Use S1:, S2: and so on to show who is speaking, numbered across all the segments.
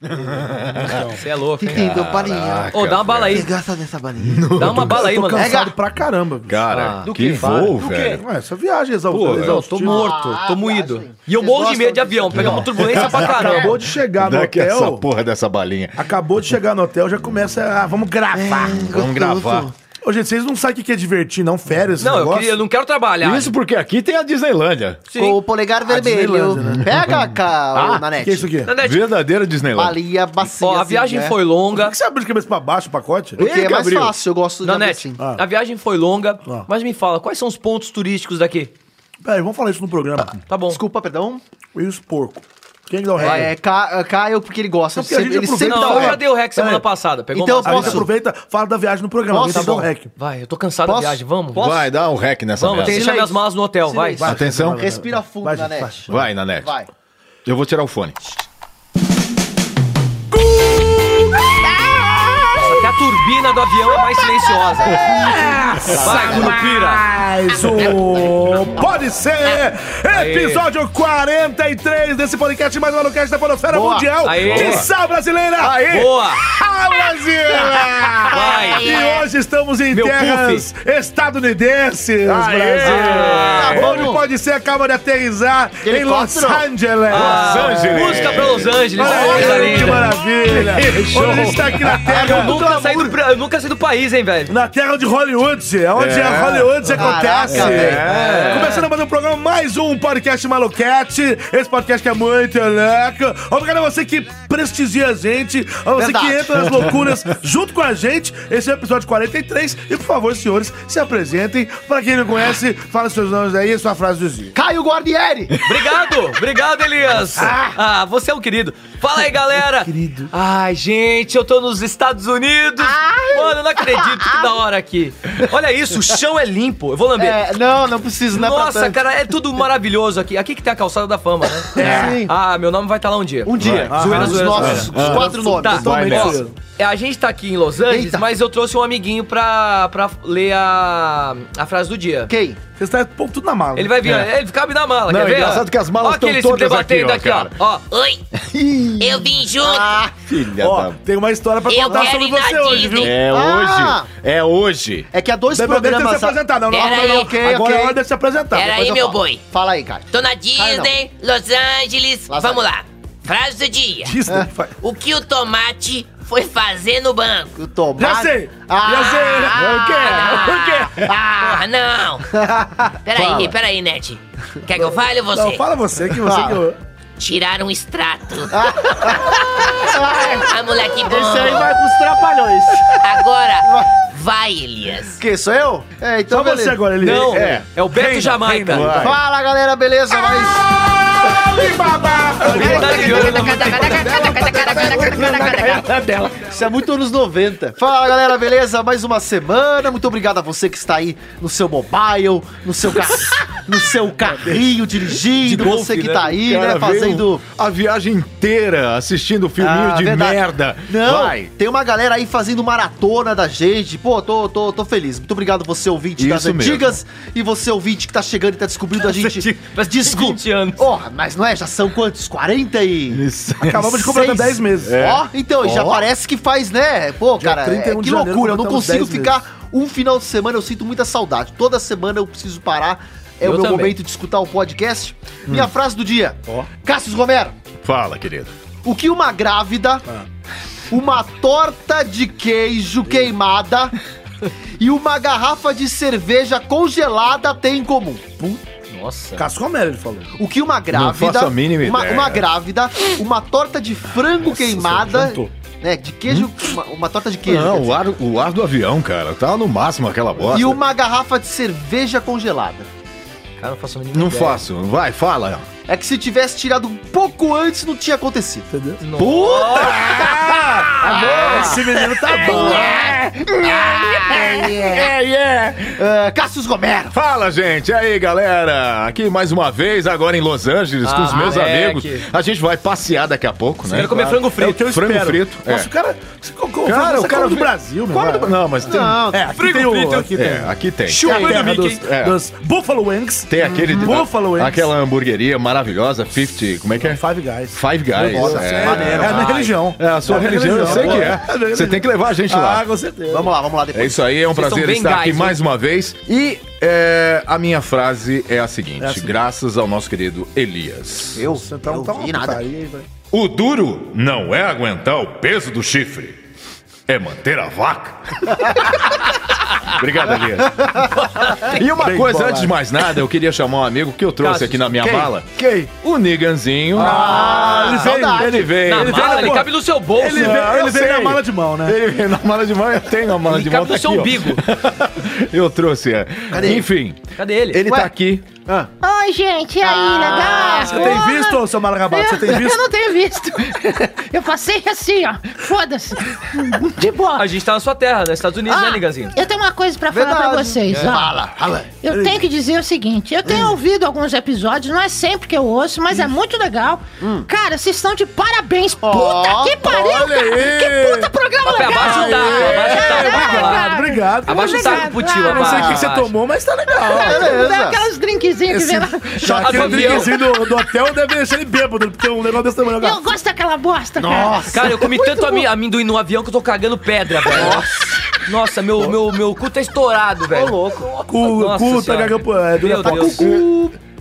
S1: Você é louco, hein?
S2: Fiquem, deu
S3: Ah,
S2: balinha.
S1: Ô, dá uma bala aí.
S2: Vocês gastam dessa balinha.
S1: Dá uma bala aí,
S4: Tô
S1: mano.
S4: cansado
S2: Pega.
S4: pra caramba. bicho.
S3: Cara,
S1: Ah,
S3: que
S1: do que?
S3: voo,
S4: Do quê?
S3: velho.
S4: Ué, essa viagem exaltou.
S3: Pô, eu
S1: Não, tô morto, tô moído. E eu
S2: Vocês
S1: morro de
S2: gostam
S1: medo de
S2: disso
S1: avião,
S2: aqui,
S1: pega
S2: ó.
S1: uma turbulência pra
S4: Acabou
S1: caramba.
S4: de chegar no
S3: Daqui é essa
S4: hotel.
S3: porra dessa balinha.
S4: Acabou de chegar no hotel, já começa a. ah, vamos gravar.
S2: Hum,
S3: Vamos gravar.
S4: Ô, gente, vocês não sabem o que é divertir, não? Férias, esse
S1: Não, eu,
S4: negócio?
S1: queria- eu não quero trabalhar.
S3: Isso porque aqui tem a Disneylândia.
S1: Sim.
S2: Com o polegar vermelho.
S4: Disneylândia, né?
S2: Pega,
S1: Ah,
S2: cara, na net.
S4: que é isso aqui?
S1: Na net-
S3: Verdadeira Disneylândia.
S2: Balinha bacia.
S1: Ó, a
S2: assim,
S1: viagem
S2: né?
S1: foi longa.
S4: Por é que você abriu de cabeça pra baixo o pacote?
S2: Porque
S3: Ele
S2: é
S3: que
S2: mais
S3: abriu.
S2: fácil, eu gosto de abrir
S1: Nanete, tá
S2: assim.
S1: a viagem foi longa, mas me fala, quais são os pontos turísticos daqui?
S4: Peraí, vamos falar isso no programa.
S1: Tá bom.
S2: Desculpa, perdão.
S4: E os porcos? Quem que dá o
S1: Vai.
S4: ré?
S2: É, Ca- Caio, porque ele gosta.
S4: Não, porque a
S2: sempre-
S4: gente
S2: ele sempre dá
S4: aproveita-
S2: um
S1: Não,
S2: o
S1: eu já
S2: ré.
S1: dei o rec semana
S4: Peraí.
S1: passada. Pegou
S2: Então eu
S4: A
S1: massa?
S4: gente
S2: posso-
S4: aproveita, fala da viagem no programa.
S2: Posso?
S4: Alguém dá o rec.
S1: Vai, eu tô cansado da
S2: Posso?
S1: viagem, vamos.
S2: Posso?
S3: Vai, dá o rec nessa
S1: Vamos,
S3: merda.
S1: tem que deixar minhas malas no hotel, vai.
S2: Silêncio.
S3: Atenção.
S2: Respira fundo,
S4: Vai,
S2: na
S4: gente,
S2: net.
S3: Vai, Nanete.
S2: Vai.
S3: Eu vou tirar o fone.
S1: Até a turbina do avião é mais silenciosa. Vai, Curupira.
S4: Mais um Pode Ser!
S1: Aê.
S4: Episódio 43 desse podcast, mais um Alucast da Podosfera
S2: Boa.
S4: Mundial
S1: Aê.
S4: de
S1: Boa.
S4: Sal Brasileira! Aê!
S1: Boa.
S4: Ah, Brasil!
S1: Vai.
S4: E hoje estamos em
S1: Meu
S4: terras estadunidenses, Brasil!
S2: Tá
S4: Hoje
S2: bom.
S4: pode ser acaba de aterrissar em Los
S2: Helicóptero. Ah,
S4: Angeles!
S3: Los Angeles.
S1: Música pra Los Angeles.
S4: Olha
S1: Coisa
S4: aí, que
S1: linda.
S4: maravilha! Hoje a gente tá aqui na
S1: Eu
S4: terra
S1: nunca saí do, pra- eu nunca saí do país, hein, velho.
S4: Na terra de Hollywood, é onde
S3: É.
S4: é Hollywood acontece.
S2: Caraca, velho.
S4: É. Começando mais um programa, mais um podcast maluquete. Esse podcast que é muito louco. Obrigado a você que prestigia a gente, a você
S2: Verdade.
S4: que entra nas loucuras junto com a gente. Esse é o episódio 43. E por favor, senhores, se apresentem. Pra quem não conhece, fala seus nomes aí e sua frase do dia.
S2: Caio Guardieri.
S1: Obrigado, obrigado, Elias. Ah, você é um querido. Fala aí, galera. Querido. Ai, gente, eu tô nos Estados Unidos. Mano, eu não acredito que da hora aqui. Olha isso, o chão é limpo. Eu vou lamber.
S2: É, não, não preciso, não é pra
S1: Nossa,
S2: tanto.
S1: cara, é tudo maravilhoso aqui. Aqui que tem a calçada da fama, né?
S2: É. Sim.
S1: Ah, meu nome vai estar lá um dia.
S2: Um dia.
S1: Vai.
S2: Zoeira
S1: Ah,
S2: dos
S1: zoeira,
S2: nossos. Os quatro nomes.
S1: Tá,
S2: Então,
S3: Vai,
S1: ó,
S3: Neto.
S1: é, a gente tá aqui em Los Angeles,
S2: Eita.
S1: mas eu trouxe um amiguinho pra, pra ler a, a frase do dia.
S2: Ok.
S4: Você está pondo tudo na mala.
S1: Ele vai vir,
S3: É.
S1: ele cabe na mala,
S3: Não,
S1: quer ver? ó?
S3: engraçado que as malas
S1: Ó
S3: estão
S1: aquele
S3: todas
S1: se debatendo
S3: aqui,
S1: aqui,
S3: ó,
S1: ó. ó.
S5: Oi, eu vim junto.
S2: Ah.
S3: Filha
S4: Ó,
S3: da...
S4: tem uma história pra
S5: Eu
S4: contar
S5: quero
S4: sobre
S5: ir na
S4: você hoje, viu?
S5: Disney.
S3: É
S2: Ah!
S3: hoje. É hoje.
S2: É que há dois
S4: Dependendo de você
S2: programas...
S4: se apresentar. Não, não,
S5: Pera
S4: não,
S5: aí.
S4: não.
S2: Ok,
S4: Agora
S2: ok.
S4: é hora de se apresentar.
S5: Pera aí,
S2: eu
S5: meu
S2: falo.
S5: boi.
S2: Fala aí, Caio.
S5: Tô na
S2: Ai, não.
S5: Disney, Los Angeles.
S2: Las
S5: Vamos
S2: Vegas.
S5: lá. Frase do dia.
S4: Disney, vai.
S5: O que o tomate foi fazer no banco?
S2: O tomate...
S4: Já sei! Já
S2: Ah,
S6: ah,
S4: sei! O quê? O quê?
S5: Ah, não. Peraí, peraí, Ned. Quer que eu fale ou você?
S4: Não, fala você que você que eu...
S5: Tirar um extrato.
S2: ah,
S5: Ah, moleque
S2: Esse aí
S5: bom.
S2: vai pros trapalhões.
S5: Agora, vai, Elias.
S2: que, sou eu? É, então
S4: Só
S2: beleza.
S4: você agora, ele.
S1: Não,
S3: É.
S1: é, o Beto
S4: Reina,
S1: Jamaica.
S4: reina, vai.
S2: Fala, galera, beleza? Mas...
S1: tá
S2: Isso é muito anos 90. Fala galera, beleza? Mais uma semana. Muito obrigado a você que está aí no seu mobile, no seu, ca- no seu carrinho dirigindo,
S1: golfe,
S2: você que
S1: né?
S2: tá aí,
S3: Cara,
S2: né?
S3: veio
S2: Fazendo.
S3: a viagem inteira assistindo o filminho
S2: Ah,
S3: de
S2: verdade.
S3: merda.
S2: Não,
S3: Vai.
S2: tem uma galera aí fazendo maratona da gente. Pô, tô, tô, tô feliz. Muito obrigado você ouvinte das
S3: Isso mesmo.
S2: antigas e você ouvinte que tá chegando e tá descobrindo a gente.
S1: Mas
S2: Desculpa.
S1: desculpa. 20 anos.
S2: Porra, mas não é? Já são quantos? 40 e.
S3: Isso.
S4: Acabamos de completar
S2: Seis.
S4: 10 meses.
S3: É.
S2: Ó, então, já parece que faz, né? Pô,
S4: Dia
S2: cara,
S4: 31
S2: é,
S4: de
S2: que
S4: janeiro,
S2: loucura. Eu não
S4: completamos
S2: consigo
S4: 10
S2: ficar um final de semana, eu sinto muita saudade. Toda semana eu preciso parar. É
S1: Eu
S2: o meu
S1: também.
S2: momento de escutar o podcast. Minha
S4: Hum.
S2: frase do dia. Cássio Romero,
S3: Fala, querido.
S2: o que uma grávida,
S4: Ah.
S2: uma torta de queijo queimada e uma garrafa de cerveja congelada têm em comum?
S1: Nossa.
S4: Cássio Romero, ele falou.
S2: O que uma grávida.
S3: faço a mínima
S2: uma,
S3: ideia.
S2: uma grávida, uma torta de frango queimada.
S4: jantou.
S2: Né, de queijo. Uma, uma torta de queijo. quer
S3: Não,
S2: dizer,
S3: o ar, o ar do avião, cara. Tava no máximo aquela bosta.
S2: E uma garrafa de cerveja congelada.
S1: Cara, não faço a mínima
S3: Não
S1: ideia.
S3: faço. Vai, fala.
S2: É que se tivesse tirado um pouco antes, não tinha acontecido.
S4: Entendeu?
S1: Nossa.
S4: Esse menino tá bom.
S3: É, é.
S2: Ah, Cassius Romero.
S3: Fala, gente. E aí, galera? Aqui mais uma vez, agora em Los Angeles, com os
S1: Ah,
S3: meus amigos.
S1: moleque.
S3: A gente vai passear daqui a pouco, né?
S1: Quero comer frango
S4: É o que
S1: frito.
S4: eu
S3: Frango
S4: espero.
S3: frito,
S4: Nossa,
S3: é.
S4: o cara... Você,
S3: Cara,
S4: o cara é do
S3: vem-
S4: Brasil, meu.
S3: Qual é do-
S4: irmão.
S3: Não, mas tem.
S2: Não,
S4: É, aqui
S1: Frigo
S4: tem o...
S1: frito.
S4: Aqui tem.
S3: É, aqui tem.
S4: É a
S1: Chupa
S4: terra
S1: do Mickey.
S4: dos,
S3: É.
S4: dos Buffalo Wings.
S3: Tem aquele de,
S4: Buffalo Wings.
S3: aquela hamburgueria maravilhosa, 50, como é que é?
S4: Five Guys.
S3: Five Guys.
S2: Nossa,
S3: é,
S4: É a minha religião.
S3: É, a sua
S4: É a minha
S3: religião, eu sei
S4: religião.
S3: que
S4: É a minha
S3: é. Você
S4: religião.
S3: tem que levar a gente lá.
S4: Ah, com certeza.
S2: Vamos lá, vamos lá depois.
S3: É isso aí, é um
S1: Vocês são
S3: prazer
S1: bem
S3: estar aqui
S1: guys, hein?
S3: mais uma vez. E é, a minha frase é a seguinte: graças ao nosso querido Elias.
S2: Eu?
S4: Então,
S2: eu
S4: tá
S2: não
S4: uma
S2: vi nada.
S4: putaria aí, vai.
S3: O duro não é aguentar o peso do chifre, é manter a vaca. Obrigado, Elias. E uma
S4: Bem
S3: coisa,
S4: bolado.
S3: antes de mais nada, eu queria chamar um amigo que eu trouxe
S1: Cassius,
S3: aqui na minha mala.
S4: Quem?
S3: O Niganzinho.
S4: Ah, ele veio.
S3: ele veio.
S1: Na
S3: ele veio.
S1: mala, ele
S4: pô,
S1: cabe no seu bolso.
S4: Ele veio,
S3: eu
S4: ele veio na
S3: sei.
S4: mala de mão, né?
S3: Ele veio na mala de mão, eu tenho a mala
S1: Ele
S3: de mão.
S1: cabe no seu
S3: ó.
S1: umbigo.
S3: eu trouxe, é. Enfim,
S1: Cadê ele?
S3: ele
S2: Ué?
S3: tá aqui.
S7: Oi, gente, e aí, legal?
S4: Você tem visto, ô seu
S7: Eu,
S4: Maracabado? Você tem
S7: eu
S4: visto?
S7: não tenho visto. Eu passei assim, ó. Foda-se. De boa.
S1: A gente tá na sua terra, nos Estados Unidos, né,
S7: Ah,
S1: Ligazinho?
S7: eu tenho uma coisa pra falar pra vocês. ó.
S2: Fala, fala.
S7: Eu tenho que dizer o seguinte: eu tenho ouvido alguns episódios, não é sempre que eu ouço, mas é muito legal. Cara, vocês estão de parabéns.
S2: Ó,
S7: Puta que pariu,
S3: olha
S7: cara.
S3: aí.
S7: Que puta programa
S1: Papai,
S7: legal.
S1: abaixa o taco, abaixa o taco,
S7: Caraca,
S1: vai lá.
S7: cara.
S4: Obrigado.
S1: Abaixa o saco pro tio,
S7: Ah,
S4: Não sei o que
S1: abaixa.
S4: você tomou, mas tá legal.
S7: Dá aquelas drinkzinhas que vem lá.
S4: Já
S1: Chato
S4: aquele
S1: avião.
S4: drinkzinho do, do hotel deve deixar ele bêbado, porque um negócio desse tamanho
S7: Eu gosto daquela bosta, cara.
S1: Cara, eu comi tanto ami- amendoim no avião que eu tô cagando pedra, velho. Nossa, Nossa meu, meu, meu cu tá estourado, velho. Ô, louco.
S4: Cu, cu, tá cagando pro- é,
S1: Meu
S4: tá
S1: Deus.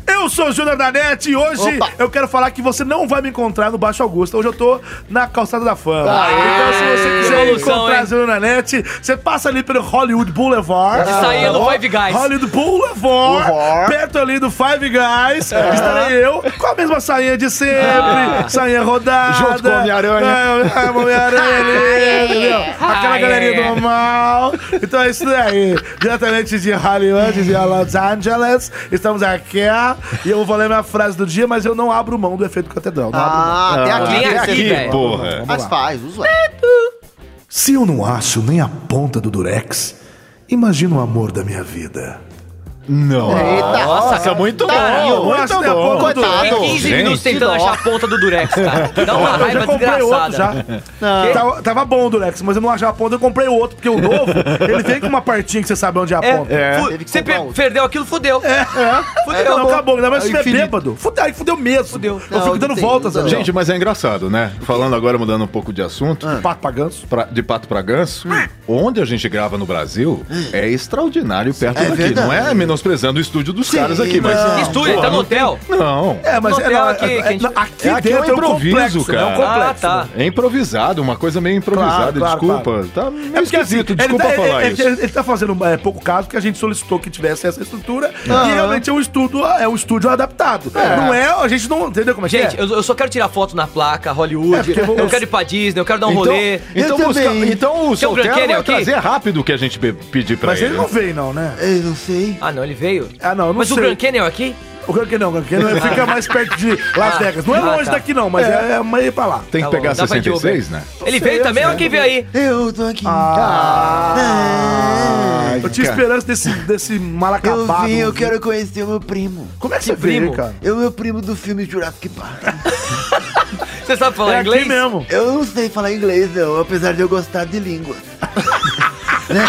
S4: É, Eu sou o Júnior da NET e hoje
S2: Opa.
S4: eu quero falar que você não vai me encontrar no Baixo Augusto. Hoje eu tô na Calçada da Fama.
S2: Aê.
S4: Então, se você quiser
S1: Evolução,
S4: encontrar
S1: hein?
S4: o Júnior da NET, você passa ali pelo Hollywood Boulevard.
S1: Isso aí é no
S4: Ó,
S1: Five Guys.
S4: Hollywood Boulevard,
S2: Boulevard.
S4: perto ali do Five Guys. Estarei eu com a mesma sainha de sempre, sainha rodada.
S3: Junto com o Homem-Aranha.
S4: É, é, o Homem-Aranha ali, entendeu? Aquela
S1: Ah,
S4: galerinha
S1: é.
S4: do mal. Então é isso daí. Diretamente de Hollywood, de Los Angeles. Estamos aqui. E eu vou ler minha frase do dia, mas eu não abro mão do efeito catedral. Não abro mão.
S2: Ah, até aqui.
S1: vem
S2: até
S1: aqui,
S2: aqui.
S1: velho.
S3: porra.
S2: Mas faz, usa.
S4: Se eu não acho nem a ponta do Durex, imagina o amor da minha vida.
S3: Não.
S2: Eita.
S3: Nossa, é muito
S1: Caralho,
S3: bom.
S4: eu acho
S3: Muito
S4: que é
S3: bom.
S4: pouco
S2: Coitado.
S1: Tem 15 minutos
S3: Gente,
S1: tentando
S2: dó.
S1: achar a ponta do Durex, cara. Dá É uma
S4: Eu já
S1: raiva
S4: comprei outro
S1: desgraçada.
S4: já. Tava, tava bom o Durex, mas eu não achava a ponta, eu comprei outro, porque o novo, ele vem com uma partinha que você sabe onde é a
S1: É,
S4: ponta.
S1: fu-
S2: Teve que
S1: Você
S2: comprar
S1: per-
S2: outro.
S1: perdeu aquilo, fudeu. É, Fudeu.
S4: Não, acabou, ainda mais se
S2: É
S4: tiver
S2: infinito.
S4: bêbado. Fudeu, aí fudeu mesmo. Fudeu. Eu
S2: Não,
S4: fico
S2: não
S4: dando
S2: tem,
S4: voltas
S2: não dá.
S4: ali.
S3: Gente, mas é engraçado, né? Falando agora, mudando um pouco de assunto,
S4: pato pra ganso.
S3: pra- de pato pra ganso,
S4: Ah.
S3: onde a gente grava no Brasil é extraordinário perto
S2: É
S3: daqui.
S2: verdade.
S3: Não é menosprezando o estúdio dos
S2: Sim,
S3: caras aqui, mas.
S2: não.
S1: Estúdio, ele
S3: Porra,
S1: tá no hotel.
S3: Não.
S4: É, mas
S1: No
S4: é,
S1: hotel
S4: não, é-
S1: aqui,
S4: é-
S1: que a gente-
S4: não, aqui
S3: é aqui
S4: dentro
S3: é
S4: é
S3: um
S4: um complexo,
S3: improviso,
S4: né? É um
S3: cara.
S4: complexo.
S1: Ah, tá.
S4: né?
S3: É improvisado, uma coisa meio improvisada,
S4: Claro, claro,
S3: desculpa. Tá meio
S4: É porque, assim,
S3: esquisito, desculpa
S4: ele tá,
S3: falar
S4: ele,
S3: isso.
S4: Ele, ele tá fazendo é, pouco caso porque a gente solicitou que tivesse essa estrutura e realmente é um estudo, é um estúdio adaptado. Não é, a gente não entendeu como é que
S1: Gente,
S4: é.
S1: eu, eu só quero tirar foto na placa, Hollywood.
S4: porque eu-
S1: eu quero ir pra Disney, eu quero dar um
S3: então,
S1: rolê.
S3: então,
S2: Eu
S3: os
S2: também.
S3: ca- então o Soltero vai
S1: Branquinho aqui?
S3: trazer rápido o que a gente pe- pedir pra
S4: Mas
S3: ele.
S4: ele não veio, não, né?
S2: Eu não sei.
S1: Ah, não, ele veio?
S4: Ah, não, eu não
S1: Mas o
S4: sei.
S1: Grand Canyon aqui?
S4: O Grand Canyon, o Grand Canyon ele fica mais perto de Las
S1: Ah,
S4: Vegas. Não é
S1: ah,
S4: longe
S1: tá.
S4: daqui, não, mas é, é meio pra lá.
S3: Tem que
S1: Tá bom,
S3: pegar
S1: dá pra ir de
S3: 66,
S1: Uber.
S3: né?
S1: Ele
S4: sei,
S1: veio
S4: eu
S1: também?
S4: sei.
S1: Olha quem veio aí.
S2: Eu tô aqui. É.
S4: Ah, eu tinha
S3: cara.
S4: esperança desse, desse
S2: Eu
S4: malacabado.
S2: vim, eu quero conhecer o meu primo.
S4: Como é que você
S1: primo.
S4: veio, cara?
S2: É o meu primo do filme Jurassic Park.
S1: Você sabe falar
S4: É
S1: inglês?
S4: aqui mesmo.
S2: Eu não sei falar inglês, não, apesar de eu gostar de línguas. Né?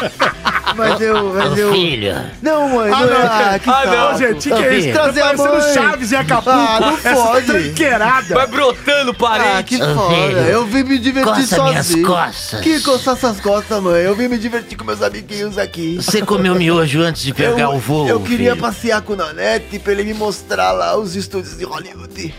S2: Mas eu, mas eu...
S5: Filho.
S2: Não, mãe, não, é- ah, que
S1: Ah, não,
S2: saco.
S4: Não, gente, o que, que é isso? Tá
S2: Trazer a
S4: parecendo
S2: mãe.
S4: Chaves e Acapulco.
S2: Ah, não
S4: essa
S2: pode.
S4: tranqueirada.
S1: Vai brotando
S2: Ah,
S1: parede.
S2: que foda.
S5: velho.
S2: Eu vim me divertir
S5: Coça minhas
S2: sozinho.
S5: costas.
S2: Que coçar essas costas, mãe? Eu vim me divertir com meus amiguinhos aqui.
S5: Você comeu miojo antes de pegar
S2: eu,
S5: o voo.
S2: eu queria
S5: filho.
S2: passear com o Nanete pra ele me mostrar lá os estúdios de Hollywood.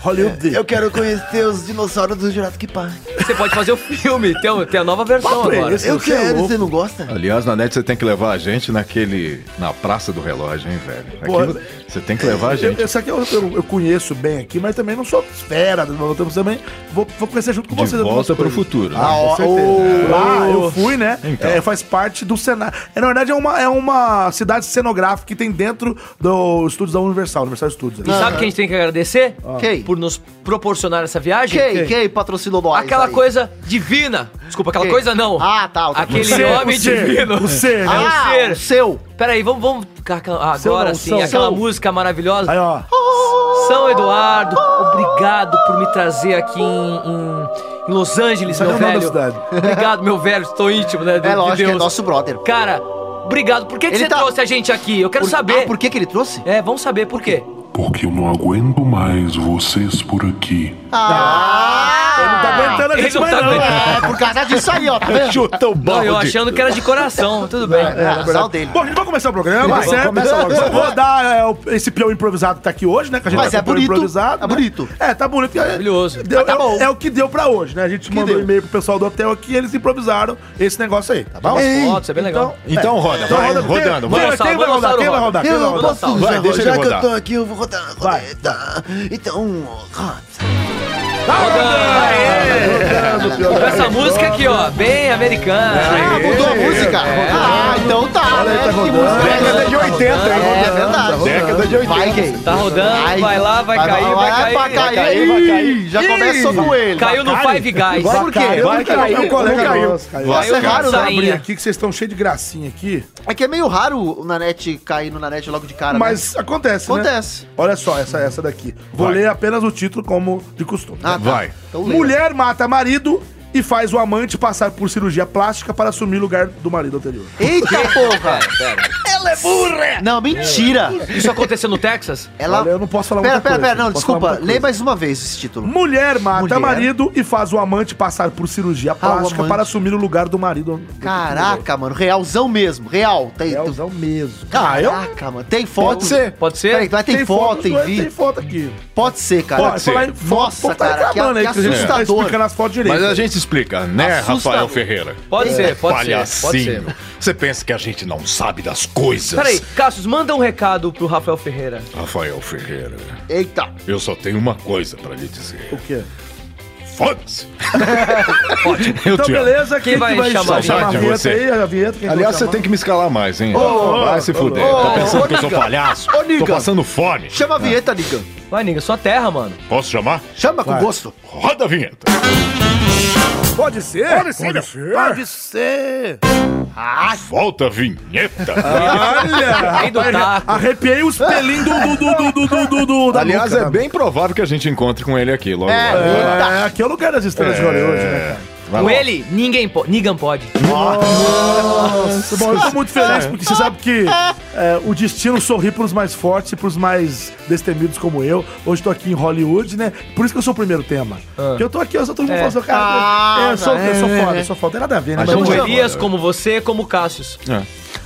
S4: Hollywood.
S2: Eu quero conhecer os dinossauros do Jurassic Park.
S1: Você pode fazer o filme, tem, o- tem a nova versão
S4: Papo é
S1: agora.
S4: esse?
S2: Eu
S4: Você é
S2: quero,
S4: louco.
S2: você não gosta?
S3: Aliás, na net você tem que levar a gente naquele. na Praça do Relógio, hein, velho? Aquilo- você tem que levar a
S4: Eu,
S3: gente.
S4: eu- só que eu, eu, eu conheço bem aqui, mas também não sou fera do Mamoto, mas também vou, vou crescer junto com
S3: De
S4: vocês. algumas
S3: volta pro
S4: coisas.
S3: futuro. né?
S2: Ah, ó,
S3: Com certeza.
S2: o-
S4: Lá eu fui, né?
S3: Então.
S4: É, faz parte do cenário. É, na verdade, é uma, é uma cidade cenográfica que tem dentro do estúdios da Universal, Universal Studios.
S1: E sabe quem a gente tem que agradecer?
S4: Ah.
S2: Quem?
S1: Por nos proporcionar essa viagem?
S2: Quem? Quem patrocinou nós?
S1: Aquela
S2: aí?
S1: coisa divina. Desculpa, aquela
S2: Quem?
S1: coisa não.
S2: Ah, tá. outra
S1: Aquele
S2: coisa.
S4: ser,
S1: homem
S4: o ser,
S1: divino.
S4: o ser, né?
S1: Ah,
S2: Ah,
S1: o ser.
S2: o seu.
S1: Peraí, vamos, vamos ficar aquela- agora
S4: não,
S1: sim,
S4: são,
S1: aquela
S4: são.
S1: música maravilhosa.
S4: Aí, ó.
S1: São Eduardo, obrigado por me trazer aqui em, em- em Los Angeles,
S4: Sabe
S1: meu
S4: o nome da
S1: velho.
S4: cidade?
S1: Obrigado, meu velho, estou íntimo, né? do-
S2: É
S1: de
S2: lógico, é
S1: Deus.
S2: nosso brother.
S1: Cara, obrigado. Por que, que
S2: Ele
S1: você
S2: tá-
S1: trouxe a gente aqui? Eu quero
S2: Por-
S1: saber.
S2: Ah, por que que ele trouxe?
S1: É, vamos saber por quê.
S8: Porque eu não aguento mais vocês por aqui.
S4: Ele não tá aguentando a
S1: Ele
S4: gente
S1: não
S4: mais
S1: tá
S4: não.
S1: aguentando.
S2: É, por causa disso aí, ó. Tá vendo?
S3: Chuta o
S1: Não,
S3: balde.
S1: eu achando que era de coração, tudo bem.
S2: É, a razão dele.
S4: Bom, a gente vai começar o programa,
S2: Vai,
S4: certo?
S2: vamos começar logo.
S4: Só vou dar é, o- esse peão improvisado que tá aqui hoje, né? Que a gente
S2: Mas
S4: tá
S2: é
S4: com o peão
S2: bonito,
S4: improvisado,
S2: é
S4: né?
S2: bonito.
S4: É, tá bonito.
S1: Maravilhoso.
S4: Deu-
S2: Mas tá
S4: é o-
S2: bom.
S4: É, o que deu pra hoje, né? A gente mandou um
S2: deu?
S4: e-mail pro pessoal do hotel aqui e eles improvisaram esse negócio aí, tá bom?
S1: Umas fotos, é bem legal.
S3: Então roda,
S2: tá
S3: vai,
S4: roda, quem-
S3: rodando,
S4: quem-
S3: vai.
S1: Vamos
S4: Quem
S1: lançar,
S4: vai
S1: vamos
S4: rodar?
S1: lançar
S4: Quem
S1: o
S4: vai
S1: roda.
S4: rodar? Quem vai
S9: Eu
S4: rodar?
S9: posso
S3: Vai,
S9: usar,
S3: deixa ele
S9: já que
S3: rodar.
S9: eu tô aqui, eu vou rodar. rodar.
S4: Vai.
S9: Tá. Então, roda.
S1: Com essa música aqui, ó, bem americana.
S2: Ah, mudou a música? Ah, então tá. né? Que música é essa?
S3: Década de
S4: tá
S3: 80, hein?
S2: É verdade.
S3: Década de 80.
S2: Vai, gay.
S1: Tá rodando, vai, lá, vai, cair, vai, cair.
S2: Vai pra cair, vai cair. Já começa com ele.
S1: Caiu no Five Guys.
S4: Por quê? Vai,
S2: caiu,
S4: Meu colega
S2: caiu.
S4: nosso, caiu.
S3: Vai,
S2: Nossa, é
S1: caiu.
S2: raro, né?
S1: Sainha.
S4: Abri aqui que vocês estão cheios de gracinha aqui,
S2: É que é meio raro o Nanete cair no Nanete logo de cara, né?
S4: mas acontece, né?
S2: Acontece.
S4: Olha só, essa, essa daqui. Vou
S3: Vai.
S4: ler apenas o título como de costume.
S2: Ah, tá.
S3: Vai.
S2: Então lê.
S4: Mulher mata marido e faz o amante passar por cirurgia plástica para assumir o lugar do marido anterior.
S2: Eita porra! é Não, mentira!
S1: Isso aconteceu no Texas?
S2: Ela.
S4: Olha, eu não posso falar
S2: Pera,
S4: muita
S2: pera,
S4: coisa,
S2: pera, não,
S4: não posso falar
S2: desculpa.
S4: muita
S2: Lê
S4: coisa. Hum,
S2: mais uma vez esse título.
S4: Mulher mata
S2: Mulher. Ah,
S4: marido e faz o amante passar por cirurgia plástica
S2: amante.
S4: para assumir o lugar do marido. É
S2: Caraca, mano, realzão mesmo, real. Tem,
S4: Realzão mesmo.
S2: Caraca, mano, tem foto.
S4: Pode ser.
S1: Pode ser?
S2: Peraí, tá- mas Ah, tem, foto, tem
S4: dois,
S2: vídeo.
S4: Tem foto aqui.
S2: Pode ser, cara.
S4: Ó,
S3: ser.
S4: falar em foto,
S2: Nossa,
S4: o povo tá
S2: cara, que-
S4: reclamando aí,
S2: que
S4: a gente tá
S2: assustador.
S4: explicando as fotos direito.
S3: Mas a gente explica, né,
S2: Assustador.
S3: Rafael Ferreira?
S1: Pode ser, pode ser, pode
S3: Palhacinho.
S1: ser.
S3: Você pensa que a gente não sabe das coisas?
S1: Peraí, Cassius, manda um recado pro Rafael Ferreira.
S3: Rafael Ferreira,
S2: Eita.
S3: eu só tenho uma coisa pra lhe dizer.
S4: O quê?
S3: Foda-se! eu
S4: Então,
S3: te amo.
S4: beleza,
S1: Quem vai chamar
S4: chamar,
S1: a
S4: chamar a
S3: gente?
S4: vinheta
S3: Você.
S4: aí? A vinheta, quem
S3: Aliás,
S4: vai
S3: você
S4: chamar?
S3: tem que me escalar mais, hein?
S2: ô,
S3: Vai se fuder.
S2: ô,
S3: tá
S2: ô,
S3: pensando
S2: ô,
S3: que eu sou
S2: Niga.
S3: palhaço?
S2: Ô, Niga.
S3: Tô passando fome.
S2: Chama a vinheta, Liga.
S1: Vai, Niga, sua terra, mano.
S3: Posso chamar?
S2: Chama com gosto.
S3: Roda a vinheta.
S4: Pode ser? Pode ser. Pode ser.
S3: Volta a vinheta.
S1: Vem do taco.
S4: Arrepiei os pelinhos do, do, do, do, do, do, do, da
S3: Aliás,
S4: nuca, né?
S3: é bem provável que a gente encontre com ele aqui logo.
S2: É,
S3: logo.
S4: É, aqui é o lugar das estrelas de Hollywood, né, cara?
S3: Vai
S1: Com
S3: lá.
S1: ele, ninguém pode. Ninguém pode.
S4: Nossa, bom, eu tô muito feliz porque você sabe que é, o destino sorri pros mais fortes e pros mais destemidos como eu. Hoje tô aqui em Hollywood, né? Por isso que eu sou o primeiro tema.
S3: Ah.
S4: Porque eu tô aqui, eu sou todo mundo
S1: É.
S4: falando, assim, cara,
S2: Ah,
S4: eu, eu sou,
S2: não,
S4: eu sou
S2: é,
S4: foda,
S2: é.
S4: eu sou foda. Tem nada a ver, né?
S3: A
S4: Mas
S1: Como
S3: gente-
S4: vamos lá.
S1: Elias, como você, como Cassius.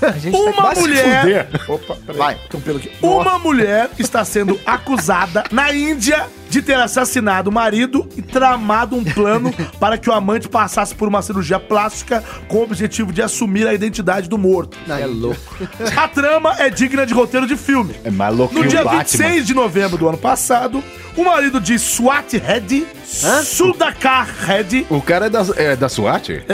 S4: Uma
S3: se
S4: mulher.
S3: fuder.
S4: Opa, peraí.
S2: Vai.
S4: Tem um pelo aqui. Uma mulher está sendo acusada na Índia de ter assassinado o marido e tramado um plano para que o amante passasse por uma cirurgia plástica com o objetivo de assumir a identidade do morto.
S1: É louco.
S4: A trama é digna de roteiro de filme.
S3: É maluco
S4: No
S3: que o
S4: dia
S3: Batman.
S4: 26 de novembro do ano passado, o marido de Swat Reddy, Sudakar Reddy,
S3: O cara é da, é da SWAT?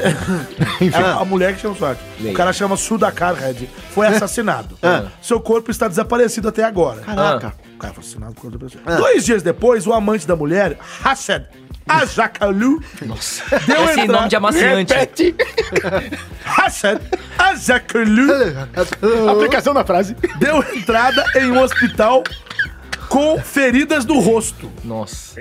S4: Ela- a mulher que chama Swat, o cara chama Sudakar Reddy, foi assassinado. Seu corpo está desaparecido até agora.
S1: Ah,
S2: Caraca.
S4: O cara foi assassinado por outra pessoa. Dois dias depois, o amante da mulher, Hashed Ajakalu, deu
S1: Esse nome de amaciante.
S4: Hashed Ajakalu
S3: Aplicação na frase.
S4: deu entrada em um hospital com feridas no rosto.
S1: Nossa.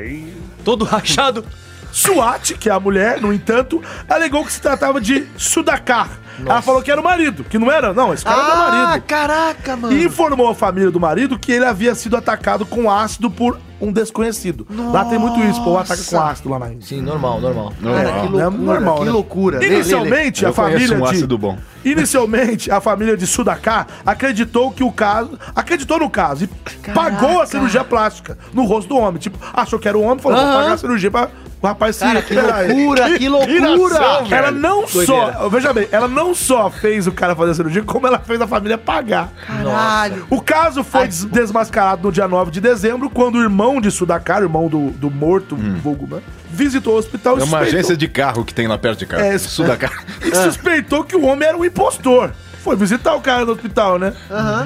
S1: Todo rachado.
S4: Suat, que é a mulher, no entanto, alegou que se tratava de Sudakar. Ela falou que era o marido, que não era. Não, esse cara era o
S2: Ah,
S4: marido.
S2: caraca, mano.
S4: E informou a família do marido que ele havia sido atacado com ácido por um desconhecido. Lá tem muito isso, pô, o ataque com ácido lá na Índia.
S1: Sim, normal, normal.
S3: Ah,
S2: Cara, que loucura,
S4: É normal,
S2: que
S4: né?
S2: loucura. Lê, lê, lê.
S4: Inicialmente,
S3: Eu
S4: a família
S3: conheço um
S4: de
S3: ácido bom.
S4: Inicialmente, a família de Sudaká acreditou que o caso, acreditou no caso e um pagou a cirurgia plástica no rosto do homem, tipo, achou que era o homem, falou, vou pagar a cirurgia pra O rapaz
S2: Cara,
S4: se.
S2: que loucura, que loucura!
S4: Ela não só, veja bem, ela não só fez o cara fazer a cirurgia, como ela fez a família pagar.
S2: Caralho!
S4: O caso foi des- desmascarado no dia 9 de dezembro, quando o irmão de Sudakara, o irmão do, do morto, vulgo, né, visitou o hospital e
S3: Hum. É uma
S4: suspeitou-
S3: agência de carro que tem lá perto de casa.
S4: É,
S3: É,
S4: isso.
S3: isso da casa.
S4: e suspeitou que o homem era um impostor. Foi visitar o cara no hospital, né?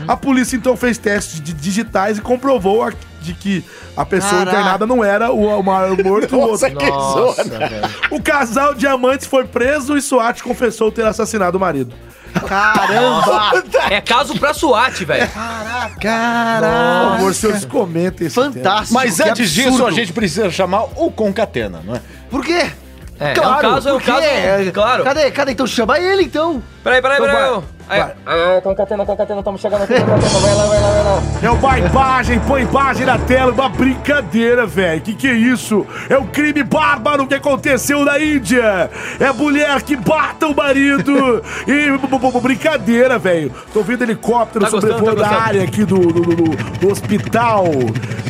S4: A polícia então fez testes de digitais e comprovou a- de que a pessoa
S2: Caraca.
S4: internada não era o, o maior morto o outro.
S3: Nossa,
S4: O casal de amantes foi preso e Suat confessou ter assassinado o marido.
S2: Caramba!
S1: É caso pra SWAT, velho.
S4: Por
S2: Caralho!
S4: favor, senhores, comentem esse tema.
S2: Fantástico!
S3: Mas
S2: que
S3: antes disso,
S2: absurdo.
S3: a gente precisa chamar o Concatena, não é?
S2: Por quê?
S1: É, é um caso, é um
S2: por quê?
S1: caso,
S2: É,
S1: claro.
S2: Cadê? Cadê? Então chama ele, então.
S1: Peraí, peraí, peraí. Aí,
S4: É uma imagem, põe imagem na tela, uma brincadeira, velho. Que que é isso? É um crime bárbaro que aconteceu na Índia. É mulher que mata o marido. e b- b- b- brincadeira, velho. Tô vendo helicóptero
S1: Tá gostando,
S4: sobrevoando
S1: tá
S4: a
S1: gostando.
S4: área aqui do, do- do- do- do hospital.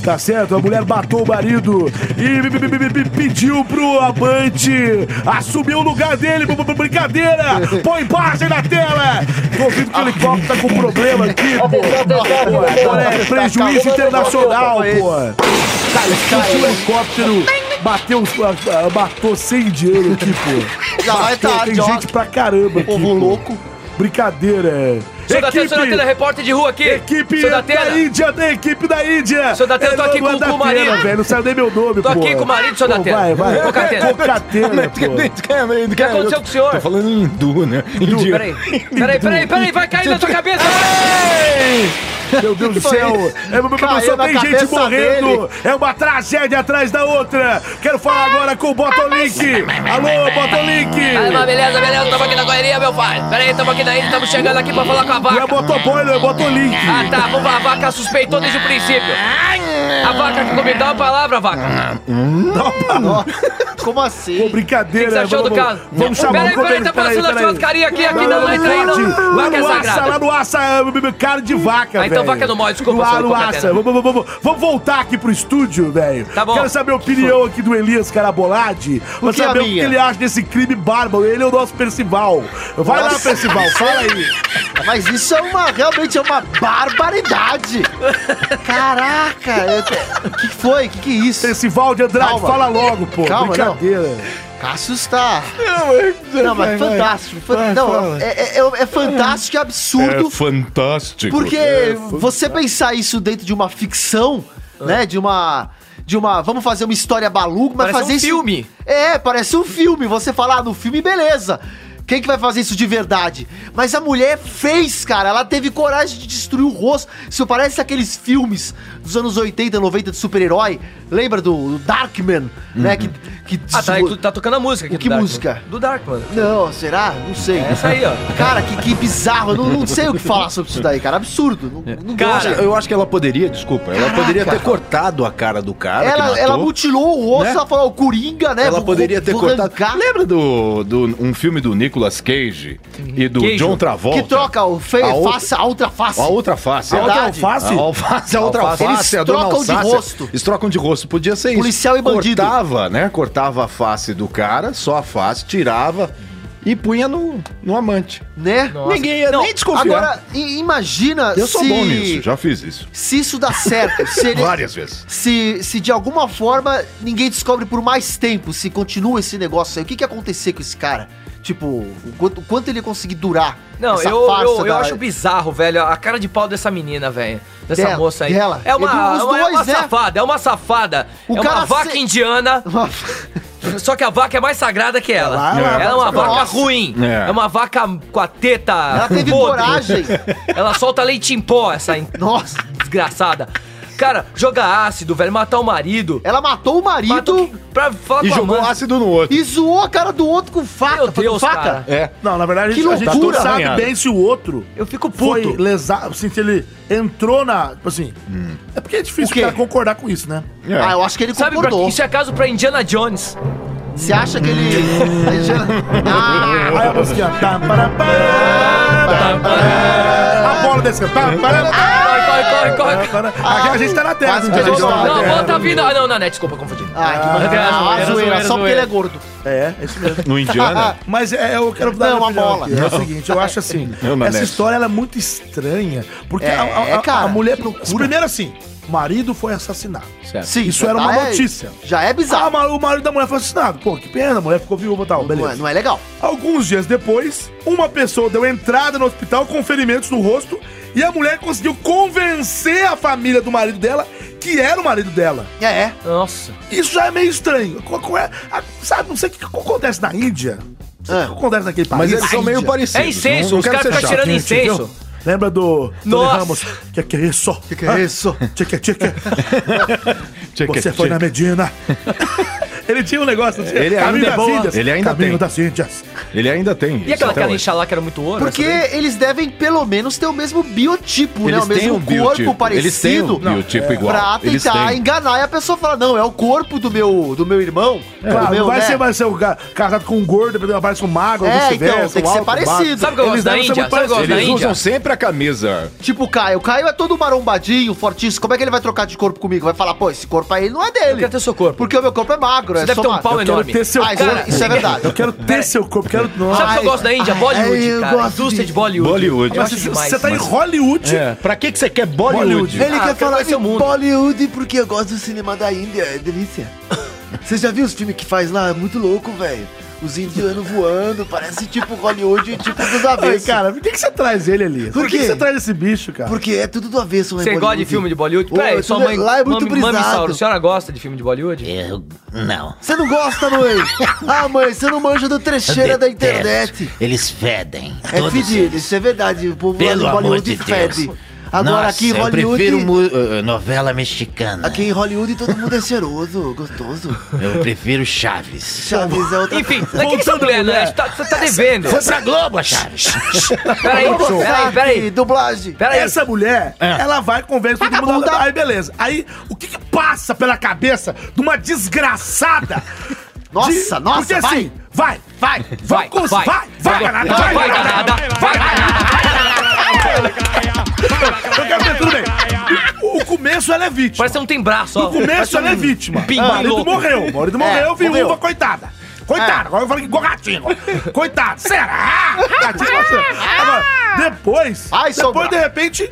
S4: Tá certo? A mulher matou o marido e b- b- b- b- pediu pro amante assumir o lugar dele. b- b- Brincadeira! Põe imagem na tela! Tô vendo que o helicóptero tá com problema aqui, pô.
S1: tá
S4: Pô, é prejuízo internacional, pô. Caiu o helicóptero, bateu, os- ah, ah, matou sem dinheiro aqui, pô.
S2: Já vai
S1: Tá,
S2: tá,
S4: Pô,
S2: tarde,
S4: Tem
S2: ó.
S4: gente pra caramba aqui,
S2: Povo
S4: pô.
S2: louco.
S4: Brincadeira. é.
S1: Seu Datena, seu Datena, repórter de rua aqui.
S4: Equipe
S1: seu
S4: da
S1: Datena.
S4: Índia, da equipe da Índia.
S1: Seu Datena, tô
S4: É,
S1: aqui com-
S4: não, é
S1: com o
S4: Datena,
S1: marido.
S4: velho, não saiu nem meu nome,
S1: Tô
S4: pô.
S1: aqui com o marido, seu
S4: Pô,
S1: Datena.
S4: Vai, vai.
S1: Concatena.
S4: Concatena, pô.
S3: É, O que
S1: aconteceu com o senhor?
S3: Tô falando em hindu, né? Hindu.
S1: Peraí, peraí, peraí, peraí, vai cair na tua cabeça.
S4: Meu Deus
S2: Que
S4: do
S2: foi
S4: céu!
S2: isso?
S4: É, mas
S2: Caiu
S4: só
S2: na
S4: tem gente
S2: cabeça
S4: morrendo!
S2: dele.
S4: É uma tragédia atrás da outra! Quero falar agora com o Botolink! Alô,
S5: Aí, mas
S4: Botolink!
S5: beleza, beleza,
S1: um
S5: tamo aqui na correria, meu pai. Pera aí, tamo aqui na ilha, tamo chegando aqui pra falar com a
S4: Não é
S5: vaca.
S4: Botoboy, não é Botolink!
S5: Ah tá, vamos lá, a vaca suspeitou desde o princípio. A vaca que me dá uma palavra, vaca.
S2: Como assim?
S4: Brincadeira,
S1: O que você achou
S4: vamos-
S1: do caso?
S4: Vamos chamar
S1: Peraí,
S4: o
S1: peraí, tá
S4: Botolink,
S1: passando a churrascaria aqui, aqui não entra aí, não.
S4: Lá
S1: Vaca é
S4: no Aça,
S1: sagrada.
S4: lá no Aça, é, carne de vaca,
S1: Ah, então
S4: velho.
S1: vaca não morre, desculpa,
S4: Lá
S1: senhor
S4: no
S1: Concatena.
S4: Aça. Vamos, vamos, vamos, vamos voltar aqui pro estúdio, velho.
S1: Tá bom.
S4: Quero saber a opinião aqui do Elias Carabolade. Vou
S2: que é a
S4: saber o que
S2: minha?
S4: ele acha desse crime bárbaro. Ele é o nosso Percival. Vai lá,
S2: Nossa.
S4: Percival, fala aí.
S2: Mas isso é uma, realmente é uma barbaridade. Caraca. eu te- O que foi? O que que é isso?
S4: Percival de Andrade,
S2: Calma.
S4: fala logo, pô.
S2: Calma,
S4: Brincadeira.
S2: Cássio está... Não, mas fantástico. fan-
S4: Vai,
S2: Não,
S4: fala.
S2: é, é- é- é fantástico e absurdo.
S3: É fantástico.
S2: Porque
S1: é, um
S2: você pensar isso dentro de uma ficção, né? De uma. De uma. Vamos fazer uma história maluca, mas
S1: É. Parece
S2: fazer
S1: um
S2: isso.
S1: filme.
S2: É, parece um filme. Você falar no filme, beleza. Quem que vai fazer isso de verdade? Mas a mulher fez, cara. Ela teve coragem de destruir o rosto. Isso parece aqueles filmes dos anos 80, 90 de super-herói. Lembra do, do Darkman, né? Que, que
S1: Ah, tá, aí tu tá tocando a música aqui
S2: Que
S1: do Dark,
S2: música?
S1: mano. Do Dark, mano.
S2: Não, será? Não sei.
S1: Essa aí, ó.
S2: Cara, que, que bizarro. Eu não, não sei o que falar sobre isso daí, cara. Absurdo. Não, não
S1: Cara,
S2: gosto.
S3: Eu acho que ela poderia, desculpa, ela poderia ter cortado a cara do cara que
S2: Ela,
S3: matou.
S2: ela mutilou o osso,
S3: né?
S2: ela falou, o Coringa, né?
S3: Ela
S2: Vou-
S3: poderia
S2: vou-
S3: ter
S2: vou
S3: cortado.
S2: arrancar.
S3: Lembra do, do um filme do Nicolas Cage e do
S1: Cage.
S3: John Travolta?
S2: Que troca o fe...
S3: A outra-
S2: face, a outra face.
S3: A outra face.
S2: A outra
S3: Verdade.
S4: alface?
S3: A alface, a outra
S2: Alface.
S3: face.
S2: Eles
S3: a dona
S2: trocam de
S3: Alsácia.
S2: rosto.
S3: Eles trocam de rosto. Podia ser isso.
S2: Policial e bandido.
S3: Cortava, né? Cortava a face do cara, só a face, tirava e punha no, no amante.
S2: Né?
S3: Ninguém ia
S1: Não,
S3: nem desconfiar.
S2: Agora, i- imagina
S3: Eu
S2: se...
S3: sou bom nisso, já fiz isso.
S2: Se isso dá certo, se, ele-
S3: Várias vezes.
S2: se, se de alguma forma ninguém descobre por mais tempo, se continua esse negócio aí, o que que ia acontecer com esse cara? Tipo, o quanto, o quanto ele ia conseguir durar?
S1: Não,
S2: essa
S1: eu, eu,
S2: farsa
S1: eu
S2: da-
S1: acho bizarro, velho, a cara de pau dessa menina, velho. Dessa
S2: Dela,
S1: moça aí.
S2: dela.
S1: É uma,
S2: Eu vi os
S1: é uma- é
S2: dois,
S1: uma
S2: né?
S1: safada, é uma safada.
S2: O
S1: é
S2: cara
S1: uma vaca
S2: se-
S1: indiana,
S2: Uma-
S1: só que a vaca é mais sagrada que ela.
S4: Lá, lá,
S1: Ela é uma vaca
S2: Nossa.
S1: ruim.
S3: É.
S1: É. uma vaca com a teta.
S2: Ela teve
S1: podre.
S2: coragem.
S1: Ela solta leite em pó, essa
S2: Nossa.
S1: desgraçada. Cara, joga ácido, velho, matar o marido.
S2: Ela matou o marido
S1: Matou pra
S2: Tá
S1: falar
S3: E
S1: com a
S3: jogou
S1: amante.
S3: ácido no outro.
S2: e zoou a cara do outro com faca.
S1: Meu
S2: com
S1: Deus,
S2: faca.
S1: cara.
S3: É.
S4: Não, na verdade, a
S2: Que
S4: gente, a gente não
S2: loucura.
S4: sabe
S3: Arranhado.
S4: bem se o outro
S1: Eu fico
S4: foi
S1: puto.
S4: lesado, assim, se ele entrou na... Tipo assim,
S2: Hum.
S4: é porque é difícil
S2: O quê?
S4: o cara concordar com isso, né?
S3: É.
S2: Ah, eu acho que ele
S1: Sabe, pra,
S2: concordou.
S1: isso é caso pra Indiana Jones.
S2: Você acha que ele. Aí já- Ah,
S4: Aí assim, a musiquinha. Tam, tá, para, pá, tam, para. A bola desceu. Tam, para, pá.
S2: Hum?
S1: Corre, corre, corre, corre,
S2: Ah,
S1: corre.
S4: Agora, agora a gente tá na terra.
S2: Quase
S4: não tem
S2: que
S4: jeito.
S2: eu
S1: Não,
S2: é.
S1: volta a vida. Ah, não, não, né? Desculpa, confundi.
S2: Ah, que bacana.
S1: era
S2: Ah,
S1: zoeira,
S2: zoeira,
S1: zoeira,
S2: só porque
S1: zoeira.
S2: ele é gordo.
S4: É, é isso mesmo.
S3: No Indiana?
S4: Mas é, eu quero dar
S2: Não,
S4: minha
S2: uma
S4: opinião
S2: bola.
S4: aqui. É o seguinte, eu acho assim,
S3: Não, não,
S4: essa
S3: não.
S4: história ela é muito estranha, porque a, a- a-
S2: É, cara.
S4: a mulher procura... Primeiro assim, marido foi assassinado.
S2: Sim,
S4: Isso
S2: já
S4: era uma
S2: tá-
S4: notícia.
S2: Já é
S4: Ah,
S2: bizarro.
S4: mas o marido da mulher foi assassinado. Pô, que pena, a mulher ficou viúva e tal,
S2: não,
S4: beleza.
S2: é, não é legal.
S4: Alguns dias depois, uma pessoa deu entrada no hospital com ferimentos no rosto e a mulher conseguiu convencer a família do marido dela que era o marido dela.
S2: É, é.
S1: Nossa.
S4: Isso já é meio estranho. Qual- qual é- a- sabe, não sei o que acontece na Índia. Não sei o que
S2: Ah.
S4: acontece naquele país.
S3: É. Mas eles são
S4: Na
S3: meio
S4: Índia.
S3: parecidos.
S1: É incenso,
S3: não- não
S1: os
S3: quero
S1: caras
S3: ser
S1: ficam
S3: chato.
S1: tirando
S4: Gente, viu?
S1: incenso.
S4: Lembra do Tony
S1: Nossa.
S4: Ramos? Que que é isso? Que
S2: que
S3: Ah,
S2: é isso?
S4: Tchica, tchica.
S3: Tchica,
S4: Você foi
S3: tchica.
S4: na Medina. Ele tinha um negócio, não tinha?
S3: Ele
S4: Caminho
S3: ainda é
S4: das
S3: boa.
S4: Índias.
S3: Ele ainda
S4: Caminho
S3: tem.
S4: das Índias.
S3: Ele ainda tem.
S1: E aquela
S3: até
S1: cara
S3: hoje.
S1: enxalá que era muito ouro?
S2: Porque
S1: essa daí?
S2: eles devem, pelo menos, ter o mesmo biotipo, né? O
S1: um
S2: mesmo corpo parecido.
S3: um Eles têm um
S2: Não.
S3: biotipo igual.
S2: Pra
S3: eles
S2: tentar
S3: têm.
S2: enganar e a pessoa fala, não, é o corpo do meu, do meu irmão. do
S4: Claro,
S2: meu,
S4: É, não vai
S2: né?
S4: ser, vai ser um ca- casado com um gordo, depois aparece um magro,
S2: É,
S4: ou
S2: então,
S4: vice-versa,
S2: tem que
S4: um
S2: ser
S4: alto, baixo.
S2: parecido.
S1: Sabe o que eu gosto
S4: Eles
S1: da
S4: devem ser
S1: Índia?
S4: muito
S1: Sabe o que eu gosto da
S3: Eles
S1: Índia?
S3: usam sempre a camisa.
S2: Tipo o Caio. O Caio é todo marombadinho, fortíssimo. Como é que ele vai trocar de corpo comigo? Vai falar, pô, esse corpo aí não é dele.
S1: Eu quero ter seu corpo.
S2: Porque o meu corpo é magro,
S1: Você
S2: é
S1: deve
S2: só
S1: ter um
S2: magro.
S1: pau
S2: Eu
S4: Quero
S1: enorme.
S4: ter seu
S2: Ah, isso-
S4: corpo.
S2: isso é verdade.
S4: Eu quero ter seu corpo, quero... Nossa.
S1: Sabe o que eu gosto da Índia?
S2: Ai,
S1: Bollywood,
S2: ai, eu
S1: cara.
S2: gosto
S1: Indústria de
S2: de-
S1: Bollywood.
S3: Bollywood.
S1: Eu
S4: Mas
S1: acho
S4: você,
S1: demais.
S4: você tá em
S1: mano.
S4: Hollywood.
S3: É. Pra que, que você quer Bollywood?
S2: Ele
S1: Ah, eu
S2: quer
S1: quero
S2: falar
S1: conhecer
S2: de
S1: o mundo.
S2: Bollywood porque eu gosto do cinema.
S6: cinema da Índia, é delícia. Você já viu os filmes que faz lá? É muito louco, velho. Os indianos voando, parece tipo Hollywood e tipo dos
S4: Ei,
S6: avessos.
S4: cara, por que, que você traz ele ali? Por, que,
S6: quê?
S4: que você traz esse bicho, cara?
S6: Porque é tudo do avesso, né?
S1: Você gosta de
S6: Bollywood?
S1: filme de Bollywood?
S6: Ô,
S1: Peraí, sua
S6: tudo-
S1: mãe.
S6: Lá é muito
S1: mami- mami Sauro, a
S6: brisado.
S1: senhora gosta de filme de Bollywood?
S6: Eu... Não.
S2: Você não gosta,
S6: Mãe.
S2: mãe?
S6: Ah, mãe, você não manja do trecheira da internet.
S10: Eles fedem.
S6: É fedido, isso é verdade. O povo
S10: Pelo
S6: lá de
S10: amor de Deus.
S6: Agora aqui em
S10: Eu
S6: Hollywood.
S10: prefiro mu- eh, novela mexicana.
S6: Aqui em Hollywood todo mundo é cheiroso, gostoso.
S10: Eu prefiro Chaves.
S6: Chaves é outra
S1: Enfim, daqui essa mulher, né? Você tá, você tá devendo.
S10: Força Globo, Chaves.
S1: Peraí, peraí,
S6: E
S1: peraí.
S6: dublagem.
S1: Peraí,
S4: Essa mulher,
S2: É.
S4: ela vai convence todo mundo. Aí, beleza. Aí, o que que passa pela cabeça de uma desgraçada?
S2: Nossa, nossa,
S4: Porque
S2: vai.
S4: assim, vai, vai, vai,
S1: Vai,
S4: cons- vai,
S1: vai.
S4: vai, Ganada,
S1: Vai, vai, Ganada, vai,
S4: Eu quero ver tudo bem. O o começo, ela é vítima.
S1: parece que não tem braço, ó.
S4: No começo ela é vítima.
S1: Pim,
S4: o marido
S1: louco. É,
S4: morreu. O marido morreu, viúva,
S2: morreu.
S4: coitada. Coitada, agora eu falo que igual gatinho. Coitado, será? Gatinho, nossa. Agora, depois,
S2: Ai,
S4: depois
S2: sombra.
S4: de repente,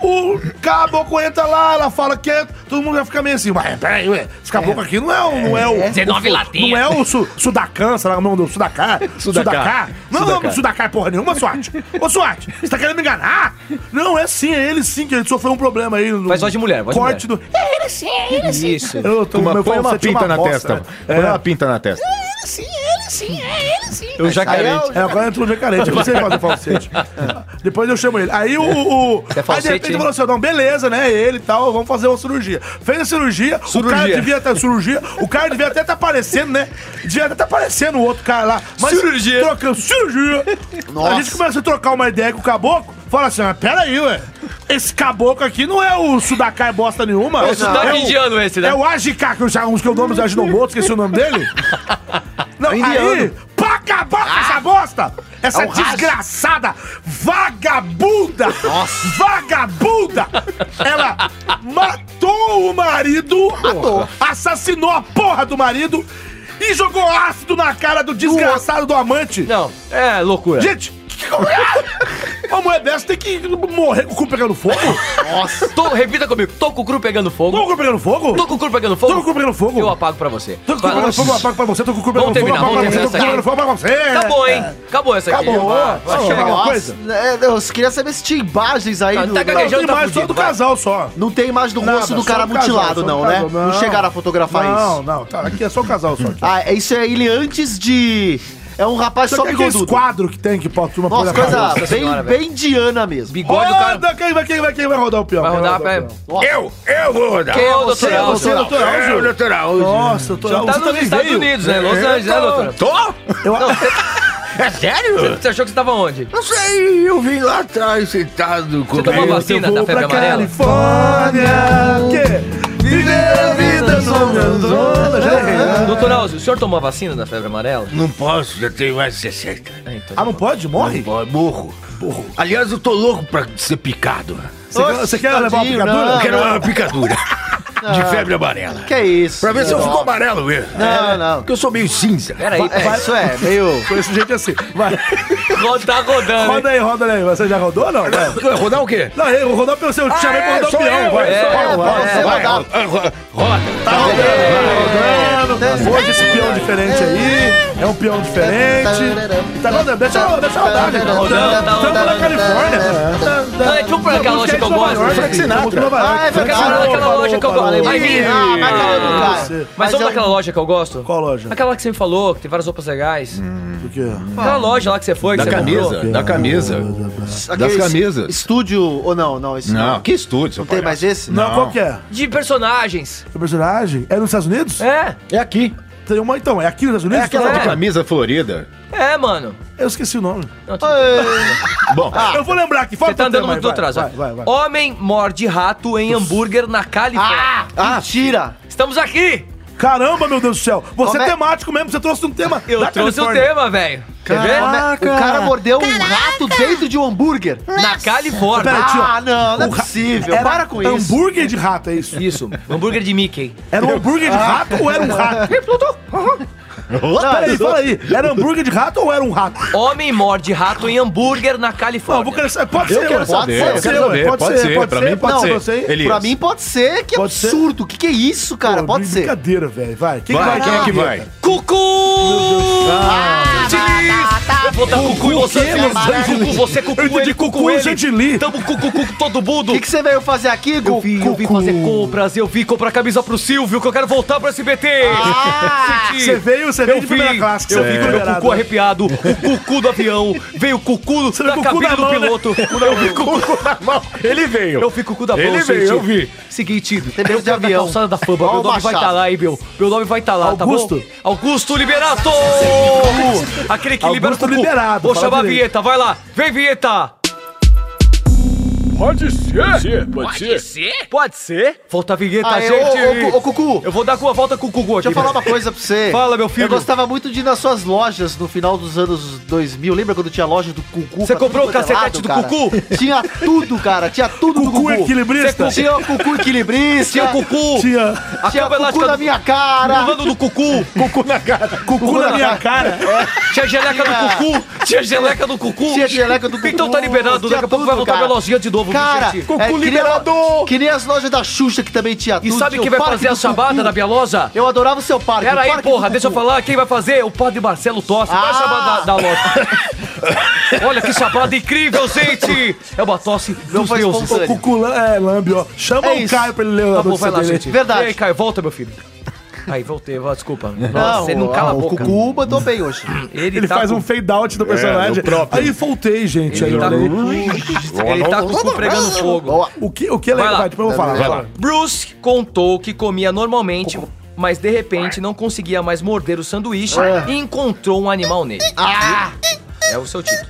S4: o caboclo entra lá, ela fala quieto, todo mundo vai ficar meio assim, mas peraí, ué, esse caboclo aqui não é, o- não é o...
S1: 19
S4: o-
S1: latinhas.
S4: Não é o su, Sudacan, sei lá é o nome do Sudacá.
S3: Sudaká.
S4: Não, não,
S3: Sudaká.
S4: não, Sudaká é porra nenhuma, Suat. Ô, Suat, você tá querendo me enganar? Não, é sim, é ele sim que ele sofreu um problema aí. No
S1: Faz voz de mulher, voz de
S4: corte
S1: mulher.
S4: do...
S1: Isso.
S4: Eu tô
S3: Uma,
S4: meu
S3: põe um- uma É.
S4: falsete é
S3: pinta na
S4: bosta,
S3: testa.
S4: né?
S3: Põe uma pinta na testa.
S1: Eu já
S2: Aí é
S1: carente.
S2: o-
S4: É, agora entrou o jacarete, eu não sei fazer falsete. Depois eu chamo ele. Aí o. o
S1: É falsete,
S4: aí de repente
S1: hein?
S4: falou assim: não, beleza, né? Ele e tal, vamos fazer uma cirurgia. Fez a cirurgia, o cara
S3: Cirurgia.
S4: devia estar. cirurgia, o cara devia até estar aparecendo, né? Devia até estar aparecendo o outro cara lá. Mas
S1: Cirurgia.
S4: Trocando cirurgia.
S2: Nossa.
S4: A gente começa a trocar uma ideia com o caboclo. Fala assim, mas peraí, ué. Esse caboclo aqui não é o Sudakai bosta nenhuma. É o
S1: sotaque indiano esse, né?
S4: É o Ajika, que eu já uns que eu nome do Ajinomoto, esqueci o nome dele. Não, aí, pra acabar
S1: Ah!
S4: com essa bosta, essa
S1: É
S4: desgraçada vagabunda, vagabunda, ela matou o marido, assassinou a porra do marido e jogou ácido na cara do desgraçado do amante.
S1: Não, é loucura.
S4: Gente, que que- uma mulher dessa tem que morrer com o cu pegando fogo?
S1: Tô, repita comigo. Tô com o cru pegando
S4: Tô com o
S1: fogo.
S4: cu pegando fogo?
S1: Tô com o cru pegando fogo.
S4: Tô com o cu pegando fogo.
S1: Eu apago pra você.
S4: Tô com o cu pegando fogo, eu apago pra você, tô com o cu pegando
S1: Vamos
S4: fogo, eu
S1: terminar,
S4: apago pra
S1: vamos
S4: você, tô com o cu
S1: terminar essa
S4: pegando fogo, eu apago pra você.
S1: Acabou, hein? Acabou essa aqui.
S4: Acabou.
S1: Vai, vai,
S4: Vamos
S1: chega.
S4: lá.
S2: Nossa,
S4: coisa?
S2: é, eu queria saber se tinha imagens aí.
S1: Tá-
S2: do
S1: tá
S2: negócio.
S4: Não,
S1: gaguejando.
S4: tem mais só do
S1: Vai.
S4: casal só.
S2: Não tem imagem do
S4: Nada,
S2: rosto do
S4: só
S2: cara
S4: o casal,
S2: mutilado,
S4: só o
S2: não, né?
S4: casal,
S2: Não.
S4: não.
S2: chegaram a fotografar
S4: Não,
S2: isso.
S4: não, tá, aqui é só o casal só. Aqui.
S2: Ah, é- isso é ele antes de. É um rapaz
S4: Só
S2: só
S4: que aquele
S2: bigodudo.
S4: quadro que tem que pode uma
S2: Nossa, coisa
S1: Nossa
S2: bem,
S1: senhora, velho.
S2: bem diana mesmo.
S1: Bigode do cara.
S4: Roda, quem vai, quem vai, quem vai rodar o peão?
S1: Vai
S4: Quem
S1: rodar,
S4: o
S1: vai.
S4: peão?
S3: Eu, eu vou rodar.
S1: Quem é o
S2: Você,
S1: doutoral?
S2: você,
S1: Você-
S2: doutor
S3: Eu, doutoral.
S4: Nossa, eu tô...
S1: Tá
S4: você
S1: nos
S4: também
S1: Estados
S4: veio?
S1: Unidos, né? Los
S4: Eu
S1: Angeles, né,
S4: tô-
S1: doutora?
S3: Tô?
S4: Eu-
S3: É sério?
S1: Você achou que você tava onde?
S3: Não sei, eu vim lá atrás sentado com
S1: tomou
S3: ele.
S1: vacina da febre amarela?
S4: Califórnia. Que?
S2: Viver a vida
S4: é
S2: sonhando.
S4: né?
S1: Doutor Elcio, o senhor tomou a vacina da febre amarela?
S11: Não posso, já tenho mais de 60.
S4: Ah, não pode? Morre?
S3: é
S11: Ó, Burro. Burro. Aliás, eu tô louco pra ser picado.
S3: né?
S4: Você quer- Você quer levar uma
S2: tadinho,
S4: picadura?
S11: Eu quero uma picadura de febre amarela.
S2: Que é isso?
S11: Pra ver se eu
S2: Não,
S11: fico amarelo mesmo.
S3: É,
S2: Não, não.
S11: Porque eu sou meio cinza.
S1: Peraí,
S2: É, isso é, meio.
S4: Conheço gente assim. Vai.
S1: roda- tá rodando. hein?
S4: Roda aí, roda aí. Você já rodou ou não? Vai.
S11: Rodar o quê?
S4: Não, eu vou rodar pelo seu. Eu te chamei pra
S11: é,
S4: rodar o
S11: sou
S4: peão.
S11: eu,
S4: Vai.
S11: é,
S4: Vai,
S2: É,
S4: vai.
S2: pra você rodar.
S11: Roda. é,
S4: Tá rodando, tá
S2: Tá
S4: rodando. Hoje esse peão diferente aí é um peão diferente. Tá rodando, deixa eu deixa eu rodar, gente. Tá rodando.
S1: tá
S4: Tamo na
S1: rodando,
S4: Califórnia. Tá-
S1: Não, é tipo aquela loja que eu gosto.
S4: Frank tá- Sinatra.
S2: Ah, é verdade.
S1: Aquela
S2: Falou,
S1: aquela loja que eu
S2: falou,
S1: gosto. Ai,
S2: falei.
S1: minha.
S2: Ah, mas calma, não vai.
S1: Mas
S2: é
S1: vamos
S2: um-
S1: naquela loja que eu gosto?
S4: Qual loja?
S1: Aquela que você me falou, que tem várias roupas legais.
S4: Do quê?
S1: Aquela loja lá que você foi, que
S3: Da
S1: você
S3: camisa,
S1: comprou.
S3: da camisa.
S2: aqueles
S3: Das camisas.
S2: Estúdio ou não? Não, isso
S3: Não, que estúdio, seu
S2: Não tem mais esse?
S4: Não, qual que é?
S1: De personagens.
S4: Seu personagem? É nos Estados Unidos?
S1: É,
S3: É aqui.
S4: Tem uma então, é aqui nos Estados Unidos?
S3: Aquela
S1: É.
S3: de camisa florida.
S1: é, mano.
S4: Eu esqueci o nome.
S3: Bom,
S4: Eu vou lembrar aqui. Falta
S1: Você tá
S4: um
S1: andando
S4: tema aí,
S1: muito
S4: vai,
S1: atrás. ó.
S4: Vai, vai, vai.
S1: Homem morde rato em hambúrguer na Califórnia.
S2: Ah, tira.
S1: Estamos aqui!
S4: Caramba, meu Deus do céu. Você
S2: Como
S4: é
S2: é-
S4: temático mesmo, você trouxe um tema
S1: Eu
S4: da
S1: trouxe o
S4: Califórnia.
S1: tema, velho. Quer ver?
S2: O cara mordeu um rato dentro de um hambúrguer.
S1: Na
S4: Pera
S1: Califórnia.
S4: aí, tio.
S2: Ah, não, não é
S4: O ra-
S2: possível.
S4: Era
S2: Para com isso.
S4: Hambúrguer de rato, é isso?
S1: Isso, hambúrguer de Mickey.
S4: Era um hambúrguer de rato ou era um rato? Peraí, fala aí. Era hambúrguer de rato ou era um rato?
S1: Homem morde rato em hambúrguer na
S4: Não, eu
S1: Califórnia.
S4: vou querer saber. Pode
S3: eu
S4: ser,
S3: quero
S4: ué.
S3: saber,
S4: Pode
S3: eu
S4: ser,
S3: quero
S4: ué.
S3: saber, pode ser, pra mim pode
S4: Não,
S3: ser.
S4: você-
S3: Ele-
S2: Pra
S3: Elias.
S2: mim pode ser, que
S4: Pode ser?
S2: absurdo. O que, que é isso, cara?
S4: Pô,
S2: pode ser.
S4: Brincadeira, velho. Vai. Quem
S3: vai, quem é que vai?
S1: Cucu! Ah,
S4: tá,
S1: Eu vou dar cucu em você,
S4: quê,
S1: filho.
S4: meu velho?
S1: Cucu, você cucu,
S4: Eu entendi
S1: ele cucu,
S4: cucu,
S1: ele.
S4: Gentili.
S1: Tamo cucu, cucu, todo mundo.
S2: O que, que você veio fazer aqui,
S1: Eu vim, eu vim fazer compras, eu vim comprar camisa pro Silvio, que eu quero voltar pro SBT. Senti.
S4: Você veio, você veio
S1: Eu
S4: de
S1: vim,
S4: primeira classe. que
S1: eu
S4: você
S1: vim
S4: veio
S1: com meu
S4: liberado.
S1: cucu arrepiado, o cucu do avião, veio o cucu da
S4: viu o cu
S1: cabine
S4: da
S1: do
S4: mão, né?
S1: piloto. Eu vi cucu,
S3: Ele veio.
S1: eu vi cucu da mão,
S3: Ele veio, eu vi.
S1: Seguinte,
S2: medo
S1: eu
S2: de
S1: quero na
S2: avião.
S1: calçada da fama,
S2: Ó
S1: meu
S2: o
S1: nome vai
S2: machado.
S1: estar lá, hein, meu? Meu nome vai estar lá,
S4: Augusto?
S1: tá bom? Augusto Liberato! Aquele que libera o
S4: Augusto
S1: cucu.
S4: Liberato,
S1: Vou
S4: fala
S1: chamar a
S4: direito.
S1: vinheta, vai lá. Vem, vinheta!
S8: Pode ser, pode ser.
S1: Pode ser? Volta a vinheta,
S2: Aí,
S1: gente.
S2: Ah, é, ô, ô, ô, Cucu.
S1: Eu vou dar uma volta com o Cucu aqui. né?
S2: Deixa eu falar uma coisa pra você.
S1: Fala, meu filho.
S2: Eu gostava muito de ir nas suas lojas no final dos anos 2000. Lembra quando tinha loja do Cucu?
S1: Você
S2: pra
S1: comprou
S2: tudo
S1: o
S2: quanto é
S1: cacetete do
S2: cara?
S1: Cucu?
S2: Tinha tudo, cara. Tinha tudo do
S4: Cucu
S2: Cucu. é
S4: equilibrista.
S1: Você
S2: Tinha o Cucu equilibrista.
S1: Tinha o Cucu.
S4: Tinha
S1: A
S2: Tinha
S1: cama
S2: Cucu
S1: elástica
S2: na
S1: do-
S2: minha cara.
S1: pulando do Cucu.
S3: Cu na cara.
S4: cucu na minha cara.
S1: Tinha geleca do
S2: Tinha.
S1: Cucu. Tinha geleca do Cucu.
S2: Tinha geleca do Cucu.
S1: Então tá liberado.
S2: Tinha
S1: Daqui a pouco
S2: tudo,
S1: vai voltar
S2: cara.
S1: minha lojinha de novo. viu,
S2: Cara,
S1: gente?
S2: é, que nem- Que nem as lojas da Xuxa que também tinha
S1: E
S2: tudo.
S1: sabe
S2: Tinha
S1: quem
S2: o
S1: vai
S2: parque
S1: fazer
S2: do
S1: a chamada
S2: Cucu.
S1: da minha loja?
S2: Eu adorava o seu parque.
S1: Pera
S2: o
S1: aí,
S2: parque do
S1: porra,
S2: Cucu.
S1: deixa eu falar. Quem vai fazer? O padre Marcelo Tossi. Vai
S2: Ah!
S1: chamar da, da loja. Olha que chamada incrível, gente. É uma tosse
S2: Não
S1: dos
S2: foi
S1: deuses.
S2: sponsor.
S4: Ô, Cucu lá- é, lambe, ó. Chama
S2: É
S4: o
S2: isso.
S4: Caio pra ele ler o
S1: Tá bom,
S4: anúncio
S1: vai lá,
S4: dele.
S1: gente.
S2: Verdade.
S1: Vem aí, Caio, volta, meu filho. Aí, voltei, ó, desculpa. Nossa,
S2: Não,
S1: ele não cala a
S2: o
S1: boca.
S2: Cucu mandou bem hoje.
S1: Ele,
S4: Ele
S1: tá
S4: faz
S1: com-
S4: um fade out do personagem.
S3: do próprio.
S4: aí voltei, gente. Aí
S1: Ele
S4: eu
S1: tá,
S4: olhei.
S1: com... ele tá com o cu pregando fogo.
S2: Boa. Ah,
S4: O que, o que é legal?
S1: Vai lá.
S4: Vai, depois eu vou falar.
S3: Vai lá.
S1: Bruce contou que comia normalmente, mas de repente não conseguia mais morder o sanduíche
S4: É.
S1: e encontrou um animal nele.
S4: Ah.
S1: É o seu título.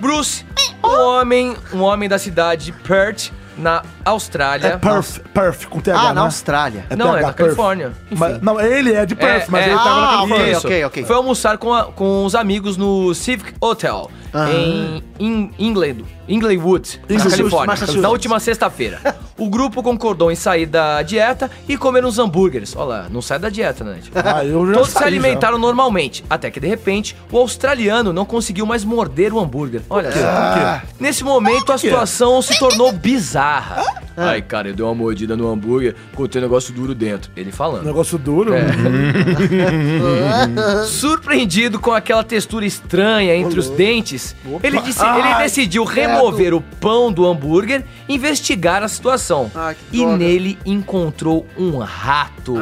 S1: Bruce, um homem, um homem da cidade de Perth, na Austrália.
S4: É Perth, Perth, com TH,
S2: Ah, na
S4: né?
S2: Austrália.
S4: É
S1: Não, é
S4: TH,
S1: da
S4: Perth.
S1: Califórnia.
S4: Mas- não, ele é de Perth,
S1: É,
S4: mas
S1: é.
S4: ele tava na
S2: Ah,
S4: Califórnia.
S2: ok,
S1: Isso.
S2: ok, ok.
S1: Foi almoçar com, a- com os amigos no Civic Hotel, em In- England, Inglewood, na
S4: Massachusetts,
S1: Califórnia,
S4: Massachusetts.
S1: na última sexta-feira. O grupo concordou em sair da dieta e comer uns hambúrgueres. Olha lá, não sai da dieta, né? gente?
S4: Ah, eu já
S1: Todos
S4: saí,
S1: se alimentaram normalmente, até que de repente o australiano não conseguiu mais morder o hambúrguer. Olha só. Nesse momento a situação se tornou bizarra. é? Ai, cara, eu dei uma mordida no hambúrguer, contei um negócio duro dentro. Ele falando.
S4: Um Negócio duro.
S1: É. Surpreendido com aquela textura estranha entre os dentes, ele, disse- ele decidiu remover o pão do hambúrguer e investigar a situação. e nele encontrou um rato.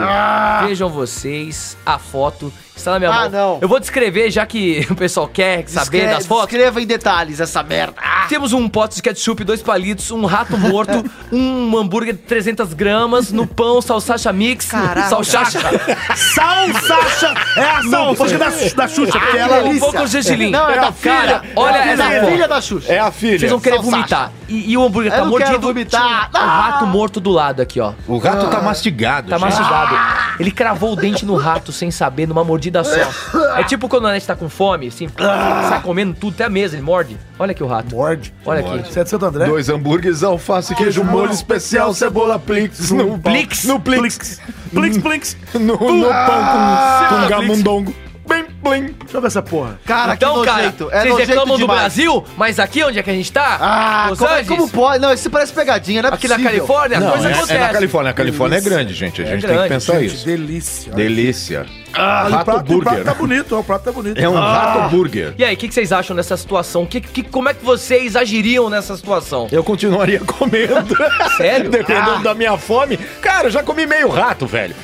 S1: Vejam vocês a foto Está na minha
S2: Ah,
S1: mão.
S2: não.
S1: Eu vou descrever, já que o pessoal quer saber
S2: Escreve-
S1: das fotos.
S2: Escreva em detalhes essa merda. Ah,
S1: Temos um pote de ketchup, dois palitos, um rato morto, um hambúrguer de 300 gramas, no pão, salsacha mix,
S2: Caraca.
S1: salsacha,
S4: Salsacha! É a salsicha da, da Xuxa, é porque ela.
S1: um pouco de gergelim.
S2: Não, é da
S1: Cara,
S2: filha.
S1: olha
S2: é
S1: essa
S2: da
S1: foto.
S2: filha da Xuxa.
S3: É a filha.
S1: Vocês vão querer
S2: Salsacha.
S1: vomitar. E, e o hambúrguer
S2: Eu
S1: tá
S2: não
S1: mordido.
S2: quero vomitar. Ah!
S1: Tinha um rato morto do lado aqui, ó.
S3: O gato tá mastigado.
S1: Tá
S3: gente.
S1: mastigado. Ele cravou o dente no rato sem saber, numa mordida só. É tipo quando o Nanete tá com fome, assim, sai comendo tudo, até a mesa, ele morde. Olha aqui o rato.
S4: Morde.
S1: Olha aqui.
S4: Você é de Santo André?
S3: Dois hambúrgueres, alface, queijo, molho especial, cebola plix. No
S1: Plix?
S3: No plix.
S4: Plix. Plix, plix.
S3: No, no pão com, com gamundongo. Bem, blim.
S4: Deixa eu ver essa porra.
S2: Cara,
S1: Então,
S2: que
S1: cara,
S2: nojento. é
S1: vocês
S2: nojento
S1: reclamam do
S2: demais.
S1: Brasil, mas aqui onde é que a gente tá?
S2: Ah,
S1: Los
S2: como, é-
S1: Angeles?
S2: como pode? Não, isso parece pegadinha, não é
S1: Aqui na
S2: possível.
S1: Califórnia, a
S3: Não,
S1: coisa
S3: é,
S1: acontece.
S3: é na Califórnia. A Califórnia é grande, gente. A gente tem que
S1: grande,
S3: pensar
S4: Gente,
S3: isso.
S4: delícia.
S3: Delícia.
S4: Olha, o,
S3: rato
S4: prato, o prato
S3: burger.
S4: tá bonito, ó, o prato tá bonito.
S3: É um rato burger.
S1: E aí, o que, que vocês acham dessa situação? Que, que- como é que vocês agiriam nessa situação?
S3: Eu continuaria comendo.
S1: Sério?
S3: Dependendo da minha fome. Cara, eu já comi meio rato, velho.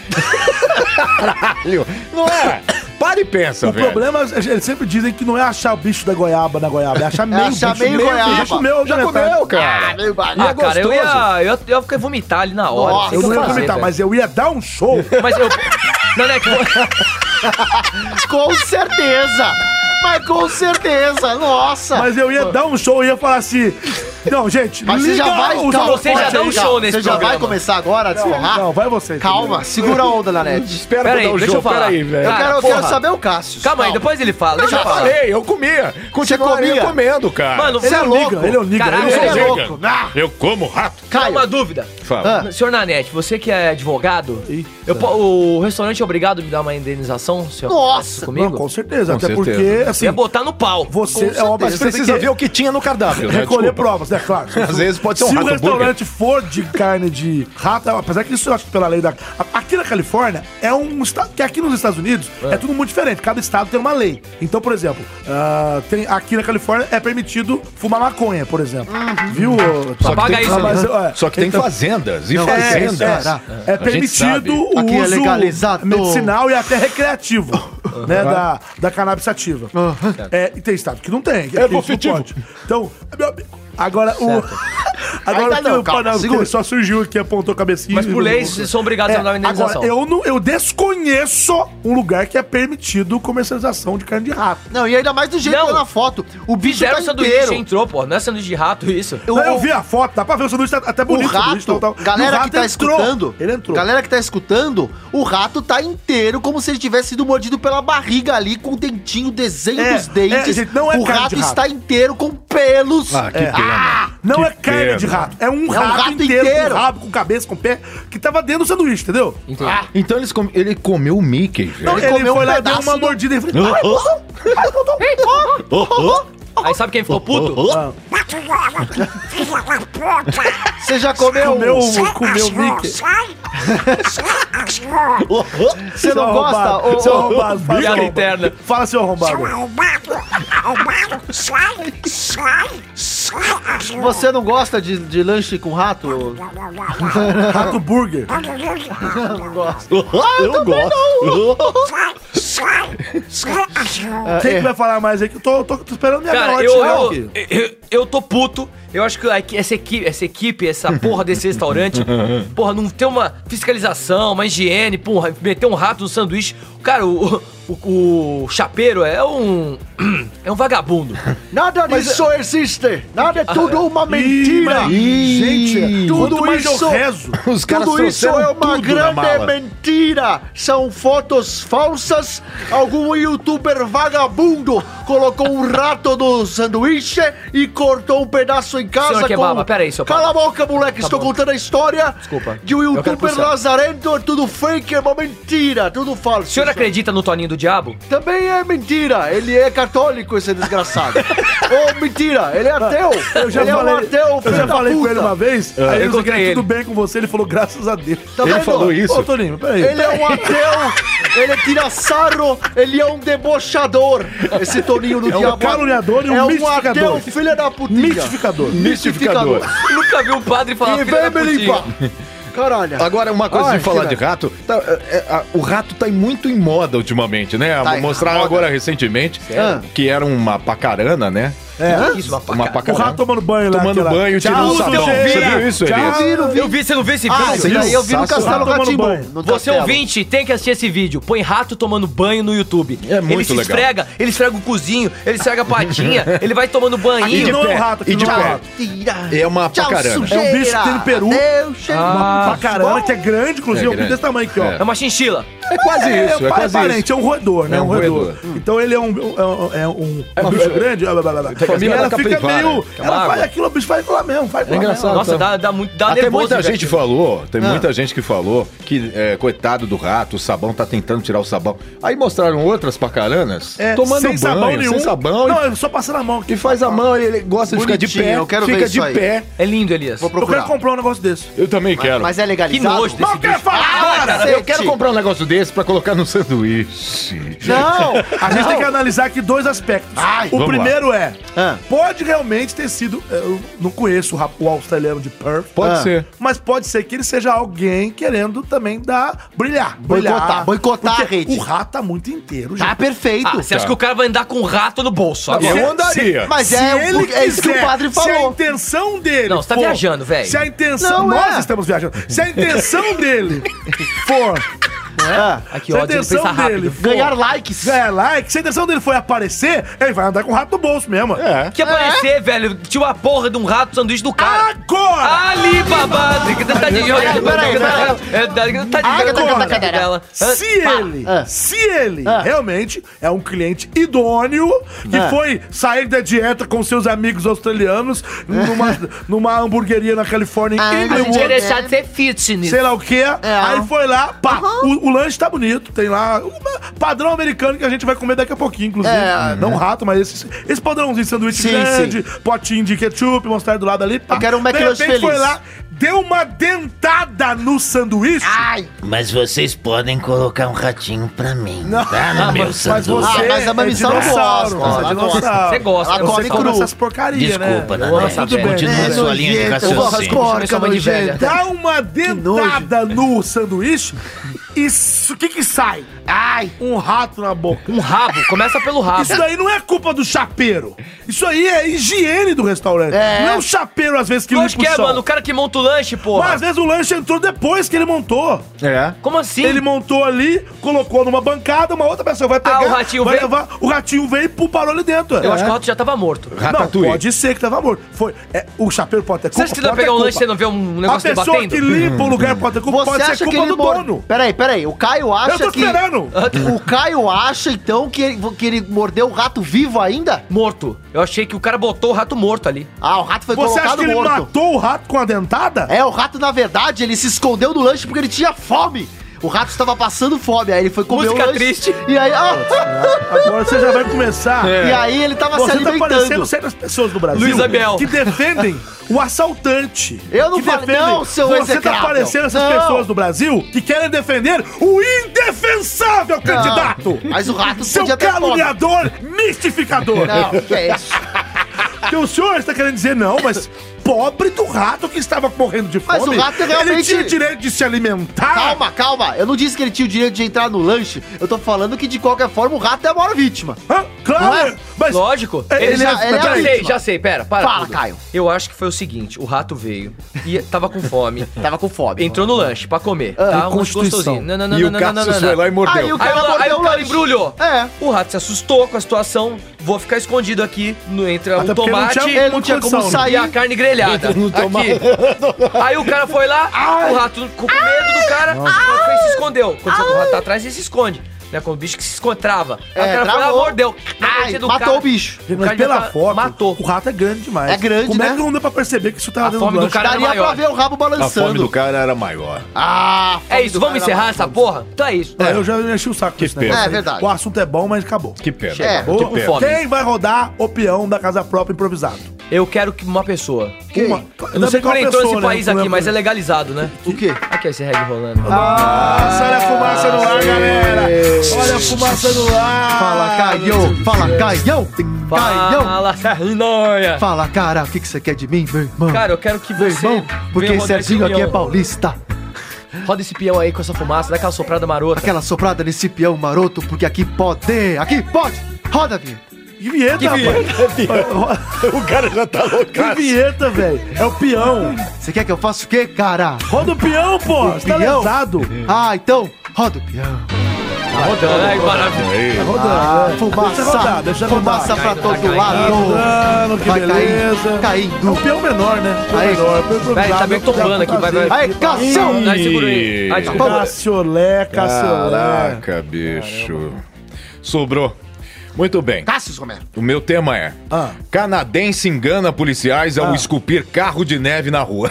S3: Caralho. Não é? Para e pensa,
S4: O
S3: velho.
S4: problema, é- eles sempre dizem que não é achar o bicho da goiaba na goiaba, é achar meio
S2: achar
S4: bicho,
S2: meio goiaba.
S4: bicho, meu, né,
S3: Já comeu, cara.
S2: Ah, meio
S3: é
S2: bagulho.
S1: Ah, cara, eu ia, eu, ia, eu ia ficar vomitar ali na hora.
S2: Nossa,
S1: sei
S4: Eu
S1: o que
S4: não ia
S1: fazer,
S4: comentar,
S1: velho.
S4: mas eu ia dar um show.
S1: Mas eu. é Nanete,
S2: Com certeza. Mas com certeza. Nossa.
S4: Mas eu ia dar um show e ia falar assim. Não, gente,
S2: Mas você já vai...
S4: os
S2: calma,
S1: você já
S4: holofotes
S1: dá um
S4: aí.
S1: show nesse
S2: Você já vai
S1: programa.
S2: começar agora a desforrar?
S4: Não, vai você.
S2: Calma, segura a onda, Nanete.
S3: Espera pra
S1: Pera aí,
S2: um
S3: dar o
S1: deixa eu
S3: jogo.
S1: falar.
S3: Pera aí, velho.
S2: Eu,
S1: Cara,
S2: quero, eu
S1: porra.
S2: quero saber o Cássio.
S1: calma aí, depois ele fala. Deixa
S3: Já
S1: eu falar.
S3: falei, eu comia. Continuaria
S2: comia?
S3: comendo, cara.
S1: Mano, um
S2: Você é
S1: vamos-
S2: louco.
S4: Ele é o Nigga,
S1: Caralho,
S4: ele é o
S1: você é
S4: Nigga.
S1: louco.
S2: louco. Ah,
S3: eu como rato.
S1: Tem uma
S2: Caio.
S1: dúvida.
S3: Fala.
S1: Senhor Nanete, você que é advogado, eu po- o restaurante é obrigado a me dar uma indenização? Se eu
S2: Nossa,
S4: Não,
S1: comigo? É
S4: com certeza.
S3: Com
S4: até
S3: certeza.
S4: porque, assim,
S1: Ia botar no pau.
S4: você
S2: com
S4: é óbvio
S2: certeza.
S4: que você
S3: Precisa
S4: tem que
S3: ver o que tinha no cardápio, né?
S4: recolher
S3: Desculpa.
S4: provas, né? Claro.
S3: Às vezes pode ser um
S4: Se o
S3: rato
S4: restaurante for de carne de rato, apesar que isso eu acho que pela lei da. Aqui na Califórnia é um estado. Que aqui nos Estados Unidos é, tudo muito diferente. Cada estado tem uma lei. Então, por exemplo, ah, tem, aqui na Califórnia é permitido fumar maconha, por exemplo. Viu?
S1: Só
S4: Tapa?
S1: paga
S3: tem-
S1: isso,
S4: Ah,
S1: né?
S4: mas, ó,
S3: Só que tem fazendas e
S4: é,
S3: fazendas.
S4: é, é
S3: sabe.
S4: permitido o
S2: Aqui é
S4: uso
S2: legalizado.
S4: medicinal e até recreativo, né, da, da cannabis sativa. É, e tem estado que não tem. que
S3: É
S4: aqui não
S3: positivo.
S4: pode. Então, meu amigo, agora o... Agora
S2: Ainda não,
S4: o
S2: calma,
S4: Panam-
S2: segura.
S4: que só surgiu aqui, apontou a cabecinha.
S1: Mas por lei,
S4: É,
S1: vocês são obrigados a me dar uma indenização.
S4: agora, eu, não, eu desconheço um lugar que é permitido comercialização de carne de rato.
S2: Não, e ainda mais do jeito
S1: Não.
S2: que tá na foto. O bicho
S1: Fizeram
S2: tá
S1: sanduíche,
S2: inteiro.
S1: entrou, pô. Não é sanduíche de rato isso?
S4: Eu, eu vi a foto, dá pra ver, o sanduíche tá até bonito.
S2: o rato,
S4: sanduíche, tal, tal. E o
S2: galera
S4: rato
S2: que tá
S4: entrou.
S2: escutando,
S4: Ele entrou.
S2: galera que tá escutando, o rato tá inteiro, como se ele tivesse sido mordido pela barriga ali, com o dentinho, desenho
S4: É,
S2: dos dentes.
S4: é, gente, não é
S2: o
S4: carne
S2: rato,
S4: de rato.
S2: está inteiro com pelos.
S3: Ah, que pena.
S4: Não
S3: Que
S4: é carne
S3: pena.
S4: de rato, é um rato,
S2: rato
S4: inteiro,
S2: inteiro.
S4: com rabo, com cabeça, com pé, que tava dentro do sanduíche, entendeu?
S3: Então eles com- ele comeu o Mickey, velho.
S4: Então ele,
S2: comeu
S4: foi
S2: um
S4: lá, deu
S2: pedaço
S4: uma
S2: do-
S4: mordida e falei,
S3: Ah,
S1: Aí sabe quem ficou puto?
S2: Você já comeu? um?
S4: comeu o comeu o Mickey.
S2: Você não
S4: Seu
S2: gosta?
S4: arrombado,
S2: Ô,
S4: seu
S2: ô,
S4: arrombado, fala, seu
S1: Piada
S4: arrombado.
S1: interna.
S4: Fala, seu arrombado. um?
S2: Você não gosta de, de lanche com rato?
S4: Rato burger.
S3: eu gosto.
S2: Ah, é.
S4: Quem que vai falar mais aí? Que eu tô, tô, tô esperando
S2: Tá
S4: minha
S1: Cara,
S4: hora de
S1: eu,
S4: chegar
S1: eu,
S4: aqui.
S1: eu, eu tô puto. Eu acho que aqui- essa equipe, essa equipe, essa porra desse restaurante, porra, não tem uma fiscalização, uma higiene, porra, meter um rato no sanduíche. Cara, o, o, o chapeiro é um. É um vagabundo.
S2: Nada disso existe! Nada é
S3: Ah,
S2: tudo uma mentira!
S4: mas- gente,
S2: tudo
S4: quanto mais
S2: isso-
S4: eu rezo.
S3: Os caras
S2: Tudo isso
S3: trouxeram
S2: é uma
S3: tudo na
S2: grande
S3: mala.
S2: mentira! São fotos falsas. Algum youtuber vagabundo colocou um rato no sanduíche e cortou um pedaço em casa.
S1: Senhor Kebaba, pera aí, seu Tá
S2: Cala a boca, moleque, estou
S1: bom.
S2: contando a história
S1: Desculpa.
S2: de um
S1: Eu quero pro
S2: youtuber
S1: céu.
S2: lazarento. É tudo fake, é uma mentira, tudo falso.
S1: O senhor é acredita no Toninho do Diabo?
S2: Também é mentira, ele é católico, esse desgraçado. Ô, mentira, ele é ateu.
S4: Eu já
S2: ele
S4: falei,
S2: é um ateu,
S4: eu
S2: filho
S4: já
S2: da
S4: falei com
S2: puta.
S4: ele uma vez, aí
S1: É. eu
S4: eu
S1: encontrei
S4: falei,
S1: ele.
S4: tudo bem com você, ele falou, graças a Deus.
S2: Tá
S3: Ele
S2: vendo?
S3: falou isso?
S4: Ô, Toninho, peraí.
S2: Ele é um ateu, ele tira sarro, ele é um debochador. Esse Toninho do
S4: É um
S2: Diabo.
S4: caluniador e um
S2: é
S4: mistificador.
S2: ateu, filho da putinha.
S4: Mistificador.
S3: Mistificador.
S1: Nunca vi um padre falar
S2: E
S1: "Filha da
S2: vem me
S1: putinha".
S2: limpar. Caralho.
S3: Agora, uma coisa
S2: Ai,
S3: de falar
S2: que
S3: de rato. tá, é, é, a- o rato tá muito em moda ultimamente, né?
S2: Tá em
S3: Mostraram
S2: moda.
S3: agora recentemente
S2: Sério?
S3: que era uma pacarana, né?
S4: É.
S1: Isso, uma
S3: Uma
S4: O
S3: pacarana.
S4: rato tomando banho lá.
S3: Tomando
S4: aquela-
S3: banho, tirando
S4: Tchau,
S3: o sabão.
S4: seu
S3: Você
S4: Vira.
S3: viu isso,
S4: Tchau.
S3: Elias?
S2: Eu vi,
S1: Eu vi, você não viu esse vídeo?
S2: Ah, isso daí eu vi no Castelo
S4: tá Tomando
S2: Ratimbu.
S4: banho.
S1: Você ouvinte, tem que assistir esse vídeo. Põe rato tomando banho no YouTube.
S3: É muito
S1: ele se
S3: legal.
S1: esfrega, ele esfrega o cozinho, ele esfrega a patinha, ele vai tomando
S4: Aqui
S1: banhinho.
S4: não é um rato, aqui
S3: E de
S4: não é um
S3: pé.
S4: rato.
S2: Tira.
S3: É uma
S2: Tchau,
S3: pacarana.
S2: sujeira.
S4: É um bicho que tem no Peru.
S2: Eu chego.
S4: Uma pacarana que é grande, inclusive, é um
S3: É grande.
S4: bicho desse tamanho aqui, ó.
S1: É uma chinchila.
S3: É quase isso, é
S4: pa-
S3: quase isso.
S4: parente, é um roedor, né? É um roedor. Então ele é um. É um, é um um bicho grande. blá, blá, blá, blá.
S3: Família
S4: ela
S3: da
S4: fica
S3: capivara. né?
S4: meio. Ela
S1: Camargo.
S4: faz aquilo, o bicho vai lá mesmo. Vai lá
S3: engraçado.
S1: Nossa,
S3: tá.
S1: dá, dá muito. Dá
S3: Até
S1: nervoso.
S3: muita
S1: ver
S3: gente
S1: aquilo.
S3: falou, tem muita gente que falou que, é, coitado do rato, o sabão tá tentando tirar o sabão. Aí mostraram outras pacaranas
S4: É,
S3: tomando
S4: sem
S3: banho,
S4: sabão nenhum.
S3: sem sabão.
S4: Não,
S3: e-
S4: eu só passando a mão aqui.
S3: e faz a mão, ele gosta de ficar de
S2: Bonitinho,
S3: pé,
S2: eu quero
S3: fica
S2: ver
S3: de
S2: isso aí.
S3: pé.
S1: É lindo, Elias.
S2: Vou
S4: Eu quero
S2: procurar.
S4: comprar um negócio desse. Ah,
S3: Eu também quero.
S2: Mas é
S1: Que
S2: legalizado?
S1: nojo
S4: Mas
S1: desse
S4: eu quero
S1: bicho.
S4: falar, cara.
S3: eu quero comprar um negócio desse pra colocar no sanduíche.
S2: Não!
S4: A gente tem que analisar aqui dois aspectos.
S2: Ai,
S4: o
S3: vamos
S4: primeiro é,
S2: Ah.
S4: pode realmente ter sido, eh, eu não conheço o rap- o australiano de Perth,
S3: Pode
S2: Ah.
S3: ser.
S4: mas pode ser que ele seja alguém querendo também dar, brilhar. brilhar.
S2: Boicotar, boicotar
S4: Porque
S2: a rede.
S4: O rato tá muito inteiro,
S2: Tá perfeito.
S1: Ah, você acha que o cara vai andar com um rato no bolso?
S4: Não,
S1: Agora.
S4: se-
S3: Eu andaria.
S2: Mas é, o- é isso que o padre
S4: Se a
S2: falou.
S4: intenção dele.
S1: Não, você tá viajando, velho.
S4: Se a intenção.
S2: Não,
S4: nós
S2: é.
S4: estamos viajando. Se a intenção dele for.
S2: Ah,
S1: Aqui,
S4: Se a
S1: ó, ele pensa
S4: intenção dele
S1: rápido.
S4: for
S2: ganhar likes.
S4: ganhar like, se a intenção dele foi aparecer, ele vai andar com o rato no bolso mesmo.
S3: É.
S1: Que aparecer, velho? Tinha uma porra de um rato sanduíche do cara.
S4: Agora!
S1: Ali, babado! Tá de olho.
S2: peraí,
S1: Tá de
S2: Agora.
S1: olho dela.
S4: Se ele,
S2: Ah.
S4: se ele
S2: Ah.
S4: realmente é um cliente idôneo que
S2: Ah.
S4: foi sair da dieta com seus amigos australianos numa, numa hamburgueria na Califórnia em
S2: Ah,
S4: Inglewood.
S2: a É. gente ia
S5: deixar de ser fitness.
S4: sei lá o quê. Aí foi lá, pá, o, o lanche tá bonito. Tem lá um padrão americano que a gente vai comer daqui a pouquinho, inclusive. Não um rato, mas esse, esse padrãozinho de
S2: É.
S4: sanduíche
S2: Sim,
S4: grande, potinho de ketchup, mostrar do lado ali. Pá.
S2: Eu quero um McLanche
S4: De repente foi
S2: feliz.
S4: lá, deu uma dentada no sanduíche.
S2: Ah,
S11: Mas vocês podem colocar um ratinho pra mim, tá? No meu
S4: mas
S11: sanduíche.
S4: você né?
S2: Ah, mas a mamissão não
S4: dinossauro,
S2: gosta.
S4: você é
S2: Ela
S4: dinossauro.
S1: Você gosta,
S2: Ela
S1: né?
S2: come
S4: Você come
S2: cru.
S4: essas porcarias, né?
S11: Desculpa,
S1: Nossa,
S11: Nanete.
S1: velho.
S2: É,
S11: Continua a sua linha de raciocínio.
S2: porca,
S1: Chama é de velha.
S2: nojenta.
S4: Dá uma dentada no sanduíche e o que que sai? Ai, um rato na boca.
S1: Um rabo, começa pelo rabo.
S4: Isso daí não é culpa do chapeiro. Isso aí é higiene do restaurante. Não é o chapeiro, às vezes, que
S1: Lógico
S4: limpa
S1: que
S4: o
S1: é,
S4: chão.
S1: mano. O cara que monta o lanche,
S4: Mas
S1: porra.
S4: às vezes o lanche entrou depois que ele montou.
S3: É.
S1: Como assim?
S4: Ele montou ali, colocou numa bancada, uma outra pessoa vai pegar,
S1: Ah, o ratinho
S4: vai
S1: veio?
S4: levar, o ratinho veio e pô, parou ali dentro. é.
S1: Eu acho que o rato já tava morto.
S4: Não,
S3: Ratatouille.
S4: pode ser que tava morto. Foi, é, o chapeiro pode ter
S1: Você
S4: culpa.
S1: acha que você vai
S4: pode ter
S1: pegar um lanche e
S4: culpa.
S1: você não vê um
S4: A
S1: negócio
S4: pessoa
S1: debatendo?
S4: que limpa o lugar pode ter culpa,
S2: Você
S4: pode
S2: acha
S4: ser
S2: que
S4: culpa
S2: ele
S4: do
S2: mordeu?
S4: dono.
S2: Peraí, peraí. O Caio acha
S4: Eu tô
S2: que...
S4: esperando.
S2: O Caio acha, então, que ele, que ele mordeu o rato vivo ainda?
S1: Morto. Eu achei que o cara botou o rato morto ali.
S2: Ah, o rato foi
S4: Você acha
S2: colocado
S4: que ele
S2: morto.
S4: matou o rato com a dentada?
S2: É, o rato, na verdade, ele se escondeu do lanche porque ele tinha fome. O rato estava passando fome, aí ele foi comer
S1: Música
S2: o lanche.
S1: triste.
S2: E aí, ah,
S4: Agora você já vai começar.
S2: É. e aí ele tava se
S4: Você tá
S2: alimentando.
S4: parecendo certas pessoas no Brasil
S1: Luiz Abel.
S4: que defendem o assaltante.
S2: Eu não
S4: que
S2: falei- não, seu
S4: Você tá
S2: execrável.
S4: parecendo essas
S2: Não.
S4: pessoas no Brasil que querem defender o indefensável candidato.
S2: mas o rato
S4: Seu
S2: podia ter fome.
S4: caluniador mistificador.
S2: tá Não, que é isso?
S4: Que Então, o senhor está querendo dizer não, mas pobre do rato que estava morrendo de fome.
S2: Mas o rato é
S4: Ele
S2: realmente-
S4: tinha o direito de se alimentar.
S2: Calma, calma. Eu não disse que ele tinha o direito de entrar no lanche. Eu tô falando que, de qualquer forma, o rato é a maior vítima.
S4: Hã?
S2: Não
S4: Claro.
S2: é?
S4: Mas
S1: Lógico.
S4: Ele já- ele é a
S1: já sei,
S2: vítima.
S1: já sei. Pera, para.
S2: Fala, Caio.
S1: Eu acho que foi o seguinte: o rato veio e tava com fome.
S2: Tava com fome.
S1: Entrou no lanche pra comer. tá? Um gostosinho. Não, não, não,
S3: e
S1: não,
S3: o
S1: não, não, não,
S3: Cassius
S1: não,
S3: foi
S1: não.
S3: lá e mordeu.
S2: Aí o
S1: Aí,
S2: cara
S1: o- aí
S2: mordeu
S1: o
S2: o
S1: cara
S2: lanche.
S1: embrulhou.
S2: É.
S1: O rato se assustou com a situação. Vou ficar escondido aqui no, entre
S4: Até
S1: o
S4: porque não
S1: tomate
S4: tinha-
S2: Ele não tinha
S4: condição,
S2: como
S4: né?
S1: e
S2: sair.
S1: a carne grelhada.
S3: tomate.
S1: Aqui. Aí o cara foi lá, o rato com medo do cara, fez, se escondeu. Quando você- o rato tá atrás, ele se esconde. Né, com o bicho que se esconde, trava. Aí
S2: É,
S1: o cara foi lá,
S2: travou.
S1: mordeu. Na
S2: Ai,
S1: frente do
S2: matou
S1: cara.
S2: o bicho.
S1: O
S4: Mas
S1: cara
S4: pela
S1: já tá-
S4: foto,
S1: Matou.
S4: o rato é grande demais.
S2: É grande,
S4: Como é
S2: né?
S4: que não deu pra perceber que isso tava
S1: A
S4: dentro do
S1: fome do
S4: lanche?
S1: cara
S2: Daria
S1: maior.
S2: pra ver o rabo
S3: A fome do
S2: balançando.
S3: cara era maior.
S2: Ah,
S1: É isso, vamos encerrar essa porra? Então é isso.
S4: É, eu já me enchi o saco com esse
S3: pena.
S4: negócio
S2: É,
S4: aí.
S2: verdade.
S4: O assunto é bom, mas acabou.
S3: Que pena.
S2: Chega,
S3: cara,
S2: eu
S3: que
S1: tô com
S3: pena.
S1: fome.
S4: Quem vai rodar o peão da casa própria improvisado?
S1: Eu quero que uma pessoa.
S4: Uma.
S1: Eu não sei como
S4: qual
S1: ele entrou nesse
S4: pessoa, né?
S1: país
S4: Não
S1: aqui,
S4: lembro.
S1: mas é legalizado, né?
S2: O quê?
S1: Aqui ó, esse reggae rolando.
S4: Nossa, olha a fumaça no
S1: Ah,
S4: ar, galera! Olha a fumaça no ar!
S2: Fala, Caio! Fala, Caio! Caio!
S1: Fala, Serrinóia!
S2: Fala, cara, o que que você quer de mim, meu irmão?
S1: Cara, eu quero que
S2: meu
S1: você.
S2: irmão, porque
S1: venha rodar esse
S2: Serginho aqui é
S1: união.
S2: paulista.
S1: Roda esse peão aí com essa fumaça, dá aquela soprada marota.
S2: Aquela soprada nesse peão maroto, porque aqui pode. Aqui pode. Roda, vinho.
S4: Que vinheta,
S1: Que
S4: rapaz.
S3: é O cara já tá louco.
S4: Que vinheta, velho. É o peão.
S2: Você quer que eu faça o quê, cara?
S4: Roda o peão, pô. Você tá
S2: peão?
S4: lesado.
S2: Ah, então, roda o peão.
S1: Tá rodando. Ai, maravilha.
S2: Ah, fumaça.
S4: Deixa rodar, deixa rodar.
S2: fumaça pra todo lado.
S4: Mano, tá
S2: Ah,
S4: que
S2: Vai
S4: beleza.
S2: cair, caindo.
S4: É o peão menor, né? Peão
S2: Aí.
S4: menor. Peão improvisado,
S1: Vai, tá meio
S4: é o que dá
S1: tombando
S4: pra
S1: aqui, vai,
S4: fazer.
S1: vai.
S2: Aí, cação.
S1: Ai, segura aí. Ai, desculpa.
S4: Cassiolé, Cassiolé.
S3: Caraca, bicho. Sobrou. Muito bem.
S2: Cássio Romero.
S3: O meu tema é:
S4: Ah.
S3: Canadense engana policiais
S2: Ah.
S3: ao esculpir carro de neve na rua.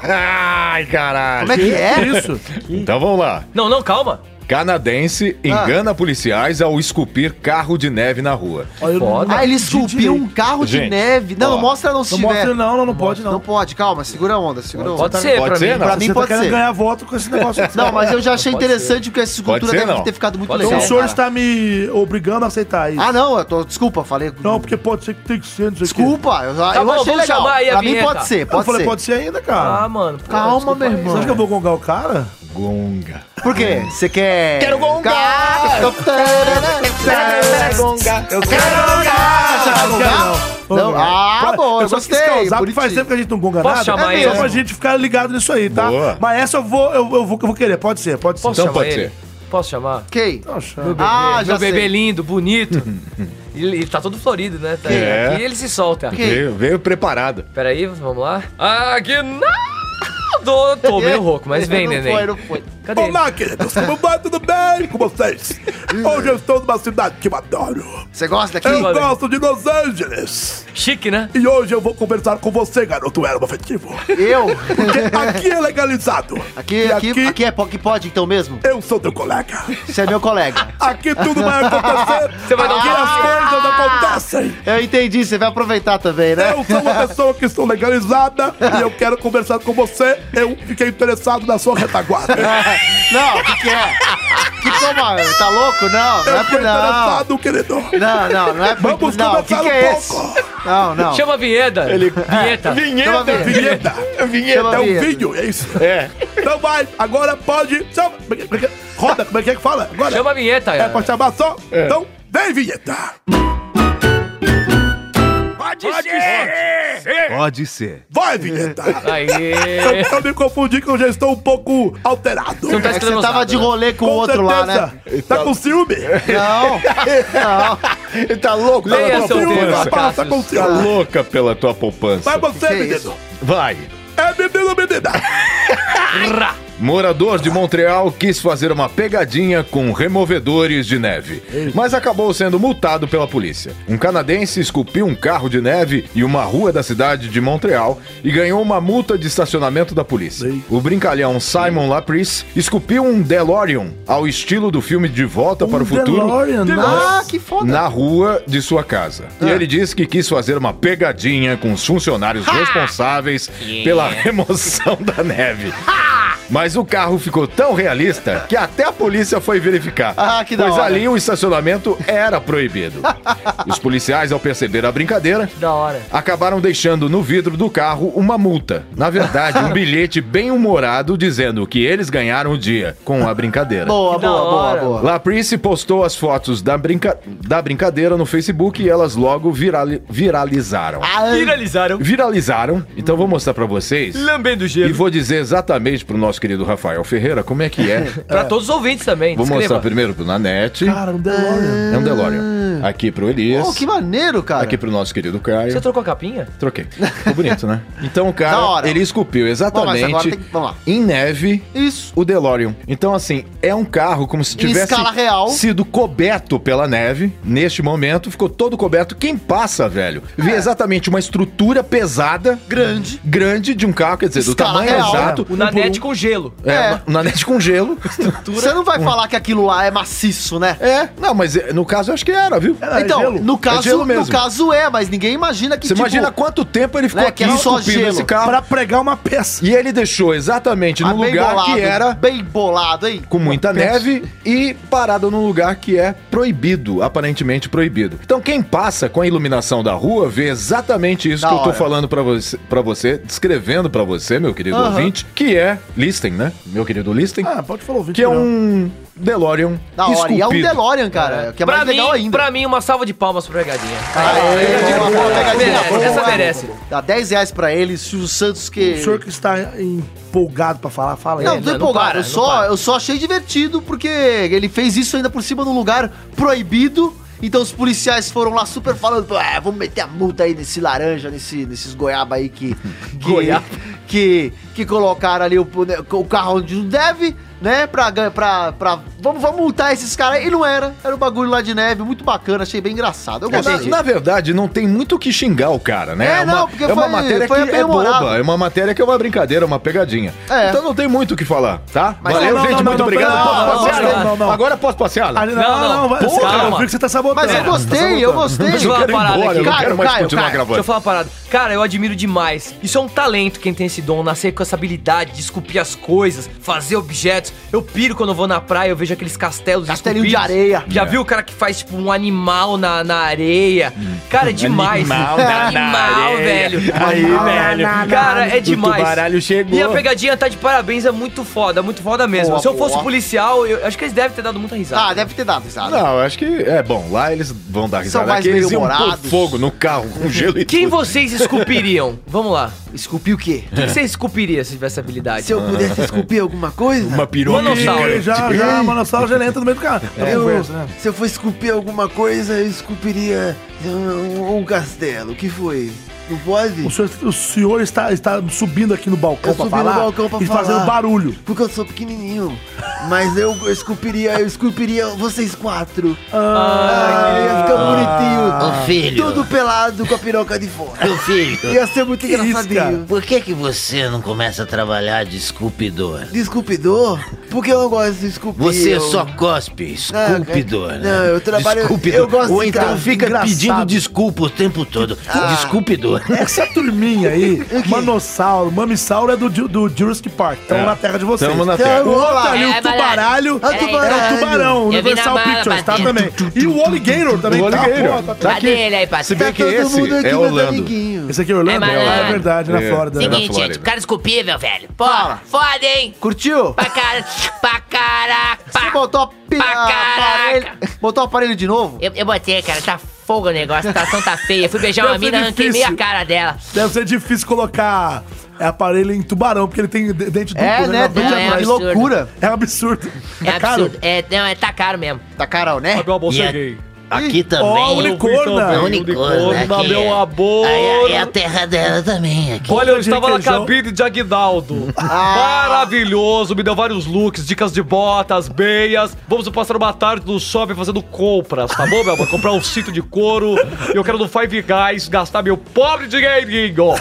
S3: Ai, caralho.
S2: Como é que Ah. é?
S4: Isso.
S3: Então vamos lá.
S1: Não, não, calma.
S3: Canadense engana policiais ao esculpir carro de neve na rua.
S4: Olha, eu não-
S1: Foda.
S2: Ah, ele
S4: De
S2: esculpiu
S4: direito.
S2: um carro de
S3: Gente,
S2: neve. Não,
S3: ó,
S2: mostra não se
S4: Não
S2: tiver.
S4: mostra não, não, não pode não.
S2: Não pode, calma, segura a onda, segura a onda.
S1: Pode ser,
S3: Pode
S1: pra
S3: ser,
S1: mim.
S3: não?
S2: Pra mim
S4: Você tá
S2: pode
S4: querendo
S2: ser.
S4: ganhar voto com esse negócio.
S2: Não, mas eu já achei interessante porque essa escultura
S3: Pode ser,
S2: deve
S3: não.
S2: ter ficado muito
S1: Pode
S4: Então
S2: legal.
S1: ser.
S4: o senhor
S2: cara.
S4: está me obrigando a aceitar aí.
S2: Ah, não, eu tô... desculpa, falei.
S4: Não, porque pode ser que tem que ser, não sei o quê.
S2: Desculpa, eu, eu
S1: Tá bom,
S2: achei
S1: vamos
S2: legal.
S1: chamar aí a
S2: pra mim
S1: vinheta.
S2: pode ser,
S4: Eu
S2: pode
S4: falei,
S2: ser.
S4: pode ser ainda, cara.
S1: Ah, mano. pô,
S2: Calma,
S1: desculpa
S2: meu
S1: aí.
S2: irmão.
S4: Você acha que eu vou gongar o cara?
S3: Gonga.
S2: Por quê? Você quer... Quero gongar!
S4: Eu quero um gongar! Não, não quero não.
S2: Não, ah,
S4: Cara,
S2: bom, eu
S4: só quis
S2: gostei,
S4: causar, porque faz
S2: bonitinho.
S4: tempo que a gente não gonga
S1: Posso
S4: nada.
S1: chamar
S4: é só
S1: ele?
S4: pra gente ficar ligado nisso aí, tá?
S3: Boa.
S4: Mas essa eu vou, eu, eu vou, eu vou querer, pode ser, pode ser.
S1: Posso
S3: Então
S1: chamar
S3: pode
S1: ele?
S3: ser.
S1: Posso chamar?
S2: Quem?
S4: Então,
S2: Ah,
S1: Meu
S2: já
S1: bebê
S2: sei.
S1: lindo, bonito. ele, ele tá todo florido, né? Tá
S3: É.
S1: E ele se solta.
S3: Veio, veio preparado.
S1: Peraí, vamos lá. Aguinaldo! Tô meio rouco, mas vem,
S2: não
S1: neném.
S2: Foi, não foi.
S1: Cadê ele?
S4: Olá, queridos, como vai? Tudo bem com vocês? Hoje eu estou numa cidade que eu adoro.
S2: Você gosta daqui?
S4: Eu
S1: valeu.
S4: gosto de Los Angeles.
S1: Chique, né?
S4: E hoje eu vou conversar com você, garoto erva afetivo.
S2: Eu?
S4: Porque aqui é legalizado.
S2: Aqui,
S4: E
S2: aqui, aqui é po- que pode então mesmo?
S4: Eu sou teu colega.
S2: Você é meu colega.
S4: Aqui tudo vai acontecer.
S1: Você vai dar um
S4: aqui as coisas acontecem.
S2: Eu entendi, você vai aproveitar também, né?
S4: Eu sou uma pessoa que estou legalizada e eu quero conversar com você. Eu fiquei interessado na sua retaguarda.
S2: Não, o que, que é? Que toma? Tá louco? Não, não
S4: Eu
S2: é
S4: fiquei
S2: por não.
S4: interessado, querido.
S2: Não, não, não é por
S4: Vamos
S2: não. O que, que
S4: conversar um
S2: é esse?
S4: pouco.
S2: Não, não. É,
S1: Chama a vinheta. Vinheta.
S2: Chama a
S3: Vinheta!
S2: vinheta.
S4: Vinheta.
S3: Vinheta!
S2: Chama
S4: É
S2: a
S4: um
S2: vinheta.
S4: vinho, é isso.
S3: É.
S4: Então vai, agora pode... Chama- Roda, como é que é que fala? Agora.
S1: Chama a vinheta,
S4: É
S1: cara.
S4: pra chamar só? Então vem, vinheta.
S3: Pode ser! Pode ser.
S4: Vai, vinheta!
S1: Aí.
S4: Eu me confundi que eu já estou um pouco alterado.
S1: Você não tá
S2: É que
S1: escrevendo
S2: você tava
S1: nada,
S2: de
S1: né?
S2: rolê com o outro lá, né?
S4: Tá com ciúme?
S2: Não, não.
S3: Ele tá louco
S1: Leia essa ofensa,
S3: pela tua poupança.
S4: Tá com ciúme, rapaz, tá com
S3: Tá
S4: ciúme.
S3: louca pela tua
S4: Vai
S3: poupança.
S4: você,
S2: Que
S4: menino.
S2: isso?
S3: Vai.
S4: É menino, menina.
S3: Morador de Montreal quis fazer uma pegadinha com removedores de neve, mas acabou sendo multado pela polícia. Um canadense esculpiu um carro de neve e uma rua da cidade de Montreal e ganhou uma multa de estacionamento da polícia. O brincalhão Simon Lapris esculpiu um DeLorean ao estilo do filme De Volta para o Futuro
S4: Um DeLorean, né?
S2: Ah,
S4: nossa.
S2: que foda.
S3: na rua de sua casa.
S2: Ah.
S3: E ele disse que quis fazer uma pegadinha com os funcionários responsáveis pela remoção da neve. Mas o carro ficou tão realista que até a polícia foi verificar.
S2: Ah, que da
S3: pois
S2: hora.
S3: ali o estacionamento era proibido. Os policiais, ao perceber a brincadeira,
S1: Da hora.
S3: acabaram deixando no vidro do carro uma multa. Na verdade, um bilhete bem humorado dizendo que eles ganharam o dia com a brincadeira.
S2: Boa,
S1: Que da
S2: boa, boa,
S1: hora.
S2: boa.
S3: Laprice postou as fotos da, brinca... da brincadeira no Facebook e elas logo virali- viralizaram.
S2: Ah,
S1: Viralizaram.
S3: Viralizaram, então vou mostrar pra vocês
S1: Lambendo
S3: e
S1: gelo.
S3: vou dizer exatamente pro nosso querido Rafael Ferreira como é que é.
S1: Pra todos os ouvintes também.
S3: Vou mostrar
S1: Escreva.
S3: primeiro pro Nanete,
S4: Cara, um DeLorean.
S3: é um DeLorean. Aqui pro Elias,
S2: Oh, que maneiro, cara.
S3: aqui pro nosso querido Caio.
S1: Você trocou a capinha?
S3: Troquei. Ficou bonito, né? Então o
S2: Da
S3: cara,
S2: hora.
S3: ele esculpiu
S2: Bom, mas agora
S3: exatamente
S2: tem que- vamos lá.
S3: em neve
S2: Isso.
S3: o DeLorean. Então, assim, é um carro como se
S2: Em
S3: tivesse
S2: escala real.
S3: sido coberto pela neve. Neste momento, ficou todo coberto. Quem passa, velho,
S2: É.
S3: vê exatamente uma estrutura pesada. Grande. Grande de um carro, quer dizer, do
S2: Escala
S3: tamanho
S2: real.
S3: exato.
S1: O Nanete com gelo.
S3: É,
S2: É.
S3: na- na net com gelo. Hum.
S2: Você não vai falar que aquilo lá é maciço, né?
S3: É, não, mas eh, no caso eu acho que era, vivo?
S4: Era
S2: então,
S4: gelo?
S2: no caso,
S3: gelo mesmo.
S2: no caso é, mas ninguém imagina que tipo,
S3: Você imagina quanto tempo ele ficou
S2: né,
S3: aqui
S2: que era só
S3: esculpindo
S2: gelo.
S3: esse carro.
S4: Pra pregar uma peça.
S3: E ele deixou exatamente
S2: mas
S3: no lugar
S2: bolado,
S3: que era
S2: bem bolado, hein?
S3: com muita neve e parado num lugar que é proibido, aparentemente proibido. Então quem passa com a iluminação da rua vê exatamente isso
S2: Da
S3: que eu tô
S2: hora.
S3: falando pra você, para você, descrevendo pra você, meu querido
S2: Aham.
S3: ouvinte, que é Listen, né? Meu querido Listen,
S4: Ah, pode falar ouvinte.
S3: que é
S4: não.
S3: um DeLorean
S2: Da hora. E é um
S3: esculpido.
S2: DeLorean, cara, que é
S1: Pra
S2: mais
S1: mim,
S2: legal ainda.
S1: pra mim, uma salva de palmas pro pegadinha.
S2: Pegadinha
S1: boa,
S2: boa,
S1: boa,
S2: pegadinha
S1: merece,
S2: boa.
S1: essa merece.
S2: Dá 10 reais pra ele, Silvio Santos que...
S4: O senhor que está empolgado pra falar, fala aí.
S2: Não,
S1: É,
S2: tô
S1: não, não
S2: empolgado.
S1: para,
S2: eu,
S1: não
S2: só,
S1: para.
S2: eu só achei divertido porque ele fez isso ainda por cima num lugar proibido. Então os policiais foram lá super falando: ah, vamos meter a multa aí nesse laranja, nesse, nesses goiaba aí que. que
S1: Goiaba.
S2: Que, que colocaram ali o, o carro onde não deve, né? Pra. gan- pra, pra vamos, vamos multar esses caras. E não era. Era um bagulho lá de neve, muito bacana. Achei bem engraçado. Eu
S3: É,
S2: gostei.
S3: na, na verdade, não tem muito o que xingar o cara, né?
S2: É,
S3: uma,
S2: não, porque
S3: é uma
S2: foi-
S3: matéria
S2: foi
S3: que é
S2: apemorável.
S3: boba, é uma matéria que é uma brincadeira, uma pegadinha.
S2: É.
S3: Então não tem muito o que falar, tá?
S2: Mas-
S3: Valeu,
S4: Não, não,
S3: gente,
S4: não,
S3: muito
S4: não,
S3: obrigado.
S4: não,
S3: posso
S4: não,
S3: passear?
S4: não, não, não.
S3: Agora posso passear?
S4: Ah, não, não, não,
S1: Não, não,
S4: vai.
S1: porra,
S4: cara, eu
S1: calma.
S4: vi que você tá sabotando.
S2: Mas eu gostei, eu gostei.
S1: Deixa eu
S3: Eu
S1: falar uma parada
S3: quero ir embora, eu
S1: aqui.
S3: não
S2: Caio,
S3: quero mais
S2: Caio,
S3: continuar
S2: Caio,
S1: Deixa eu
S3: gravando.
S1: falar uma parada. Cara, eu admiro demais. Isso é um talento quem tem esse dom, nascer com essa habilidade de esculpir as coisas, fazer objetos. Eu piro quando eu vou na praia, eu vejo aqueles castelos
S2: Castelinho de
S1: esculpidos.
S2: areia.
S1: Já
S3: É.
S1: viu o cara que faz, tipo, um animal na, na areia? Cara, é demais.
S3: Hum. Animal na- na
S1: Animal,
S3: areia.
S1: velho.
S3: Aí, velho.
S1: Cara, é demais.
S3: tubaralho chegou.
S1: E a pegadinha tá de parabéns, é muito foda, muito foda mesmo.
S2: Boa,
S1: Se eu fosse
S2: boa.
S1: policial, eu acho que eles devem Tá, ter dado muita risada.
S9: Tá,
S2: Ah, deve ter dado, sabe?
S3: Não, eu acho que é bom. Lá eles vão dar risada.
S2: mais
S3: Aqui eles iam pôr
S2: bem-humorados.
S3: fogo no carro com gelo e
S1: Quem
S3: tudo.
S1: vocês esculpiriam? Vamos lá.
S2: Esculpir o quê?
S1: O que você esculpiria se tivesse habilidade?
S9: Se eu pudesse esculpir alguma coisa,
S3: Uma piroca.
S1: Manossauro.
S4: Ih, Já, já, mano, só já entra no meio do carro.
S2: É.
S9: eu,
S3: né?
S9: se eu for esculpir alguma coisa, eu esculpiria um, um castelo. O que foi? Não pode?
S3: Um
S4: O senhor, o senhor está, está subindo aqui no balcão
S9: Eu
S4: pra
S9: subi no
S4: falar
S9: balcão pra
S4: e fazendo
S9: falar.
S4: barulho.
S9: Porque eu sou pequenininho. Mas eu esculpiria, eu esculpiria vocês quatro. Ah, ia ficar bonitinho.
S11: Ô filho,
S9: Tudo pelado com a piroca de fora.
S11: ô filho,
S9: Ia ser muito
S4: isso,
S9: engraçadinho.
S11: por que que você não começa a trabalhar de esculpidor?
S9: De esculpidor? Porque eu não gosto de esculpir.
S11: Você
S6: é
S9: eu...
S11: só cospe,
S9: Ah,
S11: esculpidor.
S9: cara.
S11: né?
S9: Não, eu trabalho-
S11: Esculpidor.
S9: eu gosto
S11: Ou
S9: de
S11: então
S9: cara
S11: fica
S4: engraçado.
S11: pedindo desculpa o tempo todo. Desculpidor.
S4: Essa turminha aí, manossauro, mamissauro é do, Ju- do Jurassic Park. Estão
S3: É.
S4: na terra de vocês.
S3: Tamo na
S4: Então,
S3: terra.
S4: O outro
S9: Olá.
S4: ali, o
S6: É,
S4: tubaralho,
S9: É o
S4: é
S9: tubaralho.
S4: o tubarão,
S6: Eu vi na
S4: Universal
S6: bala,
S4: Pictures, tá
S6: batendo.
S4: também. E o Alligator também
S3: O
S4: tá,
S3: Alligator.
S4: pô, tá-
S3: Tá
S6: Cadê
S3: aqui.
S6: ele aí,
S3: Se
S6: parceiro?
S3: bem que esse é
S9: meus
S3: Orlando.
S9: amiguinhos.
S4: Esse aqui é Orlando?
S6: É,
S4: É,
S6: mas-
S4: verdade, na
S3: É.
S4: Flórida. né?
S6: Seguinte,
S3: Flórida.
S6: gente, o cara esculpível, velho. Pô,
S2: Fala.
S6: foda, hein?
S2: Curtiu?
S6: Pra cara, pra caraca.
S2: Você botou a pi-
S6: Pra
S2: aparelho.
S6: caraca.
S2: Botou o aparelho de novo?
S6: Eu, eu botei, cara, tá fogo o negócio, a situação tá feia. Eu fui beijar uma
S4: Deve ser
S6: mina, arranquei
S4: difícil.
S6: meia cara dela.
S4: Deve ser difícil colocar é, aparelho em tubarão, porque ele tem d- dente duplo,
S2: É, né?
S4: Na frente
S2: Dente
S4: e
S6: é
S2: que
S4: atrás.
S6: absurdo.
S2: loucura.
S4: É um absurdo.
S6: É,
S4: caro.
S6: absurdo. É, não, é, tá caro mesmo.
S2: Tá Carol, né?
S11: E a- É aqui
S4: Ó,
S11: também.
S1: né?
S4: unicorna.
S11: é unicórnio.
S1: unicórnio,
S11: aqui
S1: meu
S11: é-
S1: amor.
S11: Aí É, é a terra dela também. Aqui.
S1: Olha, eu estava na
S4: Requeijão.
S1: cabine de Aguinaldo.
S2: Ah.
S1: Maravilhoso, me deu vários looks, dicas de botas, meias. Vamos passar uma tarde no shopping fazendo compras, tá bom, meu amor? Comprar um cinto de couro. Eu quero no Five Guys gastar meu pobre dinheirinho.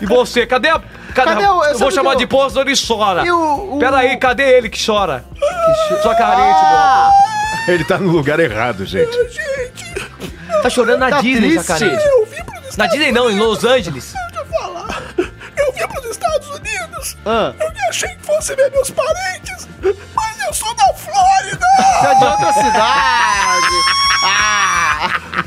S1: E você, cadê a. Cadê,
S2: Cadê o-
S1: o, Eu
S2: sabe
S1: vou
S2: o
S1: chamar
S2: que eu-
S1: de Pozo, ele chora.
S2: E o- o-
S1: Peraí, cadê ele que chora? Sua carente,
S2: Ah!
S3: Ele tá no lugar errado, gente.
S1: meu. Tá chorando na
S2: Tá
S1: Disney,
S2: triste.
S1: sua carente.
S4: Eu vim para os
S1: Na Disney não, em Los Angeles.
S4: falar. Eu vim para os Estados Unidos.
S2: Ah.
S4: Eu que achei que fosse ver meus parentes. Mas eu sou da Flórida.
S2: Você é de outra cidade.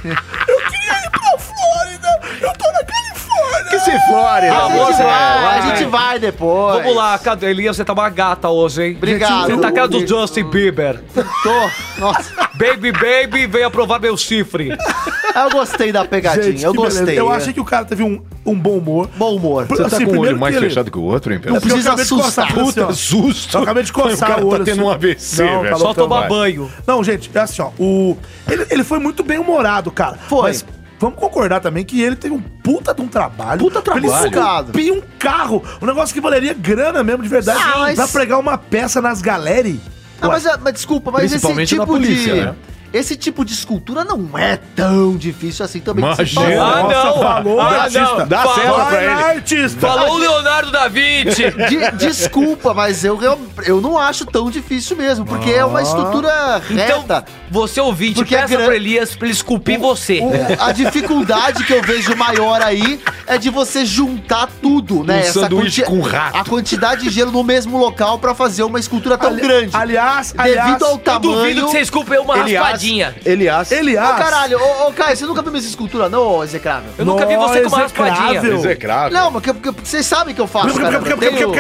S4: Eu queria ir pra Flórida. Eu tô na Califórnia.
S3: Que se flore,
S1: Ah,
S2: A gente
S1: você
S2: vai,
S1: vai,
S2: a gente vai depois.
S1: Vamos lá, cadê? Elias, você tá uma gata hoje, hein?
S2: Obrigado.
S1: Você tá a cara do Justin Bieber.
S2: Tô. Nossa,
S1: Baby, baby, vem aprovar meu chifre.
S2: eu gostei da pegadinha,
S4: Gente,
S2: eu
S4: que beleza.
S2: gostei. é.
S4: Eu achei que o cara teve um, um bom humor.
S2: Bom humor.
S4: Por-
S3: Você tá
S4: assim,
S3: com o olho
S4: primeiro
S3: mais
S4: que ele-
S3: fechado que o outro, hein, Pedro?
S4: Não, porque eu
S2: precisa
S4: acabei de coçar,
S2: assustar.
S4: assim, ó.
S3: Puta susto!
S4: Eu acabei de coçar
S3: o cara
S4: o olho,
S3: tá tendo
S4: assim.
S3: um AVC,
S4: Não,
S3: velho.
S4: tá
S1: Só
S4: Então
S1: tomar
S3: vai.
S1: banho.
S4: Não, gente, é assim, ó. O... Ele, ele foi muito bem humorado, cara.
S2: Foi.
S4: Mas vamos concordar também que ele teve um puta de um trabalho.
S2: Puta
S4: Pra
S2: trabalho.
S4: Ele esculpir um carro. Um negócio que valeria grana mesmo, de verdade.
S2: Ah, mas-
S4: Pra pregar uma peça nas galeri.
S2: Ah, mas, ah, mas desculpa, mas esse
S3: Principalmente na
S2: tipo
S3: polícia,
S2: de.
S3: né?
S2: Esse tipo de escultura não é tão difícil assim também. de se
S3: Imagina.
S2: fazer.
S3: Ah,
S4: Nossa, falou,
S1: Ah,
S4: artista.
S1: não.
S3: Dá
S1: Falou-
S3: cela pra ele.
S2: Tá.
S4: Artista.
S1: Falou o Leonardo da Vinci.
S2: De- desculpa, mas eu, real- eu não acho tão difícil mesmo, porque é
S3: Ah.
S2: uma estrutura
S1: Então,
S2: reta.
S1: você ouvinte,
S2: Porque é
S1: peça
S2: grande.
S1: pro Elias pra ele esculpir você.
S3: É.
S2: O- a dificuldade que eu vejo maior aí é de você juntar tudo, né?
S3: Um sanduíche com rato.
S2: A quantidade de gelo no mesmo local pra fazer uma escultura tão grande.
S4: Aliás, aliás,
S2: devido ao
S1: Eu duvido
S2: tamanho.
S1: que você esculpe uma
S3: Elias.
S1: raspadinha.
S3: Elias.
S2: Ô,
S4: Elias.
S2: caralho, ô, ô, Caio, você nunca viu minha escultura, não, ô execrável?
S1: Eu nunca vi
S4: Nó,
S1: você com uma
S2: é
S4: execrável.
S1: raspadinha.
S3: Execrável.
S2: Não, mas que- porque vocês sabem que eu faço, cara. eu tenho-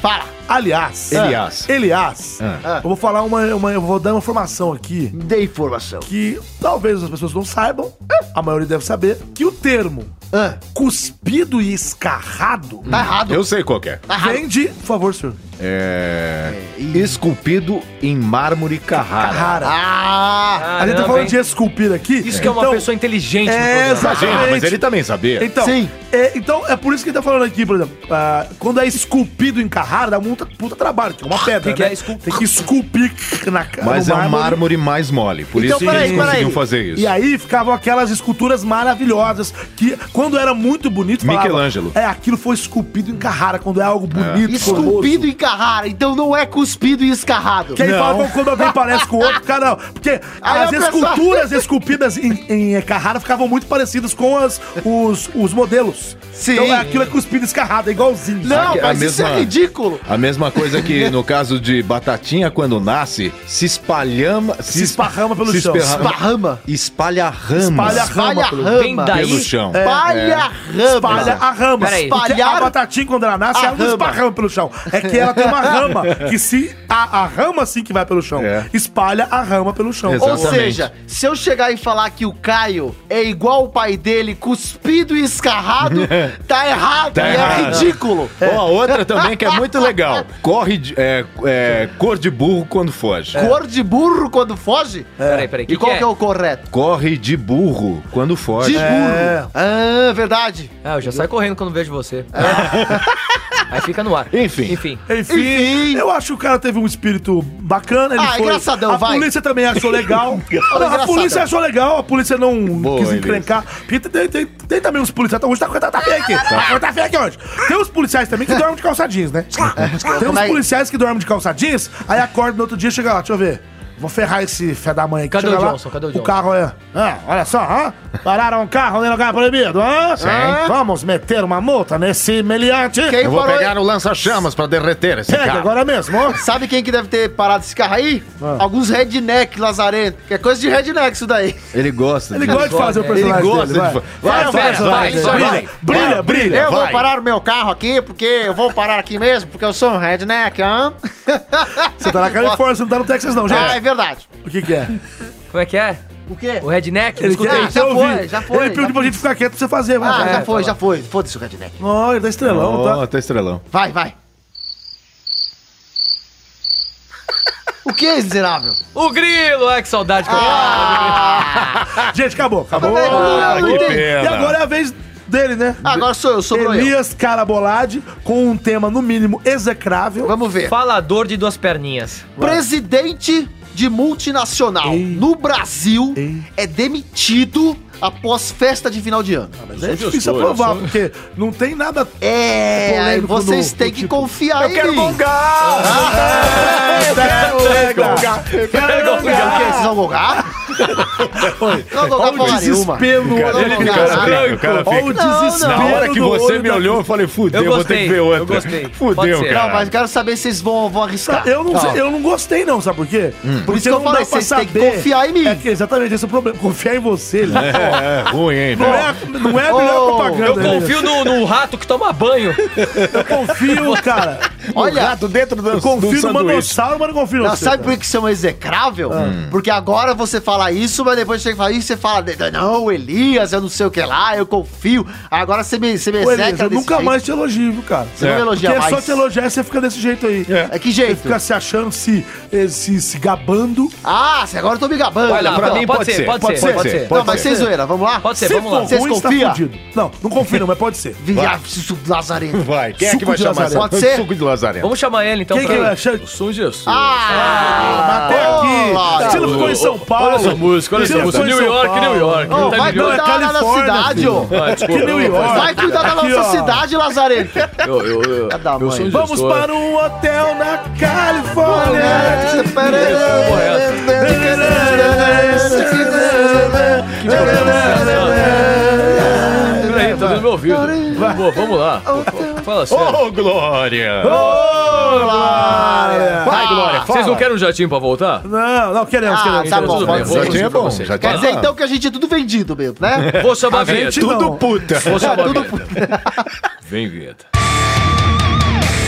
S2: Para.
S4: Aliás,
S3: Elias.
S4: Elias,
S2: Ah.
S4: eu vou falar uma, uma- eu vou dar uma informação aqui
S2: Me dê informação.
S4: que talvez as pessoas não saibam, a maioria deve saber, que o termo
S2: Ah,
S4: cuspido e escarrado
S2: tá errado.
S3: Eu sei qual que é.
S4: vem de, por favor, senhor,
S3: É. Esculpido em mármore Carrara.
S4: Carrara.
S2: Ah!
S4: a gente tá
S1: Caramba,
S4: falando
S1: hein?
S4: de esculpir aqui.
S1: Isso que é uma
S4: então-
S1: pessoa inteligente. no
S4: É,
S1: programa.
S3: Imagina, mas
S4: exatamente.
S3: ele também sabia.
S4: Então,
S2: Sim.
S4: É, então, é por isso que ele tá falando aqui, por exemplo, ah, quando é esculpido em Carrara, dá um puta, puta trabalho, que é uma pedra,
S1: que
S4: né?
S1: é esculpir?
S4: Tem que esculpir na cara.
S3: Mas é um mármore mais mole. Por
S2: Então,
S3: isso que
S2: peraí,
S3: eles conseguiam
S2: peraí.
S3: fazer isso.
S4: E aí ficavam aquelas esculturas maravilhosas que, quando era muito bonito, falava,
S3: Michelangelo.
S4: É, aquilo foi esculpido em Carrara, quando é algo bonito,
S2: Esculpido e carrara, então não é cuspido e escarrado.
S4: Que aí fala que quando alguém parece com o outro, cara, não. Porque
S2: Aí
S4: as
S2: a pessoa-
S4: esculturas esculpidas em, em Carrara ficavam muito parecidas com as, os, os modelos.
S2: Sim.
S4: Então é, aquilo é cuspido e escarrado, é igualzinho.
S2: Não,
S3: Sabe que é a
S2: mas isso é
S3: mesma-
S2: ridículo.
S3: A mesma coisa que no caso de batatinha, quando nasce, se espalhama.
S4: Se esparrama pelo chão.
S2: Esparrama.
S3: Espalha ramas.
S4: Espalha a rama.
S2: Espalha
S4: pelo-
S2: rama.
S1: Vem daí.
S3: Pelo chão. É.
S2: Espalha rama.
S4: Espalha a rama.
S1: Peraí.
S4: Porque
S2: Espalhar
S4: a batatinha, quando ela nasce,
S2: a
S4: ela não
S2: rama.
S4: esparrama pelo chão. É que ela tem uma rama que se. A, a rama sim que vai pelo chão.
S3: É.
S4: Espalha a rama pelo chão.
S3: Exato.
S2: Ou
S3: Exatamente.
S2: seja, se eu chegar e falar que o Caio é igual o pai dele, cuspido e escarrado, tá errado, e
S3: Tá
S2: é
S3: errado.
S2: ridículo.
S3: Ó, a outra também que é muito legal. Corre de- é, é, cor de burro quando foge.
S4: É.
S2: Cor de burro quando foge?
S1: Peraí, peraí.
S2: E
S1: que
S2: qual
S1: que
S2: que é o correto?
S3: Corre de burro quando foge. É.
S2: De burro. Ah, verdade.
S1: Ah, eu já saio correndo quando vejo você.
S2: É.
S1: Aí fica no ar.
S3: Enfim.
S1: Enfim.
S4: Enfim,
S2: Enfim.
S4: eu acho que o cara teve um espírito bacana. Ele
S2: Ah,
S4: foi...
S2: engraçadão,
S4: a
S2: vai.
S4: polícia também achou legal. Não, a
S2: Engraçadão.
S4: polícia achou legal, a polícia não
S3: Boa,
S4: quis
S3: Elias.
S4: encrencar. Porque tem, tem- tem também uns policiais. Hoje tá, tá, tá feio aqui. Tá. feio aqui hoje. Tem uns policiais também que dormem de calçadinhos, né? Tem uns
S2: Mas-
S4: policiais que dormem de calçadinhos, aí acorda no outro dia e chega lá, deixa eu ver. Vou ferrar esse fé da mãe aqui.
S1: Cadê
S4: Chega
S1: o
S4: lá,
S1: Johnson? Cadê o
S4: O
S1: Johnson?
S4: carro é. Ah, olha só, hã? Pararam um carro no lugar proibido, hã? Ah, Vamos meter uma multa nesse meliante.
S2: Quem
S3: Eu vou
S2: parou?
S3: pegar o lança-chamas pra derreter esse
S4: Pega
S3: carro.
S4: É, agora mesmo, ó.
S2: Sabe quem que deve ter parado esse carro aí? Alguns redneck lazarento. Que é coisa de redneck isso daí.
S3: Ele gosta.
S4: Ele
S3: disso.
S4: gosta de fazer o
S1: Ele
S3: Ele
S4: personagem
S3: gosta
S4: dele, vai.
S3: de Vai, vai,
S1: Vera,
S3: vai,
S1: vai,
S3: vai,
S1: vai.
S3: vai.
S4: Brilha, brilha.
S2: eu
S3: vai.
S2: vou parar o meu carro aqui, porque eu vou parar aqui mesmo, porque eu sou um redneck, hã?
S4: Você tá na Califórnia, você não tá no Texas, não,
S2: Ah, é
S4: gente.
S2: verdade.
S4: O que que é?
S1: Como é que é?
S2: O quê?
S1: O redneck?
S4: Ele
S1: Escuta
S4: quer,
S1: aí.
S4: ele quer
S2: já
S4: ouvir.
S2: foi, já foi,
S4: Ele pediu
S2: já
S4: pra gente ficar quieto pra você fazer, vai.
S2: Ah,
S4: vai.
S2: já foi, já foi. Foda-se o redneck.
S4: Não, ele tá estrelão,
S3: Ó,
S4: tá?
S3: tá estrelão.
S2: Vai, vai. o que, é miserável?
S1: O grilo! Ai, que saudade que eu
S4: Gente, acabou, acabou.
S2: Ah,
S3: que
S4: Acabou.
S3: pena.
S4: E agora é a vez dele, né?
S2: Agora sou eu, sobrou eu.
S4: Elias Carabolade, com um tema, no mínimo, execrável.
S2: Vamos ver.
S1: Falador de duas perninhas.
S2: Presidente de multinacional no Brasil é demitido após festa de final de ano.
S4: Mas é difícil aprovar, porque não tem nada...
S2: É, aí
S4: polêmico
S2: vocês
S4: no-
S2: têm
S4: no
S2: que
S4: título.
S2: confiar em mim.
S3: gongar!
S4: Ah, Eu quero legal. Quero
S2: O quê? Vocês
S4: legal.
S2: vão gongar? Não vou
S4: Olha
S2: gongar
S4: o
S2: porra nenhuma.
S4: desespero no
S3: Cara,
S2: Não,
S3: ele
S2: não,
S4: olho do
S3: fica,
S2: não,
S3: cara,
S2: não.
S3: fica, o cara
S4: Olha o
S3: fica.
S4: desespero
S3: Na hora que
S4: no
S3: você
S4: olho
S3: me
S4: da-
S3: olhou, eu falei, fudeu,
S1: Eu
S3: vou ter
S1: gostei,
S3: que ver
S1: eu
S3: outra.
S1: gostei. Pode
S3: Fudeu,
S1: ser.
S3: cara.
S2: Não, mas eu quero saber se vocês vão, vão arriscar.
S4: tá. Eu não,
S2: Ó,
S4: sei- eu não gostei, não, sabe por quê?
S2: Tá. Hum. Por isso que eu
S4: não
S2: falei,
S4: dá pra
S2: vocês têm que confiar em mim.
S4: É que exatamente esse é o problema. Confiar em você, né?
S3: É, é ruim, hein,
S4: Não
S3: velho.
S4: é, não é a melhor
S2: Oh,
S4: propaganda.
S1: Eu
S4: né,
S1: confio
S4: Elias?
S1: no, no rato que toma banho.
S4: Eu confio, cara.
S2: Olha,
S3: dentro do,
S4: Eu confio no
S3: sanduíche.
S4: manossauro, mas não confio no
S2: não, sabe por que são execrável? Hum. Porque agora você fala isso, mas depois você fala isso, você fala, não, Elias, eu não sei o que lá, eu confio. Agora você me, você me
S4: Ô,
S2: execra
S4: Elias, eu
S2: desse
S4: nunca
S2: jeito.
S4: mais te elogio, viu, cara.
S2: Você não me
S4: Porque
S2: elogia
S4: é
S2: mais.
S4: só te elogiar e você fica desse jeito aí.
S2: É que jeito?
S4: Fica se achando, se, eh, se, se gabando.
S2: Ah, cê- agora eu tô me gabando.
S1: Olha lá,
S2: Não,
S3: pra
S1: pode,
S3: mim
S1: pode
S3: pode
S1: ser,
S3: ser,
S1: pode
S3: pode
S1: ser, pode
S3: ser.
S1: ser.
S2: não,
S3: pode
S2: mas
S3: ser.
S2: sem zoeira, vamos lá?
S1: Pode ser,
S4: Se
S1: vamos lá.
S4: for
S2: Vocês
S4: ruim, você tá
S2: confia?
S4: fudido. Não, não confio não, mas pode ser.
S2: Viado, isso lazarento.
S3: Vai, quem é
S4: Suco
S3: que vai
S4: de
S3: chamar
S4: Nazaré.
S3: essa-
S2: Pode ser?
S3: Suco de Lazarento.
S1: Vamos chamar ele então.
S4: Quem que
S1: pra-
S4: é o Alexandre?
S12: Sou Jesus.
S2: Ah,
S4: Até aqui. Você não ficou em São Paulo?
S12: Olha essa música, olha
S4: Você
S12: essa
S4: não
S12: música.
S4: foi em
S12: New
S4: São
S12: York,
S4: Paulo.
S12: New York.
S2: Ô,
S12: Não tá
S2: vai
S12: New York.
S2: cuidar lá da
S4: Califórnia,
S2: cidade,
S4: filho.
S2: ô.
S12: Ah, desculpa,
S4: Que New
S12: eu vou fazer-
S4: York.
S2: Vai cuidar da
S4: Aqui,
S2: nossa
S4: ó.
S2: cidade, Lazarento.
S12: Eu, eu, eu,
S2: Cada
S12: eu
S2: mãe.
S12: sou um
S4: Vamos
S12: gestor.
S4: para um hotel na Califórnia. É,
S12: Segura aí, tá dando meu ouvido. Pô, vamos lá. Pô, Fala sério.
S3: Ô, Glória!
S2: Vai, Glória.
S12: Vocês não querem um jatinho pra voltar?
S4: Não, não queremos,
S2: Ah,
S4: queremos.
S2: tá
S4: queremos.
S2: bom.
S12: Tudo bem,
S2: pode
S12: vou
S3: ser. Jatinho
S12: fazer
S3: é bom,
S12: pra vocês.
S3: jatinho
S2: Quer
S3: é
S2: dizer,
S3: Ah.
S2: então, que a gente é tudo vendido mesmo, né? é
S12: Vou chamar a vinheta.
S4: gente
S12: Tudo-
S3: Tá
S4: não.
S3: Tudo puta.
S12: Vou chamar a
S2: Tudo-
S12: vinheta. Vem, vinheta.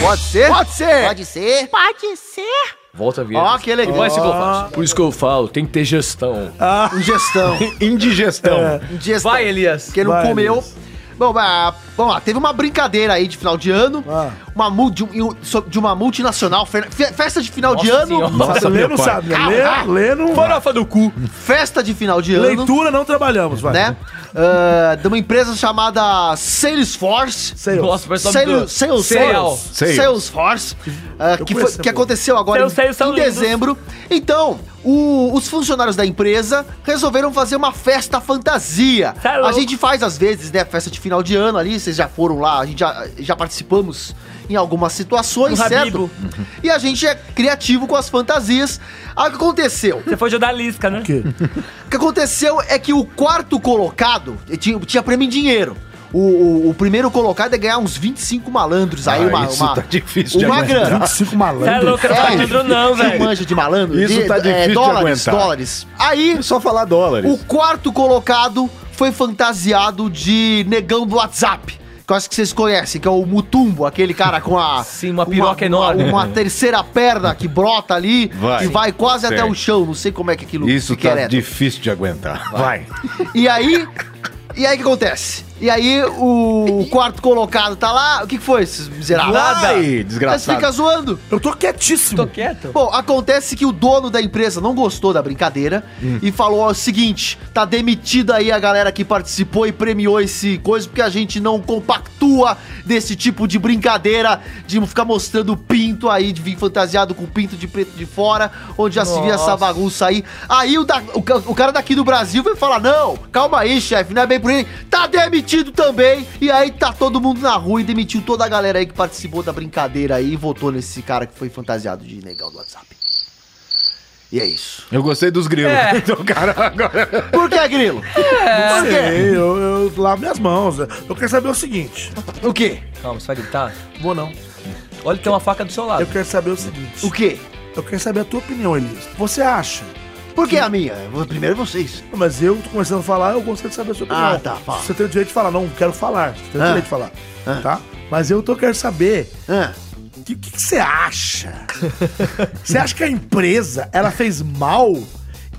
S2: Pode ser? Pode ser.
S9: Pode ser?
S7: Pode ser?
S12: Volta a vinheta.
S2: Ó, que
S12: E
S2: legal.
S12: vai ciclofático. Por isso que eu falo, tem que ter gestão.
S4: Ah,
S2: Ingestão.
S3: Indigestão.
S2: Ingestão.
S1: Vai, Elias.
S2: Quem não
S4: Vai,
S2: comeu.
S4: Luiz.
S2: Bom, mas, vamos lá, teve uma brincadeira aí de final de ano,
S4: Ah.
S2: uma, mu- de, um- de uma multinacional, fe- fe- festa de final de
S1: Nossa
S2: ano,
S1: Senhora.
S4: Nossa, Lê não sabe. né? Lê, Lê não.
S1: Farofa do cu.
S2: festa de final de ano,
S4: Leitura não trabalhamos, vai.
S2: né? Ah, de uma empresa chamada Salesforce.
S4: Sei, ó.
S1: Nossa, parece o nome
S2: Sales,
S1: do-
S2: Sales,
S1: Sales.
S2: Sales,
S3: Sales.
S2: Salesforce, ah, que, foi-
S4: conheço essa
S2: que
S4: boa.
S2: aconteceu agora
S1: Sales,
S2: em,
S1: sales são
S2: em
S1: lindos.
S2: dezembro. Então, o- os funcionários da empresa resolveram fazer uma festa fantasia.
S1: Tá
S2: a
S1: louco.
S2: gente faz às vezes, né, festa de final de ano ali, vocês já foram lá, a gente já, já participamos em algumas situações,
S1: No
S2: certo?
S1: Habibo.
S2: E a gente é criativo com as fantasias. Ah, O que aconteceu?
S1: Você foi jogar lisca, né?
S2: O que aconteceu é que o quarto colocado eh, tinha, tinha prêmio em dinheiro. O, o- o primeiro colocado é ganhar uns 25 malandros aí,
S3: Ah,
S2: uma,
S3: isso
S2: uma,
S3: tá difícil de
S2: uma
S3: aguentar. tá
S2: grana.
S4: 25 malandros.
S1: eu
S2: É, que manja de malandro.
S3: Isso
S2: de, é,
S3: tá difícil de
S2: dólares,
S3: aguentar.
S2: dólares. Aí,
S3: É só falar dólares.
S2: o quarto colocado foi fantasiado de negão do WhatsApp. Que eu acho que vocês conhecem, que é o Mutumbo, aquele cara com a.
S1: Sim, uma piroca enorme.
S2: Uma, terceira perna que brota ali
S3: Vai.
S2: e vai quase até
S3: Certo.
S2: o chão. Não sei como é que aquilo
S3: Isso
S2: fica
S3: tá
S2: ereto.
S3: difícil de aguentar. Vai.
S2: E aí. E aí o que acontece? E aí o quarto colocado tá lá. O que que foi, esses miseráveis?
S3: Vai,
S2: Mas fica
S3: desgraçado.
S2: zoando.
S4: Eu tô quietíssimo.
S1: quieto.
S2: Bom, acontece que o dono da empresa não gostou da brincadeira
S3: Hum.
S2: e falou ó, o seguinte: tá demitida aí a galera que participou e premiou esse coisa, porque a gente não compactua desse tipo de brincadeira de ficar mostrando pinto aí, de vir fantasiado com pinto de preto de fora, onde já se via essa bagunça aí. Aí o, da- o ca- o cara daqui do Brasil veio falar: não, calma aí, chefe, não é bem por ele, tá demitido também. E aí tá todo mundo na rua e demitiu toda a galera aí que participou da brincadeira aí e votou nesse cara que foi fantasiado de negão do WhatsApp. E é isso.
S3: Eu gostei dos grilos. Então, cara, agora.
S2: Por que, Grilo? Por quê?
S4: Sei, eu, eu lavo minhas mãos. Eu quero saber o seguinte.
S2: O quê?
S1: Calma, você vai gritar?
S4: Vou não.
S1: Olha, tem uma faca do seu
S4: Eu
S1: lado.
S4: quero saber o seguinte.
S2: O quê?
S4: Eu quero saber a tua opinião, Elias. Você acha?
S2: Por que a minha? Primeiro vocês.
S4: Não, Mas eu tô começando a falar, eu gostaria de saber a sua opinião.
S2: Ah, tá, fala.
S4: Você tem o direito de falar, não quero falar. Você tem o
S2: Ah.
S4: direito de falar.
S2: Ah.
S4: Tá? Mas eu tô quero saber
S2: Hã?
S4: o que, que que você acha? você acha que a empresa ela fez mal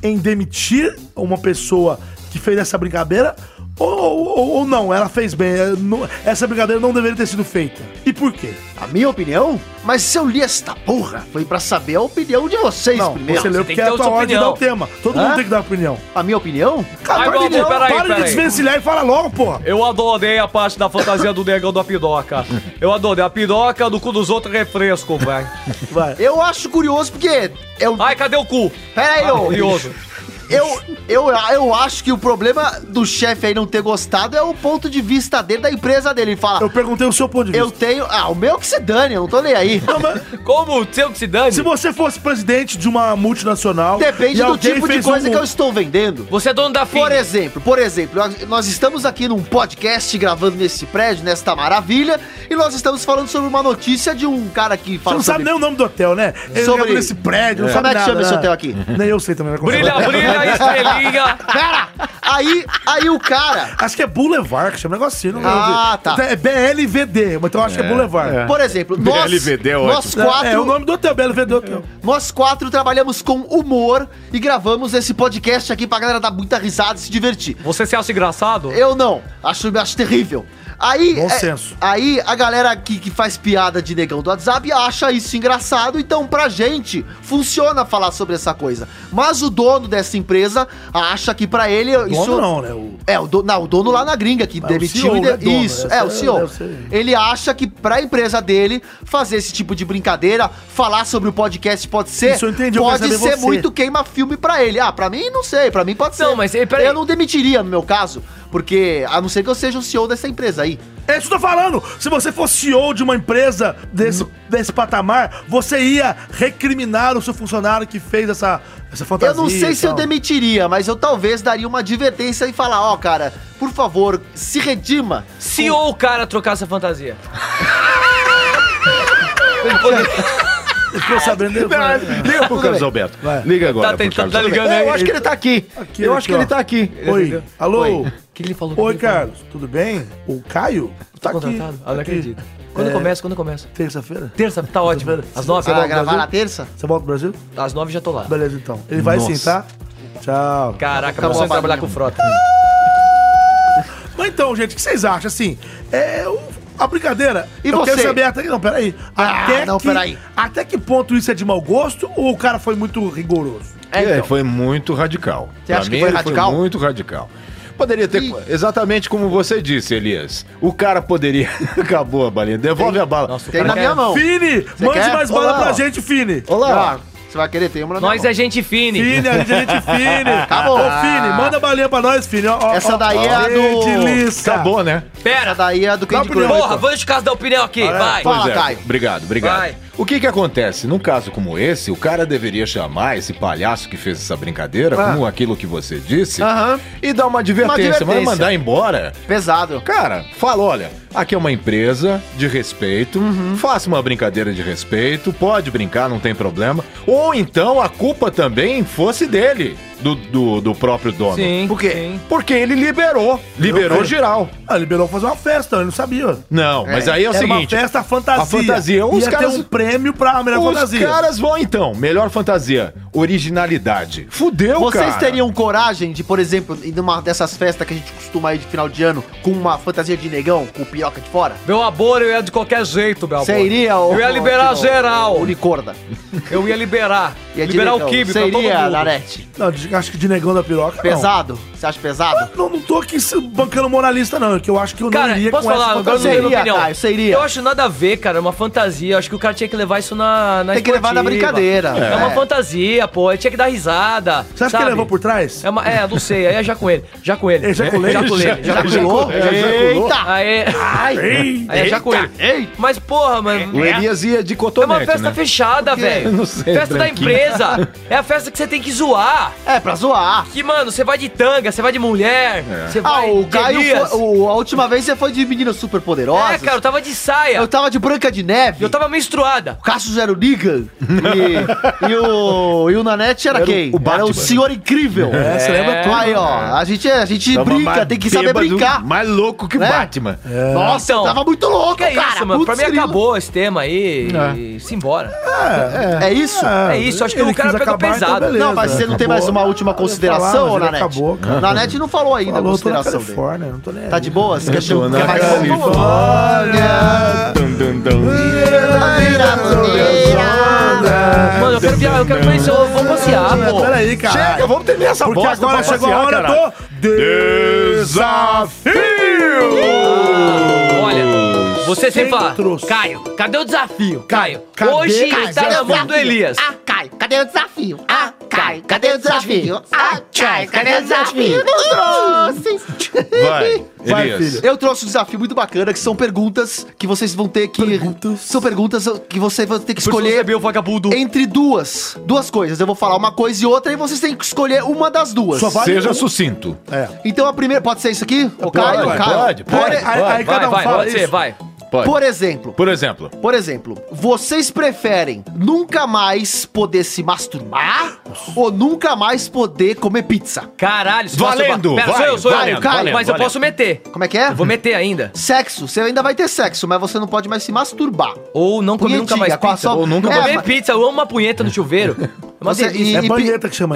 S4: em demitir uma pessoa que fez essa brincadeira? Ou, ou- ou não, ela fez bem. é, não- Essa brincadeira não deveria ter sido feita. E por quê?
S2: A minha opinião? Mas se eu li esta porra, foi pra saber a opinião de vocês
S4: Não,
S2: primeiro.
S4: você leu
S1: tem
S4: porque
S1: que
S4: é
S1: ter
S4: a tua
S1: sua
S4: ordem dá
S1: opinião.
S4: o tema. Todo
S2: Hã?
S4: mundo tem que dar opinião.
S2: A minha opinião?
S4: Cara,
S1: Ai,
S4: para de,
S1: Valdir, peraí,
S4: para de
S1: peraí.
S4: desvencilhar e fala logo, porra.
S1: Eu adorei a parte da fantasia do negão da piroca. Eu adorei. A piroca do cu dos outros é refresco, velho.
S4: Vai.
S2: Eu acho curioso porque é eu.
S1: Ai, cadê o cu? Ah,
S2: Pera aí, ô.
S1: Curioso.
S2: Eu, eu, eu acho que o problema do chefe aí não ter gostado é o ponto de vista dele, da empresa dele. Ele fala,
S4: Eu perguntei o seu ponto de vista.
S2: eu tenho. Ah, o meu que se dane, eu não tô nem aí.
S1: Como o seu que se dane?
S4: Se você fosse presidente de uma multinacional.
S2: Depende
S4: e
S2: do
S4: alguém
S2: tipo de
S4: fez
S2: coisa
S4: um-
S2: que eu estou vendendo.
S1: Você é dono da
S2: Por
S1: filha.
S2: exemplo, por exemplo, nós- nós estamos aqui num podcast gravando nesse prédio, nesta maravilha, e nós estamos falando sobre uma notícia de um cara que
S4: Você
S2: fala
S4: não sabe
S2: sobre...
S4: nem o nome do hotel, né? Ele
S2: Sobre-
S4: sobre... nesse prédio, não
S2: Como
S4: sabe
S2: é que
S4: nada,
S2: chama esse
S4: né?
S2: hotel aqui?
S4: Nem eu sei também. Né?
S1: Brilha, brilha, estrelinha.
S2: Pera! Aí, aí o cara,
S4: Acho que é Boulevard, que chama um negocinho. Não
S2: Ah,
S4: lembro.
S2: tá.
S4: Então É BLVD, mas então eu acho que é Boulevard. É.
S2: por exemplo, nós,
S3: BLVD é
S2: nós
S3: ótimo.
S2: quatro... É.
S4: é o nome do hotel, BLVD Hotel.
S2: Nós quatro trabalhamos com humor e gravamos esse podcast aqui pra galera dar muita risada e se divertir.
S1: Você se acha engraçado?
S2: Eu não, acho, acho terrível. Aí,
S4: Bom
S2: é-
S4: senso.
S2: aí a galera que, que faz piada de negão do WhatsApp acha isso engraçado, então pra gente funciona falar sobre essa coisa. Mas o dono dessa empresa acha que pra ele isso
S4: não, né? O-
S2: É, o, do, não, o dono lá na gringa que
S4: Mas o
S2: demitiu
S4: CEO,
S2: e de-
S4: né, dono?
S2: isso,
S4: Essa
S2: é o
S4: é-
S2: CEO.
S4: deve ser-
S2: Ele acha que pra empresa dele fazer esse tipo de brincadeira, falar sobre o podcast pode ser,
S4: Isso eu entendi, eu quero
S2: pode
S4: saber
S2: ser
S4: você.
S2: muito queima filme pra ele. Ah, pra mim não sei, pra mim pode ser. Não, mas eh, eu não demitiria no meu caso, porque a não ser que eu seja o CEO dessa empresa aí.
S4: É isso que eu tô falando. Se você fosse CEO de uma empresa desse, desse patamar, você ia recriminar o seu funcionário que fez essa, essa fantasia.
S2: Eu não sei
S4: e
S2: se eu
S4: tal.
S2: demitiria, mas eu talvez daria uma advertência e falar, ó, cara, por favor, se redima.
S1: Se ou o cara trocar essa fantasia.
S4: Ele ficou sabendo. eu falei, é.
S3: Liga pro Carlos Alberto. Liga agora.
S1: Tá
S3: pro
S1: tentando-
S3: Carlos
S1: tá ligando
S3: Alberto.
S1: aí.
S2: Eu acho que ele tá aqui.
S4: Aqui,
S2: eu
S4: aqui,
S2: acho que
S4: ó.
S2: ele tá aqui.
S4: Oi, alô?
S1: Oi. O que ele falou?
S4: Oi, Carlos, tudo bem? O Caio?
S1: Tá contratado? Ah, não acredito. Quando começa, quando começa?
S4: Terça-feira?
S1: Terça, tá ótimo. Às nove.
S2: Você vai
S1: Ah,
S2: gravar na terça?
S4: Você volta pro Brasil?
S1: Às nove já tô lá.
S4: Beleza, então. Ele vai
S3: Nossa.
S4: sim, tá? Tchau.
S1: Caraca,
S2: Acabou
S1: você
S2: a
S1: trabalhar
S2: balinha.
S1: com frota.
S4: Mas então, gente, o que vocês acham? Assim, é o- a brincadeira.
S2: E
S4: eu
S2: você?
S4: quero saber até que. Não, peraí.
S2: Ah,
S4: até
S2: não,
S4: que,
S2: peraí.
S4: Até que ponto isso é de mau gosto ou o cara foi muito rigoroso?
S3: É, foi muito radical.
S2: então. Você acha que
S3: mim,
S2: foi
S3: ele
S2: radical?
S3: muito radical. Poderia ter.
S2: Ih.
S3: Exatamente como você disse, Elias. O cara poderia. Acabou a balinha. Devolve a bala.
S1: Nossa, o
S2: Tem
S1: cara
S2: na
S1: quer-
S4: é
S2: minha mão.
S4: Fini, mande
S2: quer?
S4: mais bala
S2: Olá,
S4: pra
S2: ó.
S4: gente, Fini.
S2: Olá.
S4: Ah.
S2: Você vai querer ter uma na minha
S1: Nós
S2: mão.
S1: é gente fine.
S4: Fini, a gente é gente Fini.
S2: Acabou. Ah.
S4: Ô, Fini, manda a balinha pra nós, Fini. Ó, ó,
S2: Essa
S4: ó.
S2: daí é a do-
S4: Gente, Lissa.
S3: Acabou, né?
S2: Essa
S1: Pera,
S2: daí é do Candy
S4: opinião,
S2: Crush.
S1: porra, vou deixar o caso da opinião aqui, vai.
S2: Fala,
S3: Pois é,
S2: Caio.
S3: Obrigado, obrigado.
S1: Vai.
S3: O que que acontece? Num caso como esse, o cara deveria chamar esse palhaço que fez essa brincadeira, como aquilo que você disse,
S2: Ah. Aham.
S3: e dar uma advertência, mas
S2: advertência.
S3: mandar embora.
S2: Pesado.
S3: Cara, fala, olha, aqui é uma empresa de respeito, faça uma brincadeira de respeito, pode brincar, não tem problema. Ou então a culpa também fosse dele, do, do, do próprio dono.
S1: Sim. Por quê?
S3: Porque ele liberou, liberou
S4: creio.
S3: geral.
S4: Ah, liberou fazer uma festa, ele não sabia.
S3: Não, mas aí é o
S4: Era
S3: seguinte...
S4: uma festa fantasia.
S3: a fantasia, os
S4: Ia
S3: caras-
S4: ter um prêmio pra melhor
S3: Os
S4: fantasia.
S3: caras vão então. Melhor fantasia, originalidade. Fudeu,
S2: Vocês
S3: cara.
S2: teriam coragem de, por exemplo, ir numa dessas festas que a gente costuma ir de final de ano com uma fantasia de negão, com piroca de fora?
S1: Meu amor, eu ia de qualquer jeito, meu amor.
S2: Você iria, ô-
S1: Tá Eu ia liberar
S2: ô-
S1: geral.
S2: ô, Unicorda.
S1: Eu ia liberar.
S2: Ia de
S1: liberar
S2: negão.
S1: o kibe
S2: Você
S1: pra todo
S2: iria,
S1: mundo.
S2: Larete?
S4: Não, de- acho que de negão da piroca, não.
S2: Pesado? Você acha pesado?
S4: Não, não tô aqui se- bancando moralista, não. É que eu acho que eu
S1: Cara,
S4: não iria
S1: posso falar? Agora eu não
S2: fantasia.
S1: tenho minha opinião.
S2: Seria, Caio, seria.
S1: Eu acho nada a ver, cara. É uma fantasia. Eu acho que o cara tinha que levar isso na, na
S2: Tem que levar na
S1: esportiva.
S2: brincadeira.
S1: É. uma fantasia, pô. Ele tinha que dar risada.
S4: Você acha que ele levou por trás?
S1: É, uma, é, não sei. Aí é já com ele. Já com ele.
S4: É, já com ele?
S1: Já com ele.
S4: Já-
S1: Já com ele.
S2: Ejaculou?
S3: É, ejaculou.
S2: Eita!
S1: Aí,
S4: Ei,
S1: aí é já com ele.
S2: Ei!
S1: Mas, porra, mano.
S3: O Elias ia de
S1: É uma
S3: cotonete,
S1: festa
S3: né?
S1: fechada, velho.
S3: Não sei,
S1: festa da
S3: branquinho.
S1: empresa. É a festa que você tem que zoar.
S2: É, pra zoar.
S1: Que, mano, você vai de tanga, você vai de mulher.
S3: É.
S1: Você
S2: Ah,
S1: vai
S2: o
S1: de
S2: Caio,
S1: Elias.
S2: foi, o- a última vez você foi de menina super poderosa.
S1: É, cara, eu tava de saia.
S2: Eu
S1: Eu,
S2: tava de Branca de Neve.
S1: tava menstruada.
S2: O Cassius era o Negan. E, e o, e o Nanete era
S3: Era o-
S2: quem?
S3: o Batman.
S2: era o Senhor Incrível. É,
S4: você lembra tudo,
S2: Aí, ó, a gente, é, a gente
S3: Tava
S2: brinca,
S3: mais
S2: tem que saber
S3: bêbado,
S2: brincar.
S3: Mais louco que
S2: Né?
S3: Batman.
S4: É.
S2: Nossa,
S1: Então,
S2: tava muito louco,
S1: Que é
S2: cara.
S1: isso, mano? Pra
S2: Putz,
S1: mim
S2: grilo.
S1: acabou esse tema aí e se embora.
S2: É isso?
S1: É isso, acho que
S4: Ele
S1: o cara
S4: quis
S1: pegou
S4: acabar, então
S1: pesado.
S4: beleza.
S2: Não, mas você não tem
S4: Acabou.
S2: mais uma última
S4: Eu ia falar,
S2: consideração,
S4: mas ele
S2: Nanete?
S4: Acabou, cara.
S2: Nanete não falou ainda a
S4: Falou, tô na
S2: consideração dele.
S4: Califórnia, não tô nem aí.
S2: Tá de boa? Você quer
S3: Eu tô
S2: chamar? Quer
S3: na
S2: mais um? Vamos, vamos.
S4: Califórnia.
S3: Dum, dum, dum. É,
S1: Mano, eu quero viajar, eu quero conhecer, eu vou passear, pô.
S4: Peraí, cara.
S3: Chega, vamos terminar essa
S4: Porque
S3: bosta
S4: agora
S3: pra
S4: chegou a
S3: passear,
S4: hora
S3: caralho.
S4: do... Desafio!
S1: Olha, você sempre
S4: Quem
S1: fala,
S4: trouxe?
S1: Caio, cadê o desafio? Caio,
S4: Cadê?
S1: hoje
S4: Cadê
S1: tá
S4: o
S1: na mão do Elias.
S7: Ah, Caio, cadê o desafio? Ah, Caio, cadê o desafio? Ah, Caio, cadê o desafio?
S3: Vai,
S4: Vai,
S3: Elias.
S4: filho.
S2: Eu trouxe um desafio muito bacana, que são perguntas que vocês vão ter que...
S4: Perguntas?
S2: São perguntas que você vai ter que
S1: Você
S2: escolher
S1: viu o
S3: é
S1: vagabundo.
S2: entre duas. Duas coisas. Eu vou falar uma coisa e outra e vocês têm que escolher uma das duas.
S4: Só vai-
S3: Seja sucinto.
S4: É.
S2: Então a primeira. Pode ser isso aqui? Ô, Caio,
S3: pode,
S2: Caio.
S3: pode,
S2: por,
S4: pode. Aí- aí
S1: Vai,
S4: cada um
S1: vai,
S4: fala
S1: pode ser,
S4: isso.
S1: vai.
S3: Pode.
S2: por
S3: Por,
S2: exemplo.
S3: exemplo,
S2: Por exemplo, vocês preferem nunca mais poder se masturbar ou nunca mais poder comer pizza?
S1: Caralho, se
S3: Valendo,
S1: masturba- Pera,
S3: vai,
S1: sou eu, sou
S2: valendo,
S1: eu. Caio,
S3: valendo,
S1: mas
S3: valendo.
S1: eu posso meter.
S2: Como é que é?
S1: Eu vou meter ainda.
S2: Sexo, você ainda vai ter sexo, mas você não pode mais se masturbar.
S1: Ou não comer nunca
S2: Punhetinha,
S1: mais
S2: com a
S1: pizza.
S2: sua-
S1: Ou nunca
S2: É,
S1: comer
S2: mas-
S1: pizza. Eu amo uma punheta no chuveiro. É uma
S2: Você-
S1: delícia.
S2: e- e-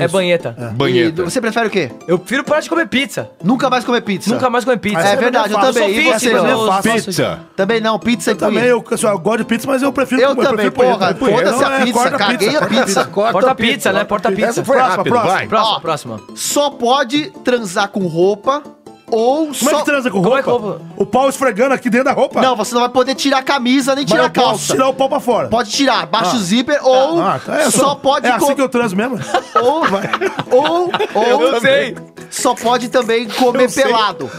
S1: É banheta.
S2: E você prefere o quê?
S1: Eu prefiro parar de comer pizza.
S2: Nunca mais comer pizza.
S1: Nunca mais comer pizza.
S2: É verdade, eu
S1: faço.
S2: também.
S1: sou
S2: E você,
S1: fitness, eu
S2: Léo?
S1: faço-
S2: Também não, pizza é
S4: Eu também, eu, eu, eu gosto de pizza, mas eu prefiro
S2: Eu
S4: comer,
S2: também,
S4: prefiro punheta,
S2: porra,
S4: prefiro punheta.
S2: foda-se a
S4: Não, é,
S2: pizza,
S4: corta
S2: caguei a pizza, corta
S1: Porta
S2: a pizza,
S1: pizza, né? Porta pizza.
S4: Essa foi
S1: Próxima,
S4: rápido,
S1: próxima.
S4: vai.
S1: Próxima,
S2: Ó,
S1: próxima.
S2: Só pode transar com roupa ou
S4: Como é que transa com roupa? O pau esfregando aqui dentro da roupa?
S2: Não, você não vai poder tirar a camisa nem
S4: Mas
S2: tirar
S4: eu
S2: a calça.
S4: posso tirar o pau pra fora.
S2: Pode tirar, baixa
S4: Ah.
S2: o zíper ou
S4: Ah, tá, é,
S2: só
S4: só-
S2: pode...
S4: é assim
S2: co-
S4: que eu transo mesmo?
S2: Ou, ou, ou...
S1: Eu não sei.
S2: Só pode também comer
S3: Eu sei.
S2: pelado.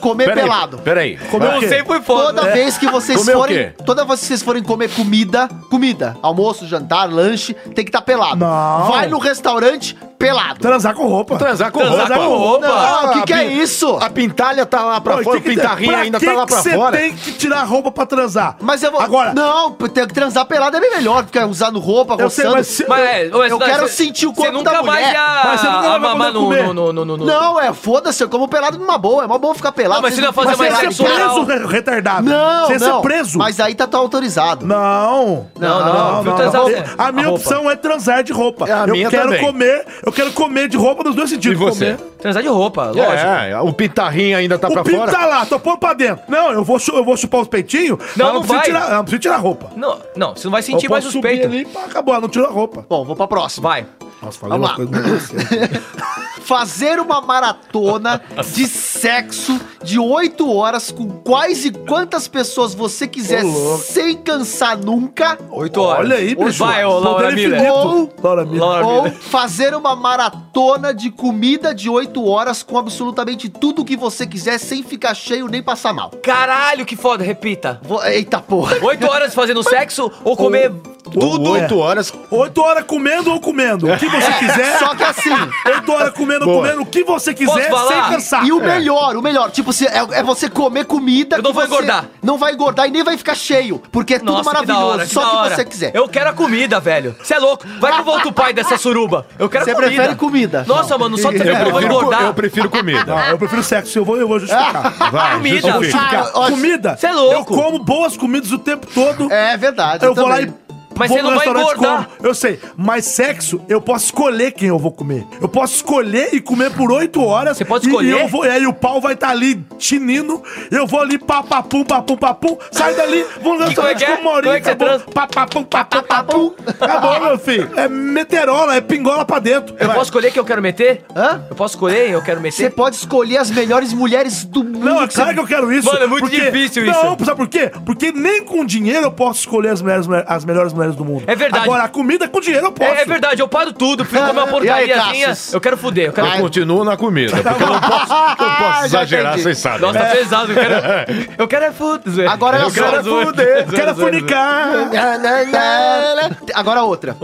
S2: Comer
S3: Peraí,
S2: pelado.
S3: Peraí.
S1: Eu não
S3: Vai.
S1: sei, foi foda.
S2: Toda
S1: É.
S2: vez que vocês
S3: Comer o
S2: forem.
S3: quê?
S2: Toda vez que vocês forem comer comida, comida, almoço, jantar, lanche, tem que estar pelado.
S4: Não.
S2: Vai no restaurante pelado.
S4: Transar com roupa.
S3: Transar com
S1: Transar
S3: roupa.
S1: com roupa.
S4: Ah,
S2: Não, o que, que é
S3: Bi-
S2: isso?
S3: A pintalha tá lá pra
S4: Pô,
S3: fora,
S4: que
S3: o
S4: que-
S3: pintarrinho
S4: pra
S3: ainda
S4: que
S3: tá lá
S4: que
S3: pra
S4: cê
S3: fora.
S4: tem que tirar a roupa pra transar.
S2: Mas eu vou.
S4: Agora.
S2: Não, tem que transar pelado é bem melhor, porque usando roupa,
S4: Eu sei,
S2: roçando.
S4: mas se-
S1: Mas, é, mas
S2: eu
S1: não,
S2: quero
S1: cê-
S2: sentir o
S1: cê
S2: corpo
S1: nunca
S2: da
S1: mais
S2: mulher.
S1: ia-
S4: Mas cê nunca vai
S1: a mamar
S4: poder
S1: no,
S4: comer.
S1: no, no, no, no, no.
S2: Não, é foda-se, eu como pelado numa boa. É mó bom ficar pelado.
S1: Não, mas você
S2: vocês
S1: não vai fazer
S2: ficam
S1: mais
S4: Você
S2: pelados.
S4: ser
S1: sexual.
S4: é preso, re- retardado.
S2: Não,
S4: Você
S2: não.
S4: ser preso.
S2: Mas aí tá tá autorizado.
S4: Não.
S1: Não, não,
S4: Não,
S1: prefiro
S4: não,
S1: transar
S4: não.
S1: com-
S4: A minha
S1: com
S4: opção é transar de roupa.
S3: É, a
S4: eu
S3: minha
S4: quero
S3: também.
S4: comer, eu quero comer de roupa nos dois
S3: E
S4: sentidos.
S3: você?
S4: Comer.
S1: Transar de roupa, lógico.
S3: É, o pintarrinho ainda tá
S4: o
S3: pra
S4: pinto
S3: fora.
S4: tá lá, tô pondo pra dentro. Não, eu vou, chu- eu vou chupar os peitinhos, mas
S1: Não, não
S4: preciso
S1: vai.
S4: tirar, não preciso tirar a roupa.
S1: Não, não, você não vai
S4: Eu
S1: sentir mais
S4: posso
S1: os
S4: subir
S1: peitos.
S4: ali, pá, acabou, ela não tira a roupa.
S2: Bom, vou pra próxima.
S1: Vai.
S4: Nossa, falei
S2: Vamos
S4: uma
S2: lá.
S4: coisa muito grosseira.
S1: então.
S2: Fazer uma maratona de sexo de 8 horas com quais e quantas pessoas você quiser
S4: Ô, louco.
S2: sem cansar nunca.
S1: Oito horas.
S4: Olha aí, bicho.
S1: Vai, ô,
S4: Poder
S1: Laura Miller.
S4: infinito.
S2: Ou-
S4: Laura Miller.
S1: Laura
S2: Ou
S1: Miller.
S2: fazer uma maratona de comida de 8 horas com absolutamente tudo que você quiser sem ficar cheio nem passar mal.
S1: Caralho, que foda, repita.
S2: Vo- Eita porra.
S1: Oito horas fazendo sexo ou comer...
S3: Tudo
S4: Ué.
S3: 8 horas.
S4: Oito horas comendo ou comendo. O que você
S1: É,
S4: quiser.
S2: Só que assim.
S4: Oito horas comendo ou
S3: Boa.
S4: comendo o que você quiser
S1: Posso
S4: sem
S1: falar?
S4: cansar.
S2: E o melhor, o melhor, tipo, se- é, é você comer comida
S1: É. Eu não
S2: que
S1: vou
S2: você
S1: engordar.
S2: Não vai engordar e nem vai ficar cheio, porque é tudo
S1: Nossa, que da
S2: maravilhoso,
S1: hora, que
S2: só
S1: da
S2: o que
S1: hora.
S2: você quiser.
S1: Eu quero a comida, velho. Você é louco. Vai que eu volto o pai dessa suruba. Eu quero
S2: Você
S1: comida.
S2: prefere comida?
S1: Nossa, mano, só
S3: É,
S1: de saber que eu vou
S3: prefiro,
S1: engordar.
S3: eu prefiro comida.
S4: Não, eu prefiro sexo, eu vou, eu vou justificar.
S3: Vai,
S1: Comida.
S3: justifica.
S2: Cara, ó,
S4: Então, comida?
S1: Cê é louco.
S4: Eu como boas comidas o tempo todo.
S2: É verdade.
S4: eu vou lá e.
S2: também.
S1: Mas
S4: vou
S1: você
S4: no
S1: não vai
S4: restaurante e
S1: engordar.
S4: como. Eu sei, mas sexo, eu posso escolher quem eu vou comer. Eu posso escolher e comer por oito horas.
S1: Você pode
S4: e-
S1: escolher?
S4: E, eu vou, é, e aí o pau vai estar ali tinindo. Eu vou ali, papapum, papum, papum. Sai dali, vou no
S1: Que- como é
S4: restaurante
S1: que é?
S4: com uma horinha,
S1: Como é que você
S4: acabou.
S1: transa?
S4: Papapum, papum, papum. Acabou, meu filho. É meterola, é pingola pra dentro.
S1: Eu posso escolher quem eu quero meter?
S2: Hã?
S1: Eu posso escolher quem eu quero
S2: Você
S1: meter?
S2: pode escolher as melhores mulheres do mundo.
S4: Não, é
S2: que você-
S4: claro que eu quero isso.
S1: Mano, é muito difícil isso.
S4: Não, sabe por quê? Porque nem com dinheiro eu posso escolher as, melhores, mulher- as melhores mulheres do mundo.
S1: É verdade.
S4: Agora, a comida com dinheiro eu posso.
S1: É, é verdade, eu paro tudo, fico comer uma
S2: E aí,
S1: porcariazinha.
S2: Cassius?
S1: Eu quero fuder, eu quero.
S3: Eu continuo na comida, porque eu não posso, eu posso exagerar, vocês sabem.
S1: Nossa,
S3: né?
S1: tá pesado, eu quero. Eu quero é fuder. zoeira.
S2: É. Agora
S1: eu
S2: eu quero
S1: zoeira,
S2: fuder,
S1: zoeira, zoeira,
S4: Quero fornicar.
S2: Agora outra.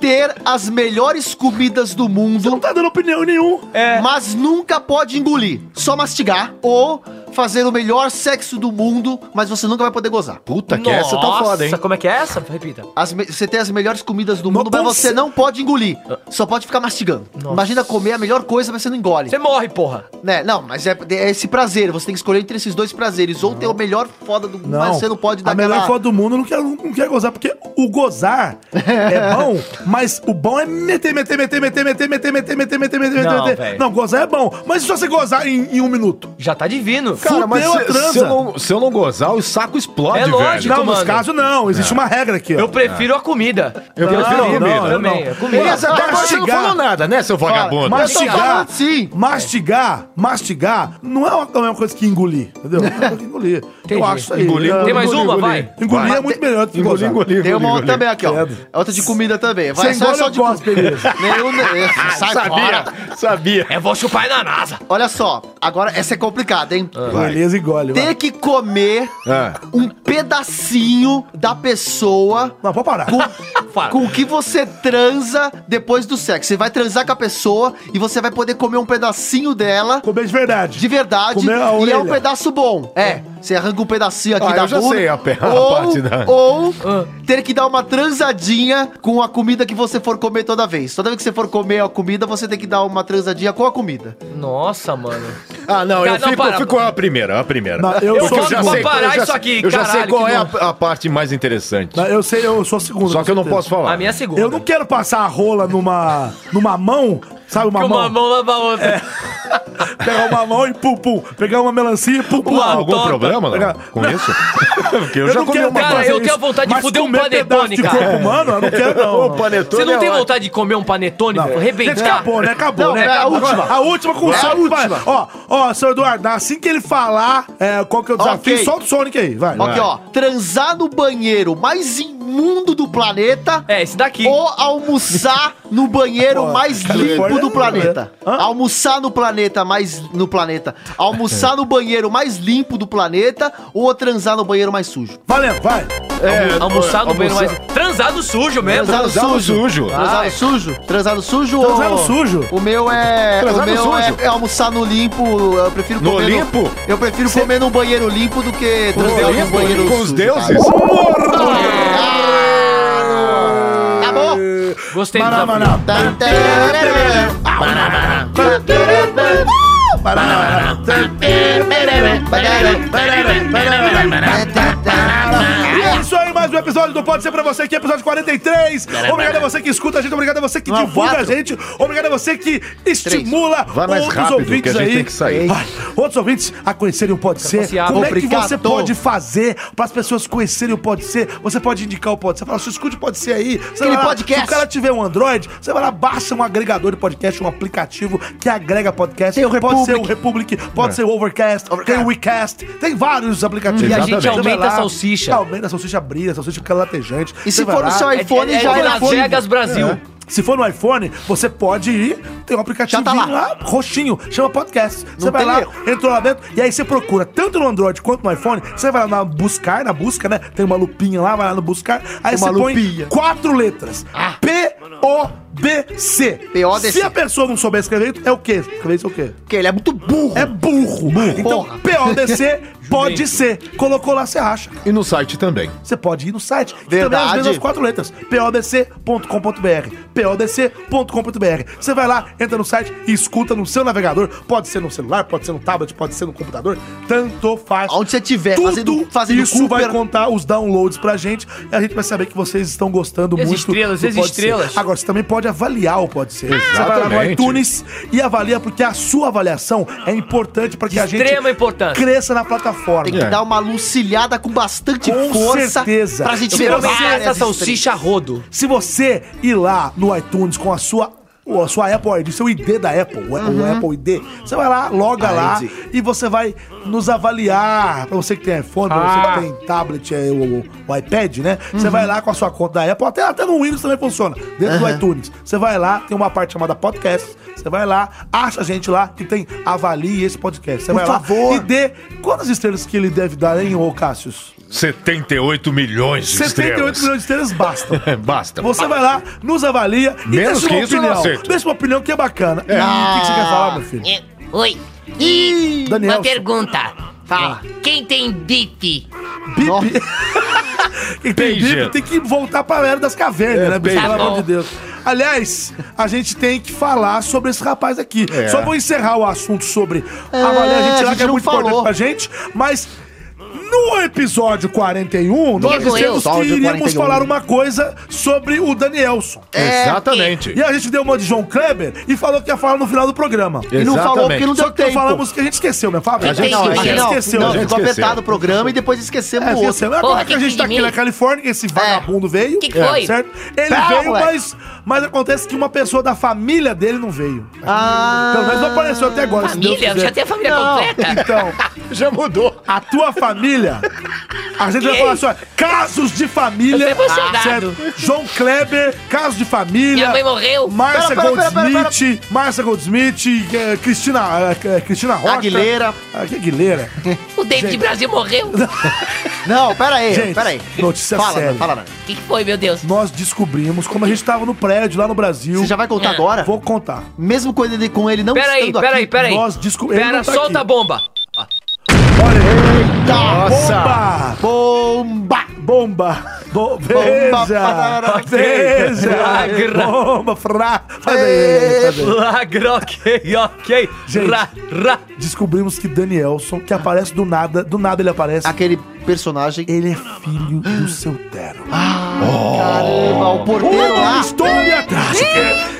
S2: Ter as melhores comidas do
S4: Não
S2: mundo,
S4: tá dando opinião nenhuma.
S1: É.
S2: mas nunca pode engolir. Só mastigar ou fazer o melhor sexo do mundo, mas você nunca vai poder gozar.
S3: Puta que
S1: zoeira.
S3: essa tá foda, hein?
S1: Nossa, como é que é essa? Repita.
S2: As me- Você tem as melhores comidas do
S4: Não
S2: mundo, mas
S4: conse-
S2: você não pode engolir. Só pode ficar mastigando. Imagina comer a melhor coisa, mas você não engole.
S1: Você morre, porra.
S2: Né? Não, mas é, é esse prazer. Você tem que escolher entre esses dois prazeres. Ou ter o melhor foda do mundo, mas você não pode dar
S4: A melhor
S2: aquela-
S4: foto do mundo eu não quer não quero gozar, porque o gozar é bom, mas o bom é meter, meter, meter, meter, meter, meter, meter, meter, meter, meter,
S1: Não,
S4: meter.
S1: velho.
S4: Não, gozar é bom. Mas e se você gozar em, em um minuto?
S1: Já tá divino.
S4: Cara, mas
S3: se,
S4: a transa.
S3: se eu não, se eu não gozar, o saco explode,
S1: É lógico.
S3: velho.
S4: não, nos
S1: mano.
S4: casos não. Existe uma regra aqui, ó.
S1: Eu prefiro a comida.
S3: Eu prefiro
S4: não,
S3: comida.
S4: não, eu
S1: Também, é comida.
S3: Beleza,
S4: tá
S3: até agora você não
S4: Mastigar.
S3: falou nada, né, seu vagabundo?
S4: Mas-
S2: Eu tô falando,
S4: Mastigar.
S2: sim.
S4: Mastigar, mastigar, não é uma, não é uma coisa que engolir, entendeu? Não é uma coisa que engolir. Eu acho isso aí.
S3: Engolir,
S4: Eu-
S1: Tem mais
S3: engolir,
S1: uma?
S3: engolir.
S1: Vai.
S4: Engolir
S2: Vai.
S4: é muito melhor do que
S3: Engolir,
S4: gozar.
S3: engolir,
S2: Tem uma
S3: engolir,
S2: outra também
S3: engolir.
S2: aqui, ó.
S4: Credo.
S2: É outra de comida também.
S4: Você
S2: Vai, só,
S4: engole
S2: só
S4: ou
S2: de comida.
S4: gosta, beleza?
S2: Nenhum... Sai
S3: Ah, Sabia,
S2: fora.
S3: sabia.
S1: Eu vou chupar na NASA.
S2: Olha só. Agora, essa é complicada, hein?
S4: Ah. Beleza, engole. vai.
S2: Ter que comer
S3: Ah.
S2: um pedacinho da pessoa
S4: Não, pode parar.
S2: com, com o que você transa depois do sexo. Você vai transar com a pessoa e você vai poder comer um pedacinho dela
S4: Comer de verdade.
S2: de verdade
S4: Comer a
S2: e é um
S4: orelha.
S2: pedaço bom. É, você arranca um pedacinho aqui
S3: Ah,
S2: da
S3: eu já
S2: bunda,
S3: sei a pe- a
S2: ou,
S3: parte da-
S2: ou
S1: Ah.
S2: ter que dar uma transadinha com a comida que você for comer toda vez. Toda vez que você for comer a comida, você tem que dar uma transadinha com a comida.
S1: Nossa, mano.
S3: Ah, não, eu
S1: Cara, não,
S3: fico,
S1: para.
S3: eu fico a primeira, a primeira.
S4: Não, eu
S3: Porque
S4: sou
S3: já
S4: segundo.
S1: Vamos
S3: sei qual-
S1: parar
S3: eu já-
S1: isso aqui,
S3: Eu já sei
S1: caralho,
S3: qual
S1: que
S3: é a,
S1: bom.
S3: a parte mais interessante.
S4: Não, eu sei, eu sou a segunda.
S3: Só
S4: com
S3: que eu não
S4: certeza.
S3: posso falar.
S1: A minha é a segunda.
S4: Eu não quero passar a rola numa, numa mão, sabe uma
S1: Que
S4: mão?
S1: uma mão lava a outra.
S4: Pegar uma mão e pum, pum. Pegar uma melancia e pum, pum.
S1: Uma
S3: Algum
S1: torta.
S3: problema não,
S4: Legal.
S3: com isso? Porque eu, já
S4: não
S3: comi
S4: quero
S3: uma
S4: mais
S1: Cara,
S4: fazer
S1: eu tenho
S4: isso.
S1: vontade de
S4: Mas
S1: fuder um
S4: comer pedaço de
S1: panetone, cara.
S4: corpo humano, eu não quero não.
S3: O panetone
S1: Você não
S3: é
S1: tem
S3: ótimo.
S1: vontade de comer um panetone?
S4: Gente,
S1: Rebentar?
S4: acabou, né? Acabou,
S2: Não,
S4: né?
S2: é a
S4: Agora,
S2: última.
S4: A última com o
S2: É a
S4: Sonic. vai.
S2: última.
S4: Ó, ó, seu Eduardo, assim que ele falar é, qual que é o desafio,
S2: Ok.
S4: solta o Sonic aí, vai.
S2: Aqui, ó. Transar no banheiro mais imundo do planeta.
S1: É, esse daqui.
S2: Ou almoçar no banheiro mais limpo
S4: Califórnia
S3: um
S2: do
S4: é,
S2: planeta.
S4: né? Hã?
S2: Almoçar no planeta mais. No planeta. Almoçar no banheiro mais limpo do planeta ou transar no banheiro mais sujo.
S4: Valeu, vai.
S1: É, Almoçar no banheiro mais... Transar no É sujo mesmo.
S2: Transar no
S3: Transar no
S2: sujo.
S3: sujo.
S2: Transar no sujo? Transar no sujo ou.
S4: Transar no sujo?
S2: O meu é.
S3: Transar
S2: o
S3: no
S2: meu
S3: sujo?
S2: É, é almoçar no limpo. Eu prefiro
S3: No
S2: comer.
S3: limpo?
S2: eu prefiro comer num banheiro limpo do que transar num banheiro
S3: Com os
S2: sujo,
S3: deuses?
S2: cara. Acabou!
S1: Gostei do
S4: Maná,
S1: desafio.
S4: maná. É isso aí, mais um episódio do Pode Ser Pra Você aqui, episódio 43. Obrigado a você que escuta a gente, obrigado a você que divulga a gente, obrigado a você que estimula
S3: Vai mais
S4: outros
S3: rápido,
S4: ouvintes
S3: que a gente
S4: aí.
S3: tem que sair.
S4: Ai, Outros ouvintes a conhecerem o Pode Ser.
S1: passear.
S4: Como é que você
S2: Obrigado.
S4: pode fazer para as pessoas conhecerem o Pode Ser? Você pode indicar o Pode Ser, fala, "Só escute o Pode Ser aí. Você vai lá,
S2: podcast.
S4: Se o cara tiver um Android, você vai lá, baixa um agregador de podcast, um aplicativo que agrega podcast.
S2: Tem o
S4: pode ser o
S2: Republic.
S4: Republic,
S3: É.
S4: pode ser o Overcast, tem o WeCast, tem vários aplicativos.
S1: E a gente
S4: Exatamente.
S1: aumenta
S4: Você vai lá,
S1: a salsicha.
S4: Aumenta a salsicha brisa, a salsicha fica latejante.
S2: E
S4: Você
S2: se
S4: vai
S2: for no
S4: lá,
S2: seu
S4: é-
S2: iPhone,
S1: é- é
S2: já é
S1: Las
S2: iPhone.
S1: Vegas, Brasil.
S4: é. Se for no iPhone, você pode ir, tem um aplicativo
S2: tá lá.
S4: roxinho, chama podcast. Você
S2: Não
S4: vai
S2: tem
S4: lá,
S2: erro.
S4: entrou lá dentro, e aí você procura tanto no Android quanto no iPhone, você vai lá na buscar, na busca, né? Tem uma lupinha lá, vai lá no buscar, aí
S2: Uma
S4: você põe
S2: lupinha. Ah.
S4: quatro letras. P O B C.
S2: PODC.
S4: Se a pessoa não souber escrever, é o quê? Escrever isso é o quê?
S2: Porque ele é muito burro.
S4: É burro. Então,
S2: Porra.
S4: PODC pode ser. Colocou lá, você acha.
S3: E no site também.
S4: Você pode ir no site, que
S2: Verdade.
S4: também é as mesmas quatro letras, podc.com.br, podc.com.br. Você vai lá, entra no site e escuta no seu navegador, pode ser no celular, pode ser no tablet, pode ser no computador, tanto faz.
S2: Onde você tiver,
S4: Tudo
S2: fazendo, fazendo
S4: isso vai contar os downloads pra gente e a gente vai saber que vocês estão gostando
S1: As
S4: muito.
S1: estrelas,
S4: do
S1: as
S4: Pode
S1: estrelas. Ah.
S4: Ser. Agora, você também pode avaliar o Pode Ser. Você vai lá no
S3: Exatamente.
S4: iTunes e avalia, porque a sua avaliação é importante pra que a gente
S1: Extrema importância.
S4: cresça na plataforma.
S2: Tem que
S3: É.
S2: dar uma lucilhada com bastante
S4: Com
S2: força
S4: certeza.
S2: pra gente
S4: Eu
S2: ver
S4: quero ver
S2: várias
S1: é Essa
S2: estrelas.
S1: salsicha a rodo.
S4: Se você ir lá no iTunes com a sua o- a sua Apple ID, seu ID da Apple, o- o Apple ID, você vai lá, loga lá e você vai nos avaliar. Pra você que tem iPhone, pra você que tem tablet, é, o, o iPad, né? Você vai lá com a sua conta da Apple, até, até no Windows também funciona, dentro do iTunes. Você vai lá, tem uma parte chamada podcast, você vai lá, acha a gente lá que tem avalie esse podcast. Você vai lá
S2: favor.
S4: e dê quantas estrelas que ele deve dar, hein, ô Cássius?
S3: 78 milhões de
S4: 78
S3: estrelas.
S4: milhões de estrelas bastam.
S3: Basta.
S4: Você vai lá, nos avalia e
S3: Então, Menos
S4: deixa
S3: que
S4: uma
S3: isso, eu não
S4: opinião.
S3: aceito. Ah.
S4: Deixa uma opinião que é bacana. E O que, que você quer falar, meu filho?
S6: É, Oi. E
S4: Daniel.
S6: uma pergunta.
S2: Fala.
S6: É, Quem tem bip?
S4: Bip. Quem tem
S3: Beijo. É,
S4: bip tem que voltar pra era das cavernas, né, bicho?
S3: beijo.
S4: Pelo
S6: Tá
S4: amor
S6: bom.
S4: de Deus. Aliás, a gente tem que falar sobre esse rapaz aqui.
S3: É.
S4: Só vou encerrar o assunto sobre
S2: É,
S4: avaliar a gente
S2: a
S4: lá,
S2: gente
S4: que é
S2: não
S4: muito
S2: falou.
S4: importante pra gente, mas. No episódio 41, nós
S6: Digo eu.
S4: dissemos que
S2: Episódio
S4: iríamos
S2: 41.
S4: falar uma coisa sobre o Danielson.
S3: É. Exatamente.
S4: E a gente deu uma de João Kleber e falou que ia falar no final do programa.
S2: E não falou porque não
S4: Só
S2: deu
S4: que não
S2: tempo.
S4: falamos que a gente esqueceu, né, Fábio?
S3: A gente
S2: Não, a
S6: esqueceu.
S2: gente não,
S4: esqueceu.
S2: não,
S3: a gente
S2: ficou
S3: esqueceu.
S2: apertado o programa e depois esquecemos
S4: É,
S2: o outro.
S4: esqueceu. Agora
S6: Porra,
S4: que a gente
S6: que
S4: tá aqui
S6: mimimi.
S4: na Califórnia, esse vagabundo veio. tá
S6: Que que foi?
S4: Certo? Ele
S2: Pera,
S4: veio,
S2: ué.
S4: mas, mas acontece que uma pessoa da família dele não veio.
S2: Ah,
S4: Pelo menos não apareceu até agora. se Deus
S6: Família? Eu
S4: quiser.
S6: já tenho a família completa.
S4: Então,
S3: Já mudou.
S4: a tua família. A gente vai falar só casos de família.
S6: Eu tô emocionado.
S4: João Kleber, casos de família.
S6: Minha mãe morreu.
S4: Márcia
S2: Pera, pera, pera, pera,
S4: Goldsmith, Márcia Goldsmith, eh, Cristina, eh, Cristina Rocha.
S2: Aguilera.
S4: Ah, que Aguilera.
S6: O David Brasil morreu. O
S2: não, pera aí,
S4: Gente,
S2: pera aí.
S4: notícia
S2: fala,
S4: séria.
S2: Nana, Fala, Nana.
S6: que, que foi, meu Deus?
S4: Nós descobrimos, como a gente tava no prédio lá no Brasil.
S2: Você já vai contar
S6: É.
S2: agora?
S4: Vou contar.
S2: Mesmo com ele, com ele não
S1: Peraí,
S2: estando
S1: peraí,
S2: aqui.
S1: peraí.
S4: Nós descobrimos.
S1: Pera, solta a bomba.
S4: Olha aí.
S2: Eita,
S4: Bomba!
S2: bomba!
S4: Bomba! Bo- Beija! Beija!
S1: Lagra.
S4: Bomba, fra! Faz aí, faz aí.
S1: Lagra, ok, ok.
S4: Gente,
S1: Ra, ra.
S4: descobrimos que Danielson, que aparece do nada, do nada ele aparece.
S2: Aquele personagem.
S4: Ele é filho do seu Tero.
S2: Caramba, o porteiro
S4: Uma
S2: lá.
S4: história trágica!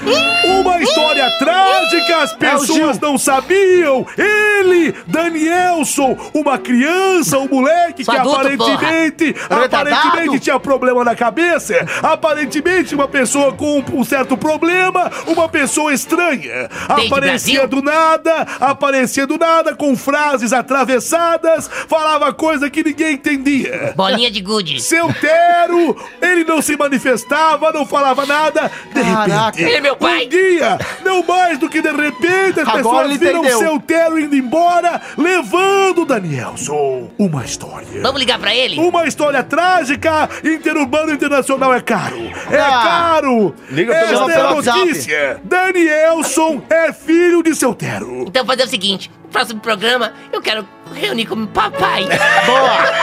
S4: Uma história trágica! As pessoas não sabiam! Ele, Danielson, uma criança, um moleque
S6: Sou
S4: que
S6: adulto,
S4: aparentemente,
S2: Retardado.
S4: aparentemente tinha problema na cabeça, aparentemente uma pessoa com um- um certo problema, uma pessoa estranha.
S6: Desde
S4: Aparecia
S6: Brasil.
S4: do nada, aparecia do nada com frases atravessadas, falava coisa que ninguém entendia.
S6: Bolinha de gude.
S4: Seu Tero, ele não se manifestava, não falava nada. De
S2: Caraca.
S4: repente,
S6: Ele é meu pai.
S4: um dia, não mais do que de repente, as
S2: Agora
S4: pessoas
S2: ele
S4: viram
S2: entendeu.
S4: seu Tero indo embora, levando o Danielson. Uma história.
S6: Vamos ligar pra ele?
S4: Uma história trágica, interurbano internacional é caro. É
S2: Ah.
S4: caro.
S3: Liga pelo
S4: Esta é a
S2: WhatsApp.
S4: notícia. Danielson é filho de seu Tero.
S6: Então fazer o seguinte, próximo programa eu quero reunir com o papai.
S3: Ah,
S2: Boa!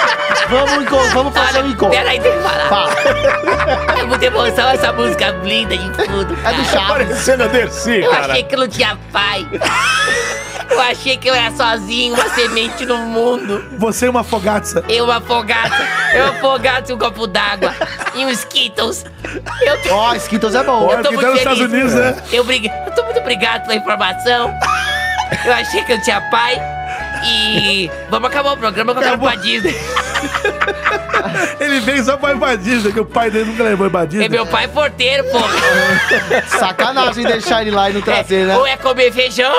S2: Vamos, enco- vamos fazer um encontro.
S6: Peraí, tem que falar.
S2: Fala.
S6: É muita emoção essa música linda de fundo.
S2: É do
S6: cara.
S2: chá.
S3: Parecendo a Dercy,
S6: Eu
S3: cara.
S6: achei que eu não tinha pai. Eu achei que eu era sozinho, uma semente no mundo.
S4: Você é uma fogaça.
S6: Eu uma fogata, eu uma fogata e um copo d'água. E um Skittles. Eu tô,
S2: Ó, Skittles é bom.
S6: eu tô
S4: que
S6: muito
S4: tá nos Estados
S6: feliz.
S4: Unidos, né?
S6: eu, brig... eu tô muito obrigado pela informação. Eu achei que eu tinha pai. E vamos acabar o programa que eu quero ir pra Disney.
S4: Ele veio só pra Ibadiza, que o pai dele nunca levou né? Ibadiza.
S6: É meu pai porteiro, pô.
S2: Sacanagem deixar ele lá e não trazer, né?
S6: Ou é comer feijão.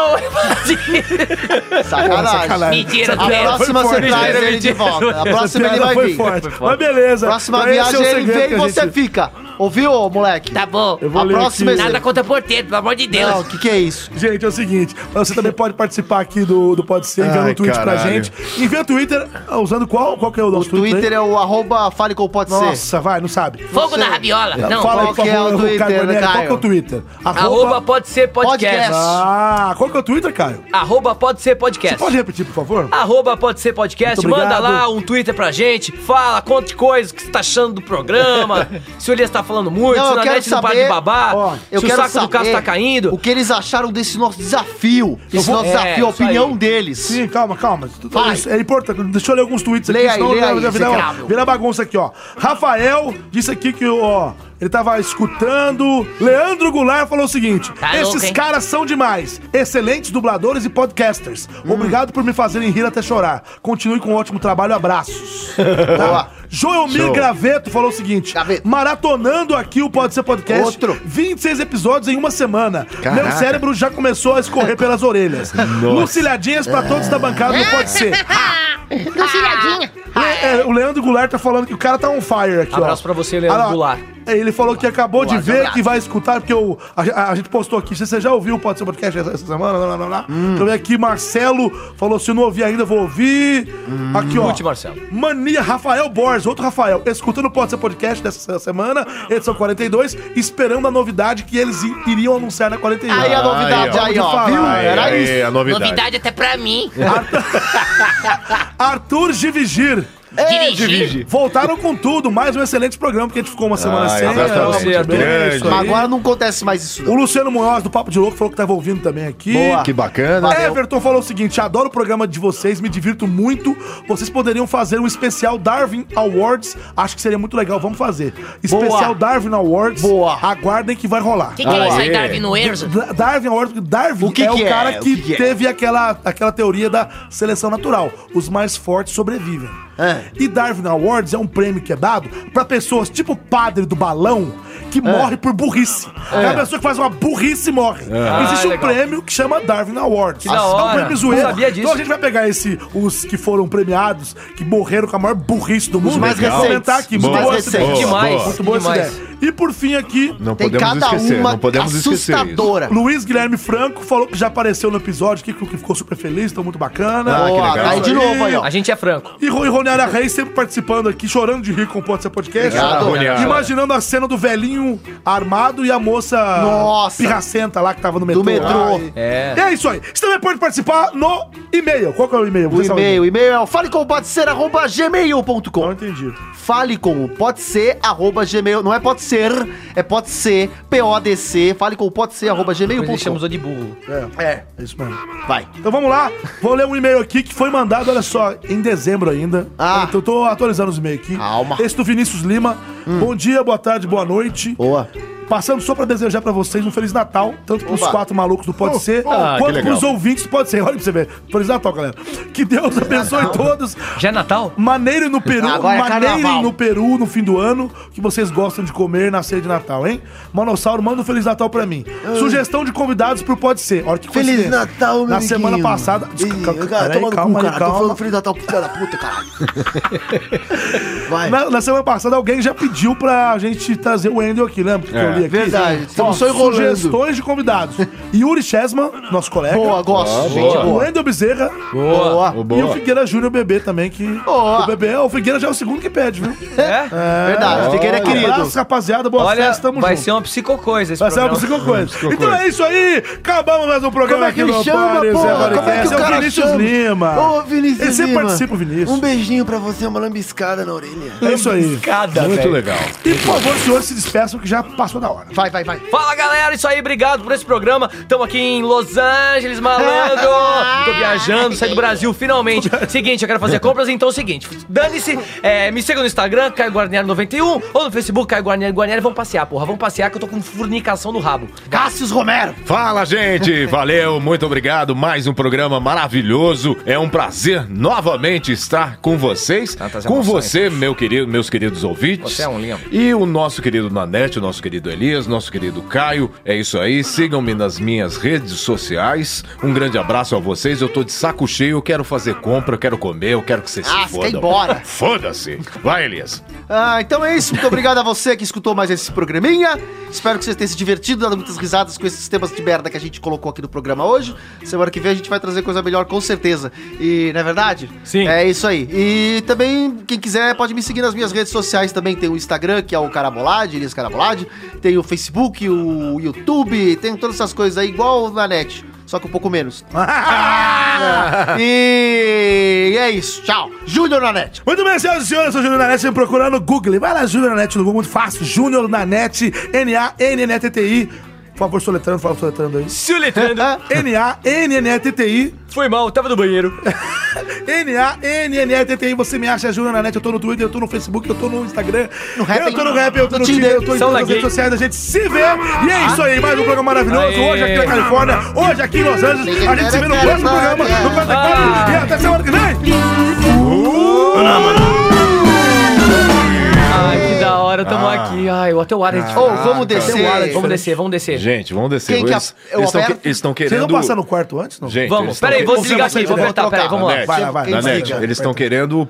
S2: Sacanagem.
S6: Mentira,
S2: A
S6: tu é.
S2: próxima você traz ele de volta. A próxima ele vai
S4: foi
S2: vir.
S4: Forte. Mas beleza.
S2: Próxima
S4: Então esse é
S2: viagem
S4: o
S2: ele
S4: segredo
S2: vem
S4: que
S2: e
S4: a
S2: você
S4: gente-
S2: fica. Ouviu, ô, moleque?
S6: Tá bom.
S4: Eu vou
S2: A
S4: ler
S2: próxima
S4: aqui.
S2: é
S6: Nada contra porteiro, pelo amor de Deus.
S2: Não, o que, que é isso?
S4: Gente, é o seguinte, você também pode participar aqui do, do Pode Ser, enviando
S3: Ai,
S4: um tweet pra
S3: caralho.
S4: gente. Envia o Twitter ah, usando qual? Qual que é o
S2: O
S4: nosso
S2: Twitter
S4: aí?
S2: é o arroba fale com pode ser.
S4: Nossa, vai, não sabe.
S6: Fogo na rabiola. Não,
S4: Fala aí,
S2: qual
S4: por
S2: que é o
S4: favor,
S2: Twitter,
S4: Caio Guarnieri,
S2: né,
S4: Qual que é o
S2: Caio?
S4: Twitter?
S1: Arroba pode ser podcast.
S2: Podcast.
S4: Ah, qual que é o Twitter, Caio?
S1: Arroba pode ser podcast.
S4: Você pode repetir, por favor?
S1: Arroba pode ser podcast,
S4: Muito
S1: manda
S4: obrigado.
S1: lá um Twitter pra gente, fala, conte coisas que você tá achando do programa, se o Elias tá falando muito,
S2: Não,
S1: se
S2: eu
S1: o
S2: quero
S1: Nanete não para
S2: saber-
S1: de babar,
S4: Ó,
S1: se o saco do Cássio tá caindo.
S2: o que eles acharam desse nosso desafio. Esse
S1: vou-
S2: nosso
S1: É,
S2: desafio, a
S1: isso aí.
S2: opinião deles.
S4: Sim, calma, calma. Tudo
S2: Vai.
S4: isso É importante. Deixa eu ler alguns tweets
S2: Leia aí,
S4: aqui, senão
S2: leia
S4: vai-
S2: aí, é
S4: vai
S2: esse
S4: virar,
S2: cravo.
S4: virar bagunça aqui, ó. Rafael disse aqui que, ó, ele tava escutando. Leandro Goulart falou o seguinte:
S6: Tá louco,
S4: esses
S6: hein?
S4: caras são demais. Excelentes dubladores e podcasters.
S2: Hum.
S4: Obrigado por me fazerem rir até chorar. Continue com um ótimo trabalho, abraços. tá? Joelmir Graveto falou o seguinte:
S2: Graveto.
S4: maratonando aqui o Pode Ser Podcast.
S2: Outro.
S4: 26 episódios em uma semana. Meu cérebro já começou a escorrer pelas orelhas. Lucilhadinhas pra todos da bancada, não pode ser.
S7: Lucilhadinha.
S4: Le- é, o Leandro Goulart tá falando que o cara tá on fire aqui, ó.
S1: Abraço pra você, Leandro
S4: Olha lá,
S1: Goulart.
S4: é, Ele falou que acabou de ver, que vai escutar, porque eu, a, a- a gente postou aqui. Você já ouviu o Pode Ser Podcast essa, essa semana? Lá, lá, lá, lá.
S2: Hum.
S4: Também aqui, Marcelo falou, se não ouvir ainda, vou ouvir.
S1: Hum,
S4: Aqui, ó.
S1: Escute, Marcelo.
S4: Mania Rafael Borges, outro Rafael, escutando o Pode Ser Podcast dessa semana, edição 42, esperando a novidade que eles i- iriam anunciar na 41.
S2: Aí a novidade,
S3: ó.
S2: aí, ó.
S4: Vamos
S2: Viu?
S4: falar,
S3: Aí,
S2: Era
S3: aí,
S2: isso.
S3: a novidade.
S6: Novidade até pra mim.
S4: Arthur Givigir.
S6: Dirigir.
S4: Voltaram com tudo, mais um excelente programa, porque a gente ficou uma semana
S3: Ai,
S4: sem.
S3: abraço
S1: pra
S4: é,
S1: você,
S4: é,
S1: Arthur.
S4: é isso aí.
S2: Mas agora não acontece mais isso.
S4: O
S2: Não.
S4: Luciano Munhoz, do Papo de Louco, falou que tava ouvindo também aqui.
S2: Boa.
S3: Que bacana.
S2: Valeu.
S4: Everton falou o seguinte: adoro o programa de vocês, me divirto muito. Vocês poderiam fazer um especial Darwin Awards. Acho que seria muito legal, vamos fazer.
S2: Boa.
S4: Especial Darwin Awards.
S2: Boa.
S4: Aguardem que vai rolar.
S6: O que, que é isso aí,
S3: Aê.
S6: Darwin Noerzo?
S4: Da- Darwin Awards, porque Darwin
S2: O que
S4: é
S2: que
S4: o
S2: é?
S4: cara
S2: O
S4: que,
S2: que que é?
S4: teve aquela, aquela teoria da seleção natural. Os mais fortes sobrevivem.
S2: É.
S4: E Darwin Awards é um prêmio que é dado pra pessoas tipo o padre do balão que
S2: É.
S4: morre por burrice. É. a pessoa que faz uma burrice e morre.
S2: É.
S4: Existe
S1: Ah,
S4: um
S1: legal.
S4: prêmio que chama Darwin Awards.
S1: da
S4: É um
S1: hora.
S4: prêmio zoeiro.
S1: Não sabia disso.
S4: Então a gente vai pegar esse, os que foram premiados, que morreram com a maior burrice do mundo.
S2: mais
S4: e
S2: recentes.
S4: comentar aqui.
S2: Os
S4: Muito
S2: mais
S4: boa essa ideia.
S2: recentes.
S1: Demais.
S3: boa.
S4: Muito boa essa
S1: Demais.
S4: ideia. E por fim aqui,
S3: Não
S2: Tem
S3: podemos
S2: cada
S3: esquecer,
S2: uma
S3: não podemos esquecer isso.
S2: assustadora.
S4: Luiz Guilherme Franco falou que já apareceu no episódio, que, que ficou super feliz, então muito bacana.
S3: Ah, que
S2: Boa,
S3: legal.
S2: tá aí de novo aí, ó.
S1: A gente é franco.
S4: E Rony Roniara Reis sempre participando aqui, chorando de rir com o Pode Ser Podcast.
S3: Obrigado, Roniara.
S4: Imaginando a cena do velhinho armado e a moça
S2: Nossa.
S4: pirracenta lá que tava no metrô. é
S2: Do metrô.
S4: Ai. E é isso aí. Você também pode participar no E-mail, qual que é o e-mail?
S2: O e-mail, o e-mail é o falecompodser.gmail.com. Não
S4: entendi.
S2: Fale com o pode ser, arroba gmail. Não é pode ser, é pode ser, P-O-D-C. Fale com o pode ser, arroba gmail.com.
S1: chamou de burro.
S4: É. É, é isso mesmo.
S2: Vai.
S4: Então vamos lá, vou ler um e-mail aqui que foi mandado, olha só, em dezembro ainda. Ah. Eu tô atualizando os e-mails aqui. Calma. Esse do Vinícius Lima. Bom dia, boa tarde, boa noite.
S2: Boa.
S4: Passando só pra desejar pra vocês um Feliz Natal, tanto pros
S2: Oba.
S4: quatro malucos do Pode
S2: Oh,
S4: Ser,
S2: oh, ah, que
S4: quanto
S2: legal.
S4: pros ouvintes do Pode Ser. Olha pra você ver. Feliz Natal, galera. Que Deus abençoe todos.
S1: Já é Natal?
S4: Maneiro no Peru,
S1: Agora é
S4: maneirem
S1: carnaval.
S4: no Peru no fim do ano, que vocês gostam de comer na ceia de Natal, hein? Manossauro, manda um Feliz Natal pra mim.
S9: Ah.
S4: Sugestão de convidados pro Pode Ser. Olha que
S9: Feliz
S4: coincidência.
S9: Natal, meu
S4: Na semana
S9: amiguinho.
S4: passada...
S9: Ih,
S4: Desca-
S9: cara,
S4: peraí,
S9: toma no
S4: calma,
S9: cu,
S4: aí,
S9: cara. Tô
S4: calma.
S9: falando Feliz Natal pro filho da puta, caralho.
S4: Na, na semana passada, alguém já pediu pra gente trazer o Wendel aqui, lembra? Que
S9: É.
S4: eu li aqui.
S9: Verdade,
S4: Ó,
S9: estamos só enrolando.
S4: Sugestões de convidados. Yuri Chesman, nosso colega.
S2: Boa, gosto.
S4: Ah,
S2: Gente
S4: boa.
S2: boa.
S4: O Wendel Bezerra.
S2: Boa.
S4: E o
S2: Boa.
S4: Figueira Júnior Bebê também, que... O Bebê, o Figueira já é o segundo que pede, viu?
S1: É?
S4: Verdade, Figueira é querido. Abraço, rapaziada, boa
S1: Olha,
S4: festa, tamo
S1: vai
S4: junto.
S1: ser uma psicocoisa esse
S4: Vai ser uma
S1: programa.
S4: psicocoisa. Então é isso aí. Acabamos mais um programa
S9: Como é que
S4: aqui
S9: ele
S4: no
S9: chama,
S4: Paris,
S9: pô?
S4: é
S9: Como é que
S4: Podcast.
S9: o
S4: É o
S9: cara
S4: Vinícius
S9: chama?
S4: Lima.
S9: Ô, Vinícius
S4: Ele sempre
S9: Lima.
S4: participa, o Vinícius.
S9: Um beijinho pra você, uma lambiscada na orelha.
S4: É isso aí.
S1: Lambiscada,
S4: Muito
S1: velho.
S4: legal. E por favor, senhores, se despeçam que já passou da hora.
S2: Vai, vai, vai.
S1: Fala galera, isso aí, obrigado por esse programa. Estamos aqui em Los Angeles, malandro. Tô viajando, saí do Brasil finalmente. Seguinte, eu quero fazer compras, então é o seguinte: dane-se, é, me siga no Instagram, Caio Guarnieri91, ou no Facebook, Caio Guarnieri Guarnieri. Vamos passear, porra, vamos passear que eu tô com fornicação no rabo.
S2: Cássius Romero.
S3: Fala, gente! Valeu, muito obrigado. Mais um programa maravilhoso. É um prazer novamente estar com vocês. Com
S12: emoções.
S3: você, meu querido, meus queridos ouvintes.
S12: Você é um lindo.
S3: E o nosso querido Nanete, o nosso querido Elias, nosso querido Caio. É isso aí. Sigam-me nas minhas redes sociais. Um grande abraço a vocês. Eu tô de saco cheio, eu quero fazer compra, eu quero comer, eu quero que vocês
S2: Ah, você
S3: se fodam.
S2: quer ir embora.
S3: Foda-se! Vai, Elias!
S2: Ah, então é isso. Muito obrigado a você que escutou mais esse programinha. Espero que vocês tenham se divertido, dado muitas risadas com esses temas de merda que a gente colocou aqui no programa hoje. Semana que vem a gente vai trazer coisa melhor, com certeza. E, não é verdade? Sim. É isso aí. E também, quem quiser, pode me seguir nas minhas redes sociais também. Tem o Instagram, que é o Carabolade, Elias Carabolade. Tem o Facebook, o YouTube. Tem todas essas coisas aí, igual na net. Só que um pouco menos. e é isso. Tchau. Júnior Nanete.
S4: Muito bem, senhoras e senhores, eu sou o Júnior Nanete, me procurar no Google. Vai lá, Júnior Nanete, no Google, muito fácil. Júnior Nanete, N-A-N-N-E-T-T-I. Por favor, soletrando, fala soletrando aí.
S1: Soletrando.
S4: N-A-N-N-E-T-T-I.
S1: Foi mal, tava no banheiro.
S4: N-A-N-N-E-T-T-I, você me acha Júnior Nanete, eu tô no Twitter, eu tô no Facebook, eu tô no Instagram. eu tô no rap, eu tô no Tinder, eu tô em
S12: São
S4: todas as
S12: Laguei.
S4: redes sociais, a gente se vê. E é isso aí, mais um programa maravilhoso,
S12: Aê.
S4: hoje aqui na Califórnia, hoje aqui em Los Angeles. A gente se vê no próximo programa, no Quarta Quadra. E até semana que vem.
S1: Ai, que da hora, tamo aqui. Ai, até o ar é
S3: Caraca,
S1: diferente.
S3: Ô, vamos descer.
S1: Até o ar é Vamos descer, vamos descer.
S3: Gente, vamos descer.
S1: Quem que é-
S3: eles,
S1: é o
S3: eles estão que-
S1: Alberto?
S3: eles estão
S4: Vocês
S3: querendo.
S4: vão passar no quarto antes, não?
S3: Gente,
S1: Vamos,
S3: eles tão
S1: peraí, vou
S3: que- Né?
S1: desligar aqui, vou apertar, peraí, vamos lá.
S3: Nanete,
S1: Vai lá, vai lá.
S3: Nanete,
S1: Quem
S3: eles estão querendo